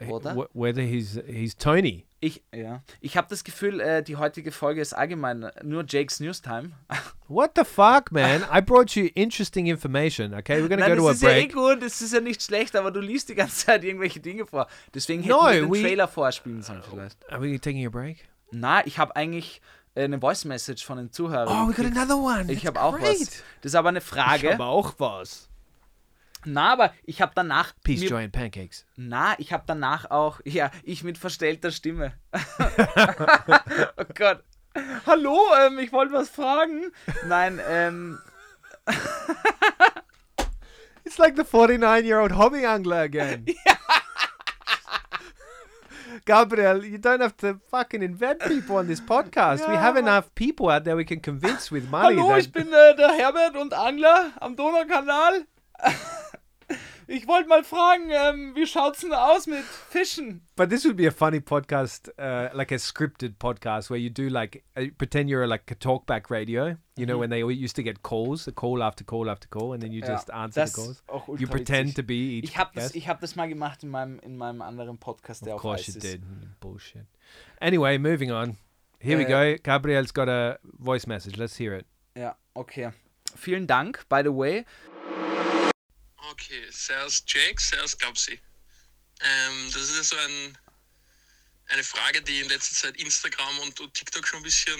A: Uh,
B: Oder?
A: wh- whether he's he's Tony.
B: Ich, ja. Ich habe das Gefühl, äh, die heutige Folge ist allgemein nur Jake's Newstime.
A: What the fuck, (laughs) man? I brought you interesting information. Okay, we're
B: (laughs)
A: gonna
B: Nein,
A: go to a
B: das ist ja eh
A: break.
B: gut, das ist ja nicht schlecht, aber du liest die ganze (laughs) Zeit irgendwelche Dinge vor. Deswegen hätten
A: No,
B: wir den
A: we-
B: Trailer vorspielen sollen vielleicht.
A: Are we taking a break?
B: Na, ich habe eigentlich äh, eine Voice Message von den Zuhörern.
A: Oh, we got
B: gekriegt.
A: another one.
B: ich
A: That's
B: habe auch was.
A: great.
B: Das ist aber eine
A: Ich
B: Frage.
A: hab auch was.
B: Na, aber ich habe danach.
A: Peace,
B: mir-
A: joy, and pancakes.
B: na, ich habe danach auch. (laughs) Ja, ich mit verstellter
A: (laughs)
B: Stimme. oh Gott. Hallo, ähm, ich wollte was fragen. Nein, ähm,
A: It's like the 49 year old hobby angler again. Gabriel, you don't have to fucking invent people on this podcast. We have enough people out there we can convince with money.
B: hallo,
A: that-
B: ich bin äh, der Herbert und Angler am Donaukanal. (laughs) ich wollte mal fragen, ähm, wie schaut's denn aus mit Fischen?
A: but this would be a funny podcast, uh, like a scripted podcast where you do like uh, pretend you're like a talkback radio. You know when they all used to get calls, a call after call after call, and then you
B: Ja,
A: just answer the
B: das
A: calls.
B: auch
A: You
B: ultra
A: pretend
B: witzig.
A: to be each.
B: Ich habe das,
A: guest.
B: ich hab das mal gemacht in meinem, in meinem anderen Podcast, der
A: Of
B: auf
A: course
B: Eis
A: you
B: ist.
A: did. Bullshit. Anyway, moving on. Here we
B: Uh,
A: go. Gabriel's got a voice message. Let's hear it.
B: Ja, okay. Vielen Dank, by the way.
D: Okay, Servus Jake, Servus Gabsi. Ähm, das ist ja so ein, eine Frage, die in letzter Zeit Instagram und, und TikTok schon ein bisschen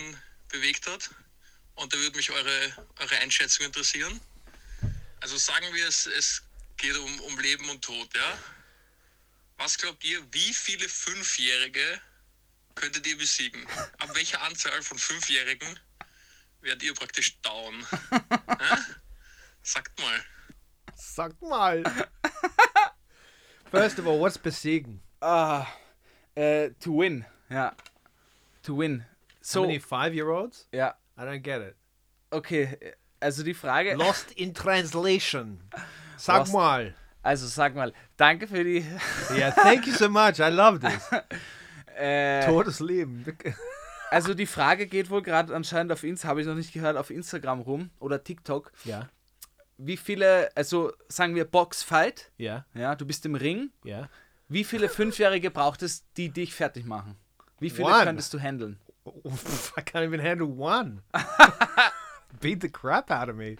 D: bewegt hat. Und da würde mich eure, eure Einschätzung interessieren. Also sagen wir, es, es geht um, um Leben und Tod, ja? Was glaubt ihr, wie viele Fünfjährige könntet ihr besiegen? Ab welcher Anzahl von Fünfjährigen werdet ihr praktisch down? Hä? Sagt mal.
A: Suck mal. First of all, what's besiegen?
B: Ah, äh, to win. Ja. To win.
A: So
B: So,
A: many five-year-olds?
B: ja,
A: I don't get it.
B: okay. Also die Frage,
A: Lost in translation. Suck
B: Lost-
A: mal.
B: also sag mal, danke für die.
A: Yeah, thank you so much. I love this. (laughs)
B: Äh,
A: Totes Leben.
B: also die Frage geht wohl gerade anscheinend auf Insta, habe ich noch nicht gehört, auf Instagram rum oder TikTok.
A: (laughs) yeah,
B: Wie viele, also sagen wir Boxfight,
A: yeah,
B: ja, du bist im Ring,
A: yeah.
B: Wie viele Fünfjährige braucht es, die dich fertig machen? Wie viele
A: One.
B: könntest du handeln?
A: (laughs) I can't even handle one. beat the crap out of me.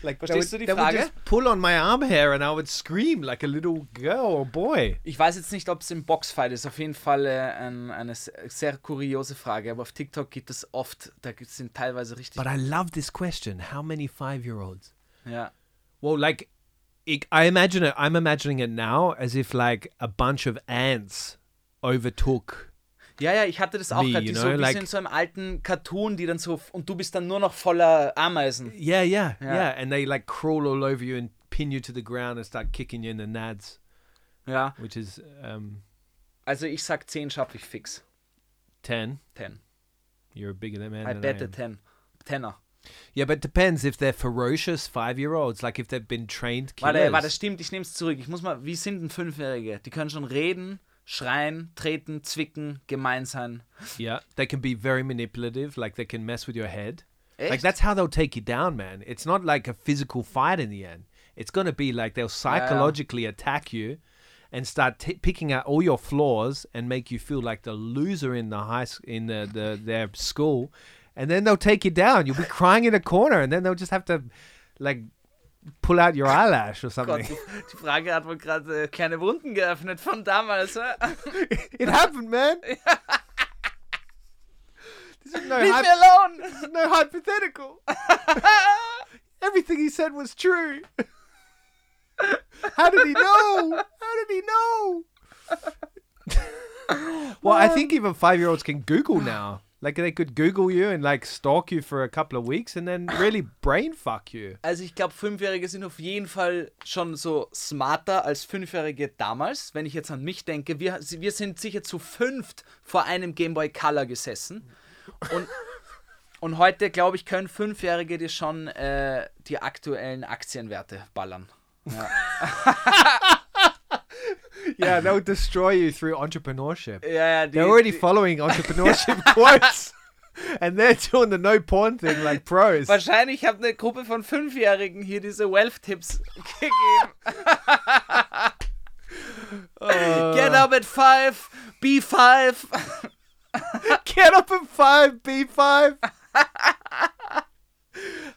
A: Like, they
B: Verstehst
A: would-
B: du die
A: they would
B: Frage?
A: just pull on my arm hair and I would scream like a little girl or boy.
B: Ich weiß jetzt nicht, ob es im Boxfight ist. Auf jeden Fall äh, ein, eine s- sehr kuriose Frage. Aber auf TikTok gibt es oft, da gibt's- sind teilweise richtig.
A: But I love this question. How many five-year-olds?
B: ja.
A: Well, like, it, I imagine it. I'm imagining it now as if like a bunch of ants overtook.
B: ja, ja, ich hatte das auch
A: Me,
B: gerade.
A: you
B: Die so
A: know,
B: ein
A: like-
B: bisschen in so einem alten Cartoon, die dann so. f- Und du bist dann nur noch voller Ameisen.
A: Yeah, yeah, yeah,
B: Yeah.
A: And they like crawl all over you and pin you to the ground and start kicking you in the nads,
B: Ja.
A: which is um,
B: Also ich sag 10 schaffe ich fix.
A: ten.
B: 10.
A: You're a bigger than man.
B: I
A: than
B: bet
A: I
B: a
A: am.
B: 10. Tenner.
A: Yeah, but it depends if they're ferocious five-year-olds, like if they've been trained killers.
B: Warte, warte, stimmt, ich nehme es zurück. Ich muss mal, wie sind denn Fünfjährige? Die können schon reden, schreien, treten, zwicken, gemein sein.
A: Yeah, they can be very manipulative. Like they can mess with your head. Like
B: Echt?
A: that's how they'll take you down, man. It's not like a physical fight in the end. It's gonna be like they'll psychologically attack you, and start t- picking out all your flaws and make you feel like the loser in the high s- in the, the their school, and then they'll take you down. You'll be crying in a corner, and then they'll just have to, like, pull out your eyelash or
B: Gott,
A: something. (laughs)
B: die, die Frage hat wohl gerade äh, kleine Wunden geöffnet von damals. Äh?
A: it happened, man. this is no
B: Leave
A: hype-
B: me alone!
A: no (laughs) hypothetical. Everything he said was true. How did he know? How did he know? well, I think even five year olds can Google now. Like they could Google you and like stalk you for a couple of weeks and then really brain fuck you.
B: Also ich glaube, Fünfjährige sind auf jeden Fall schon so smarter als Fünfjährige damals. Wenn ich jetzt an mich denke, wir, wir sind sicher zu fünft vor einem Game Boy Color gesessen. Und, und heute, glaube ich, können Fünfjährige dir schon äh, die aktuellen Aktienwerte ballern.
A: Yeah, that would destroy you through entrepreneurship.
B: Ja, ja, die,
A: They're already
B: die,
A: following (laughs) entrepreneurship quotes. And they're doing the no porn thing like pros.
B: wahrscheinlich hat eine Gruppe von Fünfjährigen hier diese Wealth-Tipps (laughs)
A: (laughs)
B: gegeben. Get up at five, be five.
A: Get up at five, B five.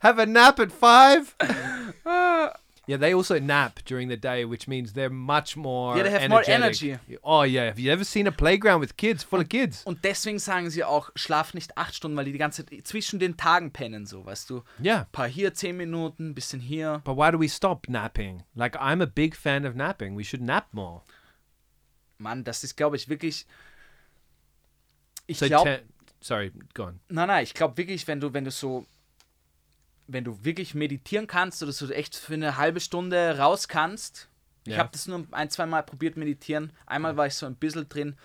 A: Have a nap at five. (laughs) yeah, they also nap during the day, which means they're much more.
B: Yeah, they have more
A: energetic. Oh yeah, have you ever seen a playground with kids full of kids?
B: Und deswegen sagen sie auch, schlaf nicht acht Stunden, weil die die ganze Zeit zwischen den Tagen pennen, so, weißt du.
A: Yeah,
B: Ein paar hier, zehn Minuten, bisschen hier.
A: but why do we stop napping? Like I'm a big fan of napping. We should nap more.
B: Mann, das ist, glaube ich, wirklich. Ich
A: So
B: glaube,
A: ten- sorry, go on.
B: nein, nein, ich glaube wirklich, wenn du, wenn du so, wenn du wirklich meditieren kannst oder so echt für eine halbe Stunde raus kannst. Ich
A: Ja.
B: habe das nur ein, zwei Mal probiert meditieren. Einmal war ich so ein bisschen drin.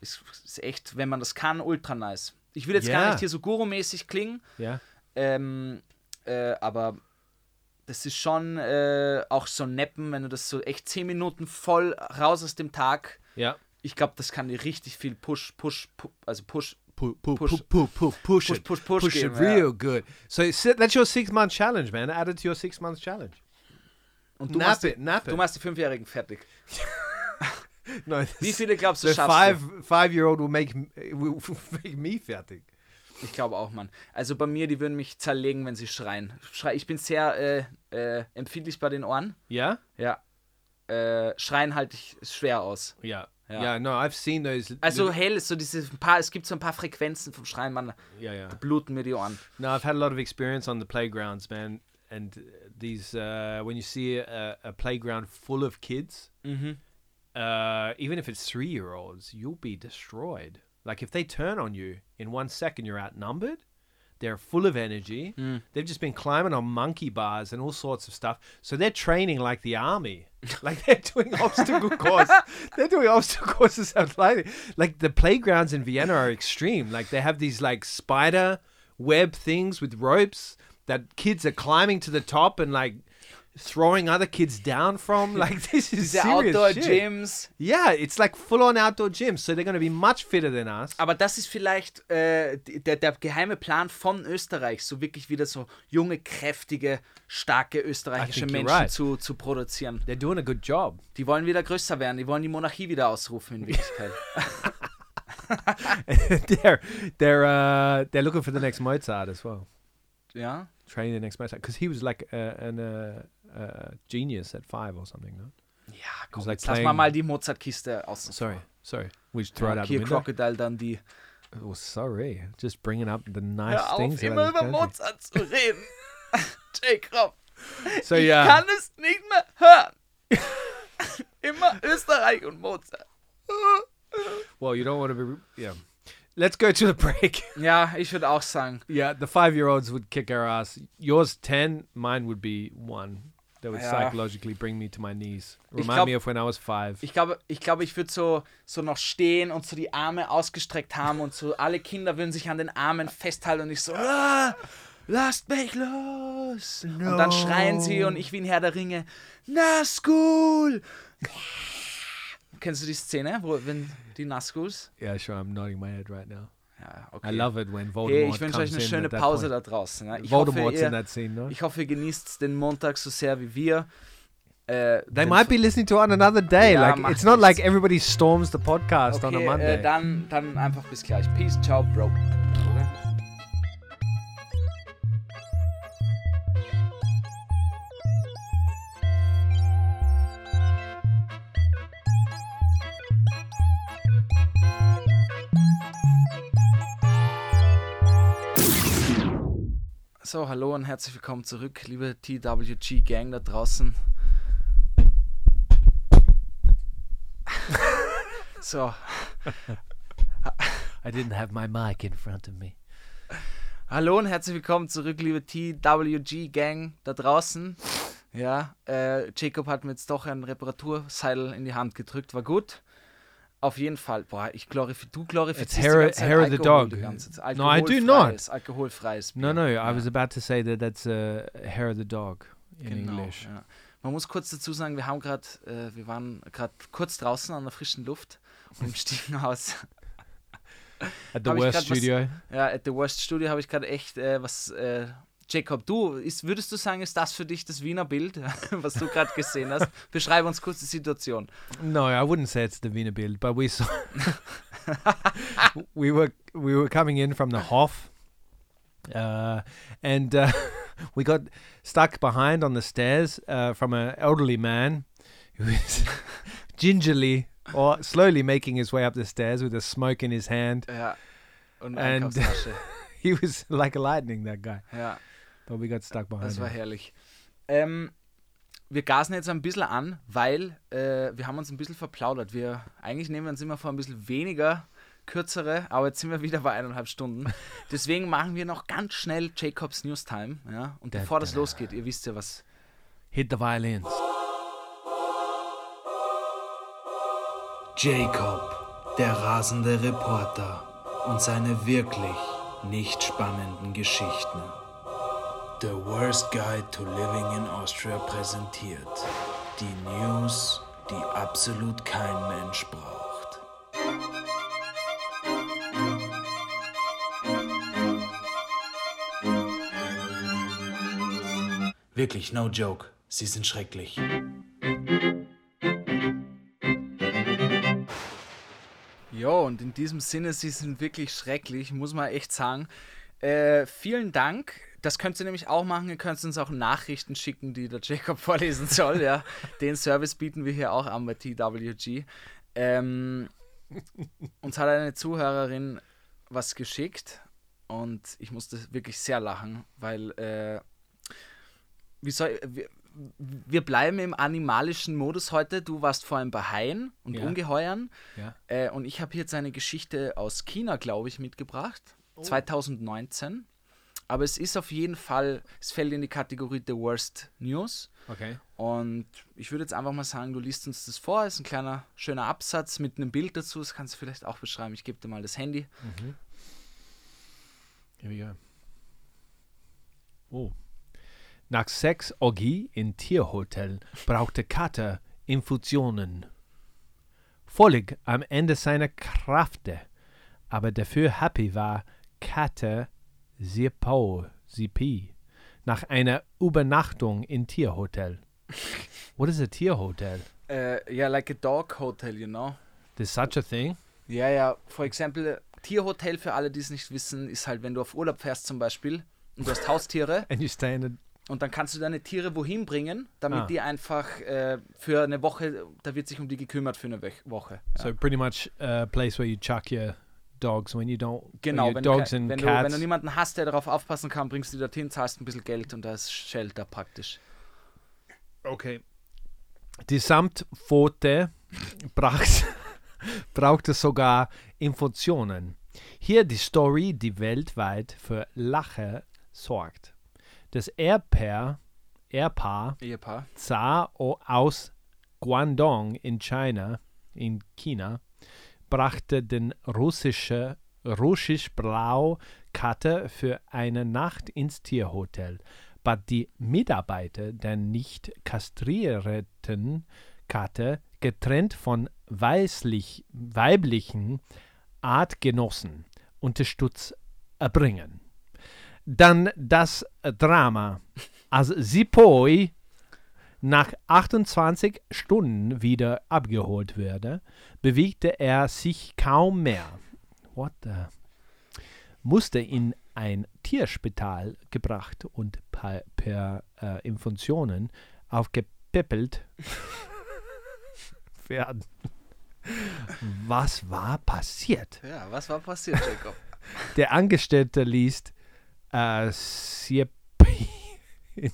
B: Ist, ist echt, wenn man das kann, ultra nice. Ich will jetzt gar
A: Ja.
B: nicht hier so gurumäßig klingen,
A: Yeah.
B: Ähm, äh, aber das ist schon äh, auch so Neppen, wenn du das so echt 10 Minuten voll raus aus dem Tag.
A: Yeah.
B: Ich glaube, das kann dir richtig viel Push, Push, Push also Push.
A: Push, push,
B: Push.
A: push, push, push, push,
B: Push,
A: it,
B: push, push
A: push it
B: game,
A: real good. So it's, that's your six month challenge, man. Add it to your six month challenge.
B: Und du
A: Nap
B: machst,
A: it, nap
B: du
A: it.
B: machst die Fünfjährigen fertig.
A: No,
B: Wie
A: this-
B: viele glaubst du
A: the
B: schaffst
A: five five year old will make m- will (laughs) make me fertig.
B: du? Ich glaube auch, Mann. Also bei mir, die würden mich zerlegen, wenn sie schreien. Schrei, ich bin sehr äh, äh, empfindlich bei den Ohren.
A: Yeah,
B: Ja. Äh, schreien halte ich schwer aus.
A: yeah, yeah.
B: Yeah.
A: no, I've seen those.
B: Also
A: little-
B: hell ist so diese paar, es gibt so ein paar Frequenzen vom Schreien, Mann.
A: yeah, yeah.
B: Bluten mir die Ohren.
A: No, I've had a lot of experience on the playgrounds, man. And uh, these uh, when you see a, a playground full of kids, uh, even if it's three year olds, you'll be destroyed. Like if they turn on you in one second, you're outnumbered. They're full of energy. They've just been climbing on monkey bars and all sorts of stuff. So they're training like the army. Like they're doing obstacle course. They're doing obstacle courses (laughs) athletic. Like the playgrounds in Vienna are extreme. Like they have these like spider web things with ropes that kids are climbing to the top and like throwing other kids down from. Like this is
B: Diese
A: serious shit.
B: Outdoor-Gyms.
A: Yeah, it's like full on outdoor gyms. So they're going to be much fitter than us.
B: Aber das ist vielleicht äh, die- der, der geheime Plan von Österreich, so wirklich wieder so junge, kräftige, starke
A: I
B: österreichische
A: think you're
B: Menschen
A: right.
B: zu, zu produzieren.
A: They're doing a good (laughs) job.
B: Die wollen wieder größer werden, die wollen die Monarchie wieder ausrufen in
A: (laughs)
B: Wirklichkeit.
A: they're they're uh, they're looking for the next Mozart as well.
B: yeah.
A: Training the next match because he was like uh, an uh, uh, genius at five or something. No?
B: Ja, komm,
A: like
B: jetzt lass mal
A: playing-
B: mal die Mozartkiste aus.
A: Sorry, sorry. We should throw it out the
B: Hier
A: window.
B: Crocodile dann die.
A: Oh, sorry. Just bringing up the nice
B: Hör auf,
A: things.
B: immer
A: about
B: über
A: this country.
B: Mozart zu
A: (laughs)
B: reden. Jacob,
A: So
B: ich
A: yeah.
B: kann es nicht mehr
A: (laughs)
B: hören. immer Österreich und Mozart.
A: Well, you don't want to be. Yeah. Let's go to the break. (laughs)
B: Ja, ich würde auch sagen.
A: yeah, the five-year-olds would kick our ass. Yours ten, mine would be one. That would
B: Yeah.
A: psychologically bring me to my knees. Remind
B: glaub-
A: me of when I was five.
B: Ich glaube, ich, glaube, ich würde so, so noch stehen und so die Arme ausgestreckt haben und so alle Kinder würden sich an den Armen festhalten und ich so, ah, lasst mich los. Und dann schreien sie und ich wie ein Herr der Ringe, Nazgul. (laughs) Kennst du die Szene, wo wenn die Nazguls?
A: yeah, sure. I'm nodding my head right now.
B: Ja,
A: I love it when Voldemort
B: Hey, ich wünsche euch
A: comes
B: eine
A: in
B: schöne
A: at that
B: Pause
A: point.
B: da draußen. ne? Ich hoffe,
A: Voldemort's in
B: ihr,
A: that scene, no?
B: ich hoffe, ihr genießt den Montag so sehr wie wir. Äh,
A: They
B: den
A: might be listening to it on another day.
B: Yeah,
A: like
B: macht
A: it's not
B: nichts.
A: like everybody storms the podcast on a
B: Okay,
A: Monday.
B: äh, dann, dann einfach bis gleich. Peace, ciao, Bro. Oder? So, hallo und herzlich willkommen zurück, liebe TWG-Gang da draußen. (laughs) So,
A: I didn't have my mic in front of me.
B: Hallo und herzlich willkommen zurück, liebe TWG-Gang da draußen. Ja, äh, Jacob hat mir jetzt doch ein Reparaturseil in die Hand gedrückt, war gut. Auf jeden Fall, boah, ich glorif du glorifizierst
A: It's Hera-
B: die ganze Zeit
A: Hera the
B: Alkohol
A: dog.
B: Die ganze Zeit.
A: No, I do
B: Alkoholfreies- Alkoholfreies Bier.
A: No, no, I was about to say that that's uh, hair of the dog in
B: Genau,
A: English.
B: Ja. Man muss kurz dazu sagen, wir haben gerade, äh, wir waren gerade kurz draußen an der frischen Luft und
A: (laughs)
B: im Stiegenhaus.
A: At the
B: Hab ich
A: worst
B: grad was-
A: studio.
B: Ja, at the Worst Studio habe ich gerade echt äh, was. Äh, Jacob, du, ist, würdest du sagen, ist das für dich das Wiener Bild, (laughs) was du gerade gesehen (laughs) hast? Beschreibe uns kurz die Situation.
A: No, I wouldn't say it's the Wiener Bild, but we (laughs) saw we were we were coming in from the Hof, uh, and uh, (laughs) we got stuck behind on the stairs uh, from an elderly man who was (laughs) gingerly or slowly making his way up the stairs with a smoke in his hand.
B: Ja. Und (laughs)
A: And-
B: Einkaufstasche.
A: He was like lightning, that guy.
B: ja,
A: But we got stuck behind.
B: das war
A: him.
B: herrlich. Ähm, wir gasen jetzt ein bisschen an, weil äh, wir haben uns ein bisschen verplaudert. Wir, eigentlich nehmen wir uns immer vor ein bisschen weniger, kürzere, aber jetzt sind wir wieder bei eineinhalb (laughs) Stunden. Deswegen machen wir noch ganz schnell Jacobs Newstime. Ja? Und bevor das losgeht, ihr wisst ja, was
A: Hit the violins.
E: Jacob, der rasende Reporter und seine wirklich nicht spannenden Geschichten. The Worst Guide to Living in Austria präsentiert die News, die absolut kein Mensch braucht. Wirklich, no joke, sie sind schrecklich.
B: Ja, und in diesem Sinne, sie sind wirklich schrecklich, muss man echt sagen. Äh, vielen Dank. Das könnt ihr nämlich auch machen. Ihr könnt uns auch Nachrichten schicken, die der Jacob (laughs) vorlesen soll. Ja, den Service bieten wir hier auch an bei TWG. Ähm, uns hat eine Zuhörerin was geschickt und ich musste wirklich sehr lachen, weil äh, wie soll, wir, wir bleiben im animalischen Modus heute. Du warst vorhin bei Haien und
A: Ja.
B: Ungeheuern.
A: Ja.
B: Äh, und ich habe hier jetzt eine Geschichte aus China, glaube ich, mitgebracht. 2019. Aber es ist auf jeden Fall, es fällt in die Kategorie The Worst News.
A: Okay.
B: Und ich würde jetzt einfach mal sagen, du liest uns das vor. Ist ein kleiner, schöner Absatz mit einem Bild dazu. Das kannst du vielleicht auch beschreiben. Ich gebe dir mal das Handy.
A: Here we go. Oh. Nach sechs Orgie in Tierhotel brauchte Kater Infusionen. Völlig am Ende seiner Kräfte, aber dafür happy war Kater Sipau, Sipi, nach einer Übernachtung in Tierhotel. (laughs) What is a Tierhotel?
B: Äh, ja, like a dog hotel, you know.
A: There's such a thing?
B: Ja, ja, for example, Tierhotel für alle, die es nicht wissen, ist halt, wenn du auf Urlaub fährst zum Beispiel und du hast (laughs) Haustiere
A: And you stay in a.
B: und dann kannst du deine Tiere wohin bringen, damit
A: Ah.
B: die einfach äh, für eine Woche, da wird sich um die gekümmert für eine Wech- Woche. Ja.
A: So pretty much a place where you chuck your dogs when you don't. or
B: Genau,
A: your
B: wenn, du,
A: dogs
B: kei-
A: and
B: wenn, du,
A: cats.
B: wenn du niemanden hast, der darauf aufpassen kann, bringst du die dorthin, zahlst ein bisschen Geld und da ist Shelter praktisch.
A: Okay. Die Samtpfote braucht, (laughs) brauchte sogar Infusionen. Hier die Story, die weltweit für Lache sorgt. Das Ehepaar, Ehepaar
B: Ehepaar.
A: Zar o- aus Guangdong in China, in China, brachte den russische russisch-blau Kater für eine Nacht ins Tierhotel, bat die Mitarbeiter der nicht kastrierten Kater getrennt von weißlich, weiblichen Artgenossen Unterstütz erbringen. Dann das Drama, als Sipoi nach 28 Stunden wieder abgeholt wurde, bewegte er sich kaum mehr. What the? Musste in ein Tierspital gebracht und per, per äh, Infusionen aufgepäppelt werden. Was war passiert?
B: Ja, was war passiert,
A: (laughs)
B: Jacob?
A: Der Angestellte liest äh, Siepi. (laughs)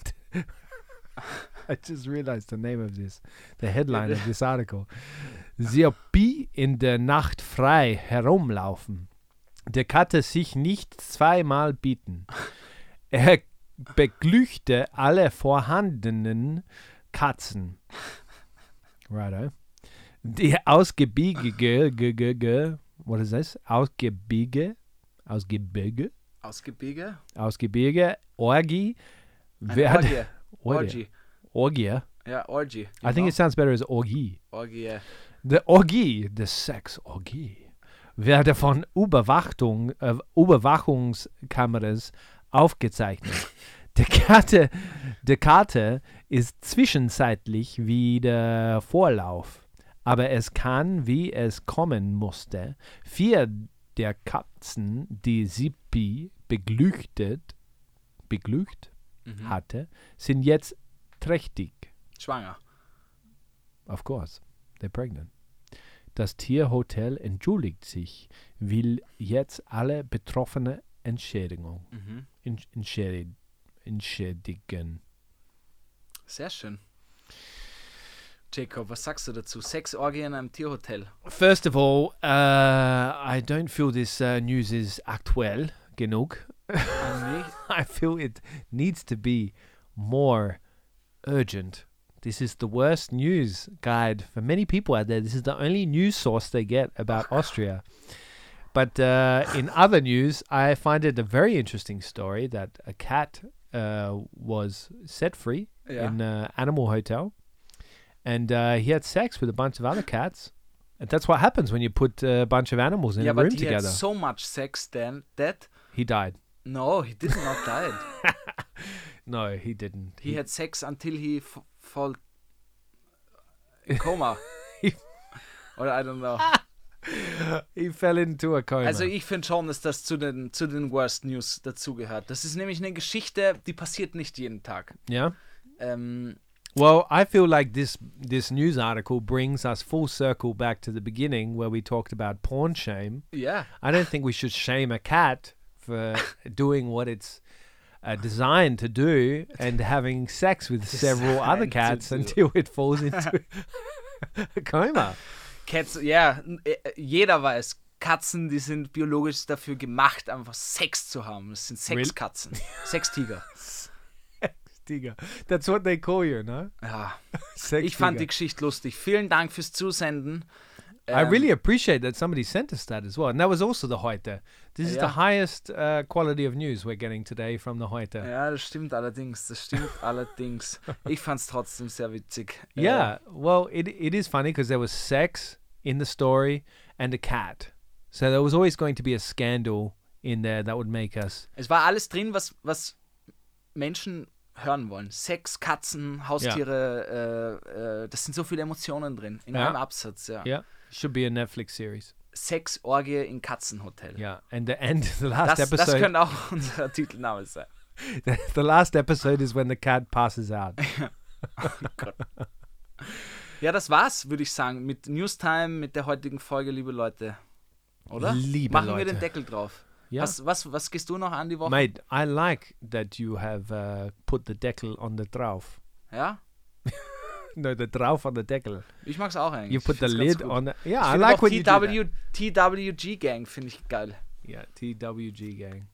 A: I just realized the name of this, the headline of this article. Siepi in der Nacht frei herumlaufen. Der Katte sich nicht zweimal bieten. Er beglückte alle vorhandenen Katzen. Righto. Die ausgebiegige, ge, ge, ge, what is this? Ausgebiege, ausgebirge,
B: Ausgebirge?
A: ausgebirge, Orgie,
B: Eine
A: wer-
B: Orgie. Orgie.
A: Orgie. Orgie.
B: Ja, Orgie. Genau.
A: I think it sounds better as Orgie.
B: Orgie. äh,
A: The Orgie, the Sex Orgie, werde von Überwachung, äh, Überwachungskameras aufgezeichnet. Der Karte, der Karte ist zwischenzeitlich wieder Vorlauf, aber es kann, wie es kommen musste, vier der Katzen, die Sippi beglücktet, beglückt hatte, sind jetzt trächtig.
B: Schwanger.
A: Of course, they're pregnant. Das Tierhotel entschuldigt sich, will jetzt alle Betroffene Entschädigung Entsch- entschädi- entschädigen.
B: Sehr schön. Jacob, was sagst du dazu? Sexorgie in einem Tierhotel.
A: First of all, uh, I don't feel this uh, news is actual genug. (laughs) I feel it needs to be more urgent. This is the worst news guide for many people out there. This is the only news source they get
B: (laughs)
A: about Austria. But uh, in other news, I find it a very interesting story that a cat uh, was set free
B: Yeah.
A: in an animal hotel, and uh, he had sex with a bunch of other cats. And that's what happens when you put a bunch of animals in
B: ja,
A: a room
B: but he had
A: together.
B: so much sex then that
A: he died.
B: no, he did not die.
A: No, he didn't.
B: He had sex until he f fall in
A: (laughs)
B: coma. Oder I don't know.
A: he fell into a coma.
B: Also ich finde schon, dass das zu den, zu den Worst News dazugehört. Das ist nämlich eine Geschichte, die passiert nicht jeden Tag.
A: yeah.
B: Ähm,
A: Well, I feel like this this news article brings us full circle back to the beginning where we talked about porn shame.
B: ja,
A: I don't think we should shame a cat
B: (laughs)
A: for doing what it's uh, designed to do and having sex
B: (laughs)
A: with several other
B: Designed to
A: cats
B: do.
A: until
B: (laughs)
A: it falls into (laughs) a coma.
B: Cats, ja, n- äh, jeder weiß, Katzen, die sind biologisch dafür gemacht, einfach Sex zu haben. Das sind (laughs) Sexkatzen. Sextiger.
A: Digga. That's what they call you, no?
B: Ja.
A: (laughs) Sex
B: Ich fand die
A: digger.
B: Geschichte lustig. Vielen Dank fürs Zusenden.
A: I
B: Ähm,
A: really appreciate that somebody sent us that as well. And that was also the Heute. This is the
B: Yeah.
A: highest uh, quality of news we're getting today from the Heute.
B: Ja, das stimmt allerdings. Das (laughs) stimmt allerdings. Ich fand es trotzdem sehr witzig. Äh,
A: Yeah, well, it it is funny because there was sex in the story and a cat, so there was always going to be a scandal in there that would make us.
B: Es war alles drin, was, was Menschen hören wollen. Sex, Katzen, Haustiere, äh, äh, das sind so viele Emotionen drin. In
A: Ja.
B: einem Absatz, ja.
A: Yeah, should be a Netflix series.
B: Sex, Orgie in Katzenhotel.
A: Yeah, and (laughs) the end, the last
B: Das, das (laughs)
A: episode.
B: könnte auch unser Titelname sein.
A: (laughs) the last episode is when the cat passes out.
B: Ja, das war's, würde ich sagen, mit Newstime, mit der heutigen Folge, liebe Leute. Oder?
A: Liebe
B: Machen wir
A: Leute.
B: den Deckel drauf.
A: Ja.
B: Was, was, was gehst du noch an die Woche?
A: Mate, I like that you have uh, put the deckel on the drauf.
B: ja?
A: No, the drauf on the deckel.
B: Ich mag's auch eigentlich.
A: You put
B: Ich
A: the
B: find's ganz
A: lid
B: gut.
A: on the. Yeah,
B: Ich
A: I
B: find
A: like
B: auch
A: when you do that.
B: TW, TWG Gang finde ich geil.
A: Yeah, TWG gang.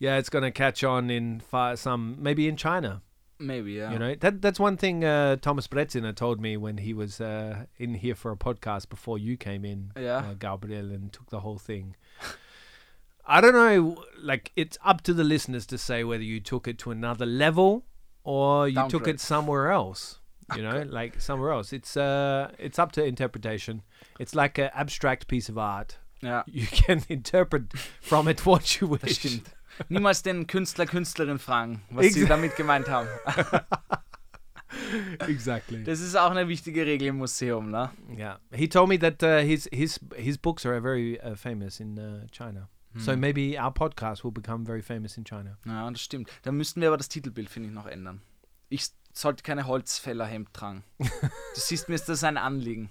A: Yeah, it's gonna catch on in far, some maybe in China.
B: Maybe, ja.
A: You know that that's one thing uh, Thomas Brezina told me when he was uh, in here for a podcast before you came in,
B: Yeah.
A: uh, Gabriel, and took the whole thing. I don't know, like it's up to the listeners to say whether you took it to another level or you took
B: Downgrade.
A: it somewhere else. You know, like somewhere else. It's uh, it's up to interpretation. It's like an abstract piece of art.
B: ja.
A: You (laughs) can interpret from it what you wish.
B: Das stimmt. Niemals den Künstler, Künstlerin fragen, was sie
A: Exa-
B: damit gemeint haben.
A: (laughs) Exactly.
B: Das ist auch eine wichtige Regel im Museum, ne?
A: Yeah, he told me that uh, his his his books are very uh, famous in uh, China. So
B: Hmm.
A: maybe our podcast will become very famous in China.
B: Ja, das stimmt. Da müssten wir aber das Titelbild, finde ich, noch ändern. Ich sollte keine Holzfällerhemd tragen. Du siehst mir, ist das ein Anliegen.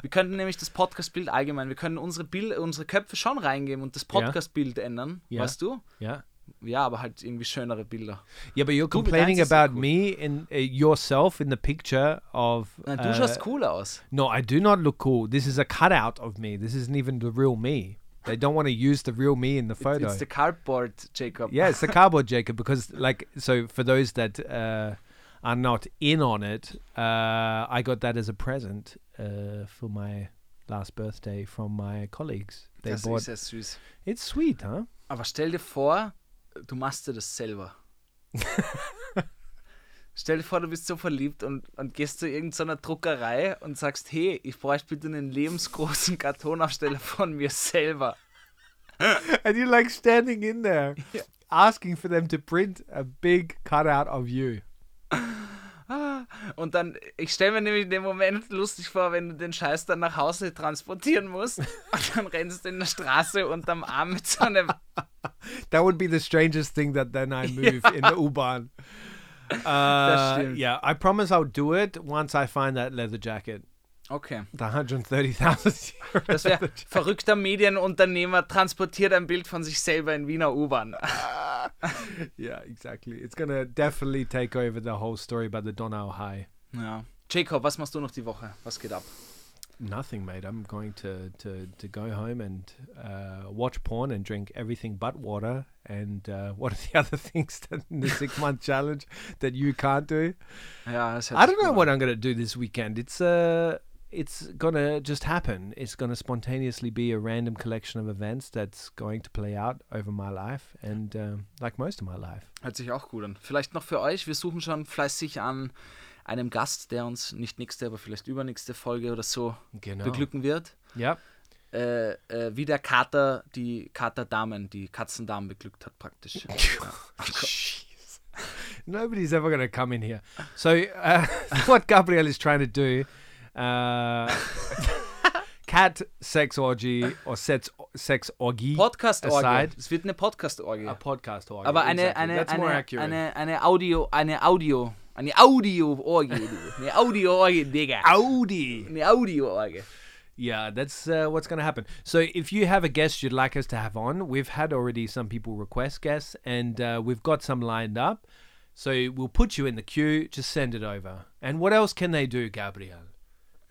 B: Wir könnten nämlich das Podcast-Bild allgemein, wir können unsere, Bild, unsere Köpfe schon reingeben und das Podcast-Bild ändern,
A: Ja.
B: weißt du?
A: Yeah,
B: Ja, aber halt irgendwie schönere Bilder.
A: yeah, but
B: Du,
A: you're
B: deins
A: complaining
B: ist ja
A: about
B: cool.
A: me in uh, yourself in the picture of.
B: Nein, du
A: uh,
B: schaust cool aus.
A: No, I do not look cool. This is a cutout of me. This isn't even the real me. They don't want to use the real me in the photo.
B: It's the cardboard, Jacob.
A: yeah, it's the cardboard Jacob because like so for those that uh, are not in on it, uh, I got that as a present uh, for my last birthday from my colleagues. They
B: das
A: bought
B: ist ja süß.
A: it's sweet, huh?
B: Aber stell dir vor, du machst dir das (laughs) selber. stell dir vor, du bist so verliebt und, und gehst zu irgendeiner Druckerei und sagst, hey, ich bräuchte bitte einen lebensgroßen Kartonaufsteller von mir selber.
A: (laughs) And you're like standing in (laughs) there
B: Yeah.
A: asking for them to print a big cutout of you. (laughs)
B: Und dann, ich stelle mir nämlich den Moment lustig vor, wenn du den Scheiß dann nach Hause transportieren (laughs) musst und dann rennst du in der Straße unterm Arm mit so einem
A: That would be the strangest thing that then (laughs) I move in the (laughs) Uban. Uh,
B: stimmt.
A: yeah, I promise I'll do it once I find that leather jacket.
B: Okay.
A: The 130,000 (laughs) euros.
B: (laughs) Das wäre verrückter Medienunternehmer transportiert ein Bild von sich selber in Wiener U-Bahn.
A: Yeah, exactly. It's gonna definitely take over the whole story about the Donau High.
B: Ja. Jacob, was machst du noch die Woche? Was geht ab?
A: Nothing, mate. I'm going to to, to go home and uh, watch porn and drink everything but water. And uh, (laughs) what are the other things (laughs) that in the six month challenge that you can't do?
B: Ja, das hört
A: I
B: sich
A: don't know
B: gut
A: what I'm gonna do this weekend. It's uh, it's gonna just happen. It's gonna spontaneously be a random collection of events that's going to play out over my life and um, like most of my life.
B: an. Hört sich auch gut an. Vielleicht noch für euch, wir suchen schon fleißig an einem Gast, der uns nicht nächste, aber vielleicht übernächste Folge oder so
A: Genau.
B: beglücken wird.
A: Yep.
B: Äh, äh, wie der Kater die Katerdamen, die Katzendamen beglückt hat
A: (laughs)
B: praktisch.
A: Nobody's ever going to come in here. So, uh, (laughs) what Gabrielle is trying to do, uh, cat sex orgy or sex sex orgy
B: Podcast-Orgie.
A: Aside.
B: Es wird eine Podcast-Orgy.
A: a podcast orgy.
B: Aber eine,
A: exactly.
B: eine,
A: that's more
B: eine,
A: accurate.
B: eine, eine Audio, eine Audio, eine Audio-Orgie, du. Eine Audio-Orgie, Digga.
A: Audi.
B: Eine Audio-Orgie.
A: Yeah, that's uh, what's going to happen. So, if you have a guest you'd like us to have on, we've had already some people request guests, and uh, we've got some lined up. So we'll put you in the queue. Just send it over. And what else can they do, Gabrielle,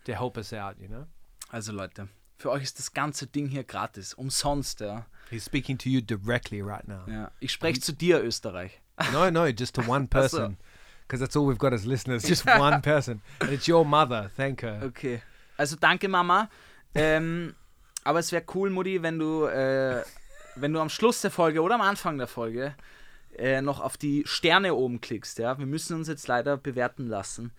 A: to help us out? You know.
B: Also Leute, für euch ist das ganze Ding hier gratis, umsonst, ja.
A: He's speaking to you directly right now.
B: ja. Ich spreche zu dir, Österreich.
A: No, no, just to one person. Because that's all we've got as listeners, just one person. And it's your mother. Thank her.
B: Okay. Also danke, Mama. Ähm, aber es wäre cool, Mutti, wenn du, äh, wenn du am Schluss der Folge oder am Anfang der Folge äh, noch auf die Sterne oben klickst, ja. Wir müssen uns jetzt leider bewerten lassen.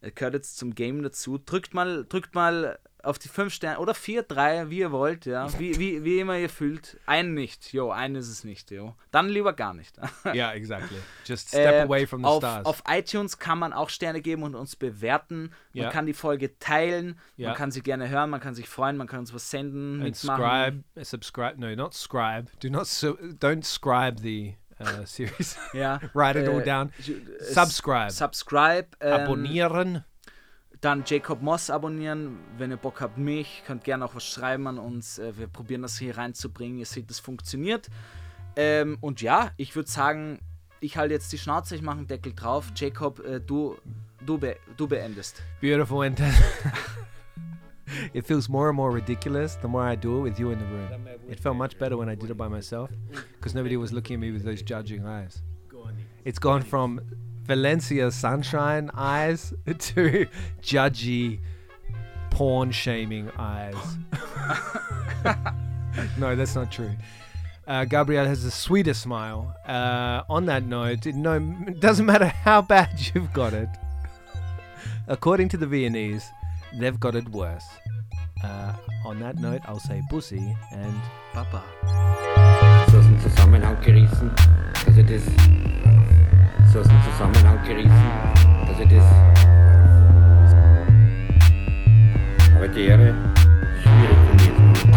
B: Äh, Gehört jetzt zum Game dazu. Drückt mal, drückt mal auf die fünf Sterne oder vier, drei, wie ihr wollt, ja. Wie, wie, wie immer ihr fühlt. Einen nicht, jo, einen ist es nicht, jo. Dann lieber gar nicht. (laughs)
A: Yeah, exactly. Just step
B: Äh,
A: away from the
B: auf,
A: stars.
B: Auf iTunes kann man auch Sterne geben und uns bewerten. Man
A: Ja.
B: kann die Folge teilen,
A: Ja.
B: man kann sie gerne hören, man kann sich freuen, man kann uns was senden,
A: and uh,
B: mitmachen.
A: scribe, subscribe. No, not scribe. Do not su- don't scribe the uh, series.
B: Ja.
A: (laughs) Write it all
B: Äh,
A: down.
B: ju- äh,
A: Subscribe.
B: Subscribe. Ähm,
A: Abonnieren.
B: Dann Jacob Moss abonnieren, wenn ihr Bock habt, mich. Könnt gerne auch was schreiben an uns. Äh, Wir probieren das hier reinzubringen. Ihr seht, es funktioniert. Ähm, und ja, ich würde sagen, ich halte jetzt die Schnauze, ich mache einen Deckel drauf. Jacob, äh, du, du, be du beendest.
A: Beautiful and (laughs) It feels more and more ridiculous the more I do it with you in the room. It felt much better when I did it by myself because nobody was looking at me with those judging eyes. It's gone from Valencia sunshine eyes (laughs) to judgy porn shaming eyes. (laughs) no, that's not true. Uh, Gabrielle has the sweetest smile. Uh, on that note, it no, it doesn't matter how bad (laughs) you've got it. According to the Viennese, they've got it worse. Uh, on that note, I'll say pussy and
B: Baba.
C: So aus dem Zusammenhang gerissen, dass ich das. So aus dem Zusammenhang gerissen, dass ich das. Aber die Ehre, schwierig von mir jetzt momentan.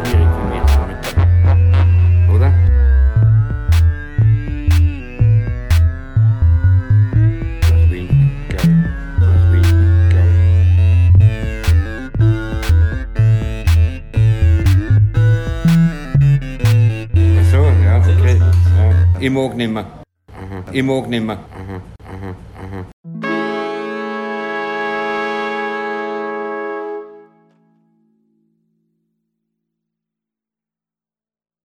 C: Schwierig von mir jetzt momentan. Oder? Nach Wien, glaub ich. Nach Wien, glaub ich. Ach so, ja, okay. Ja. Ich mag nimmer. Ich mag nimmer.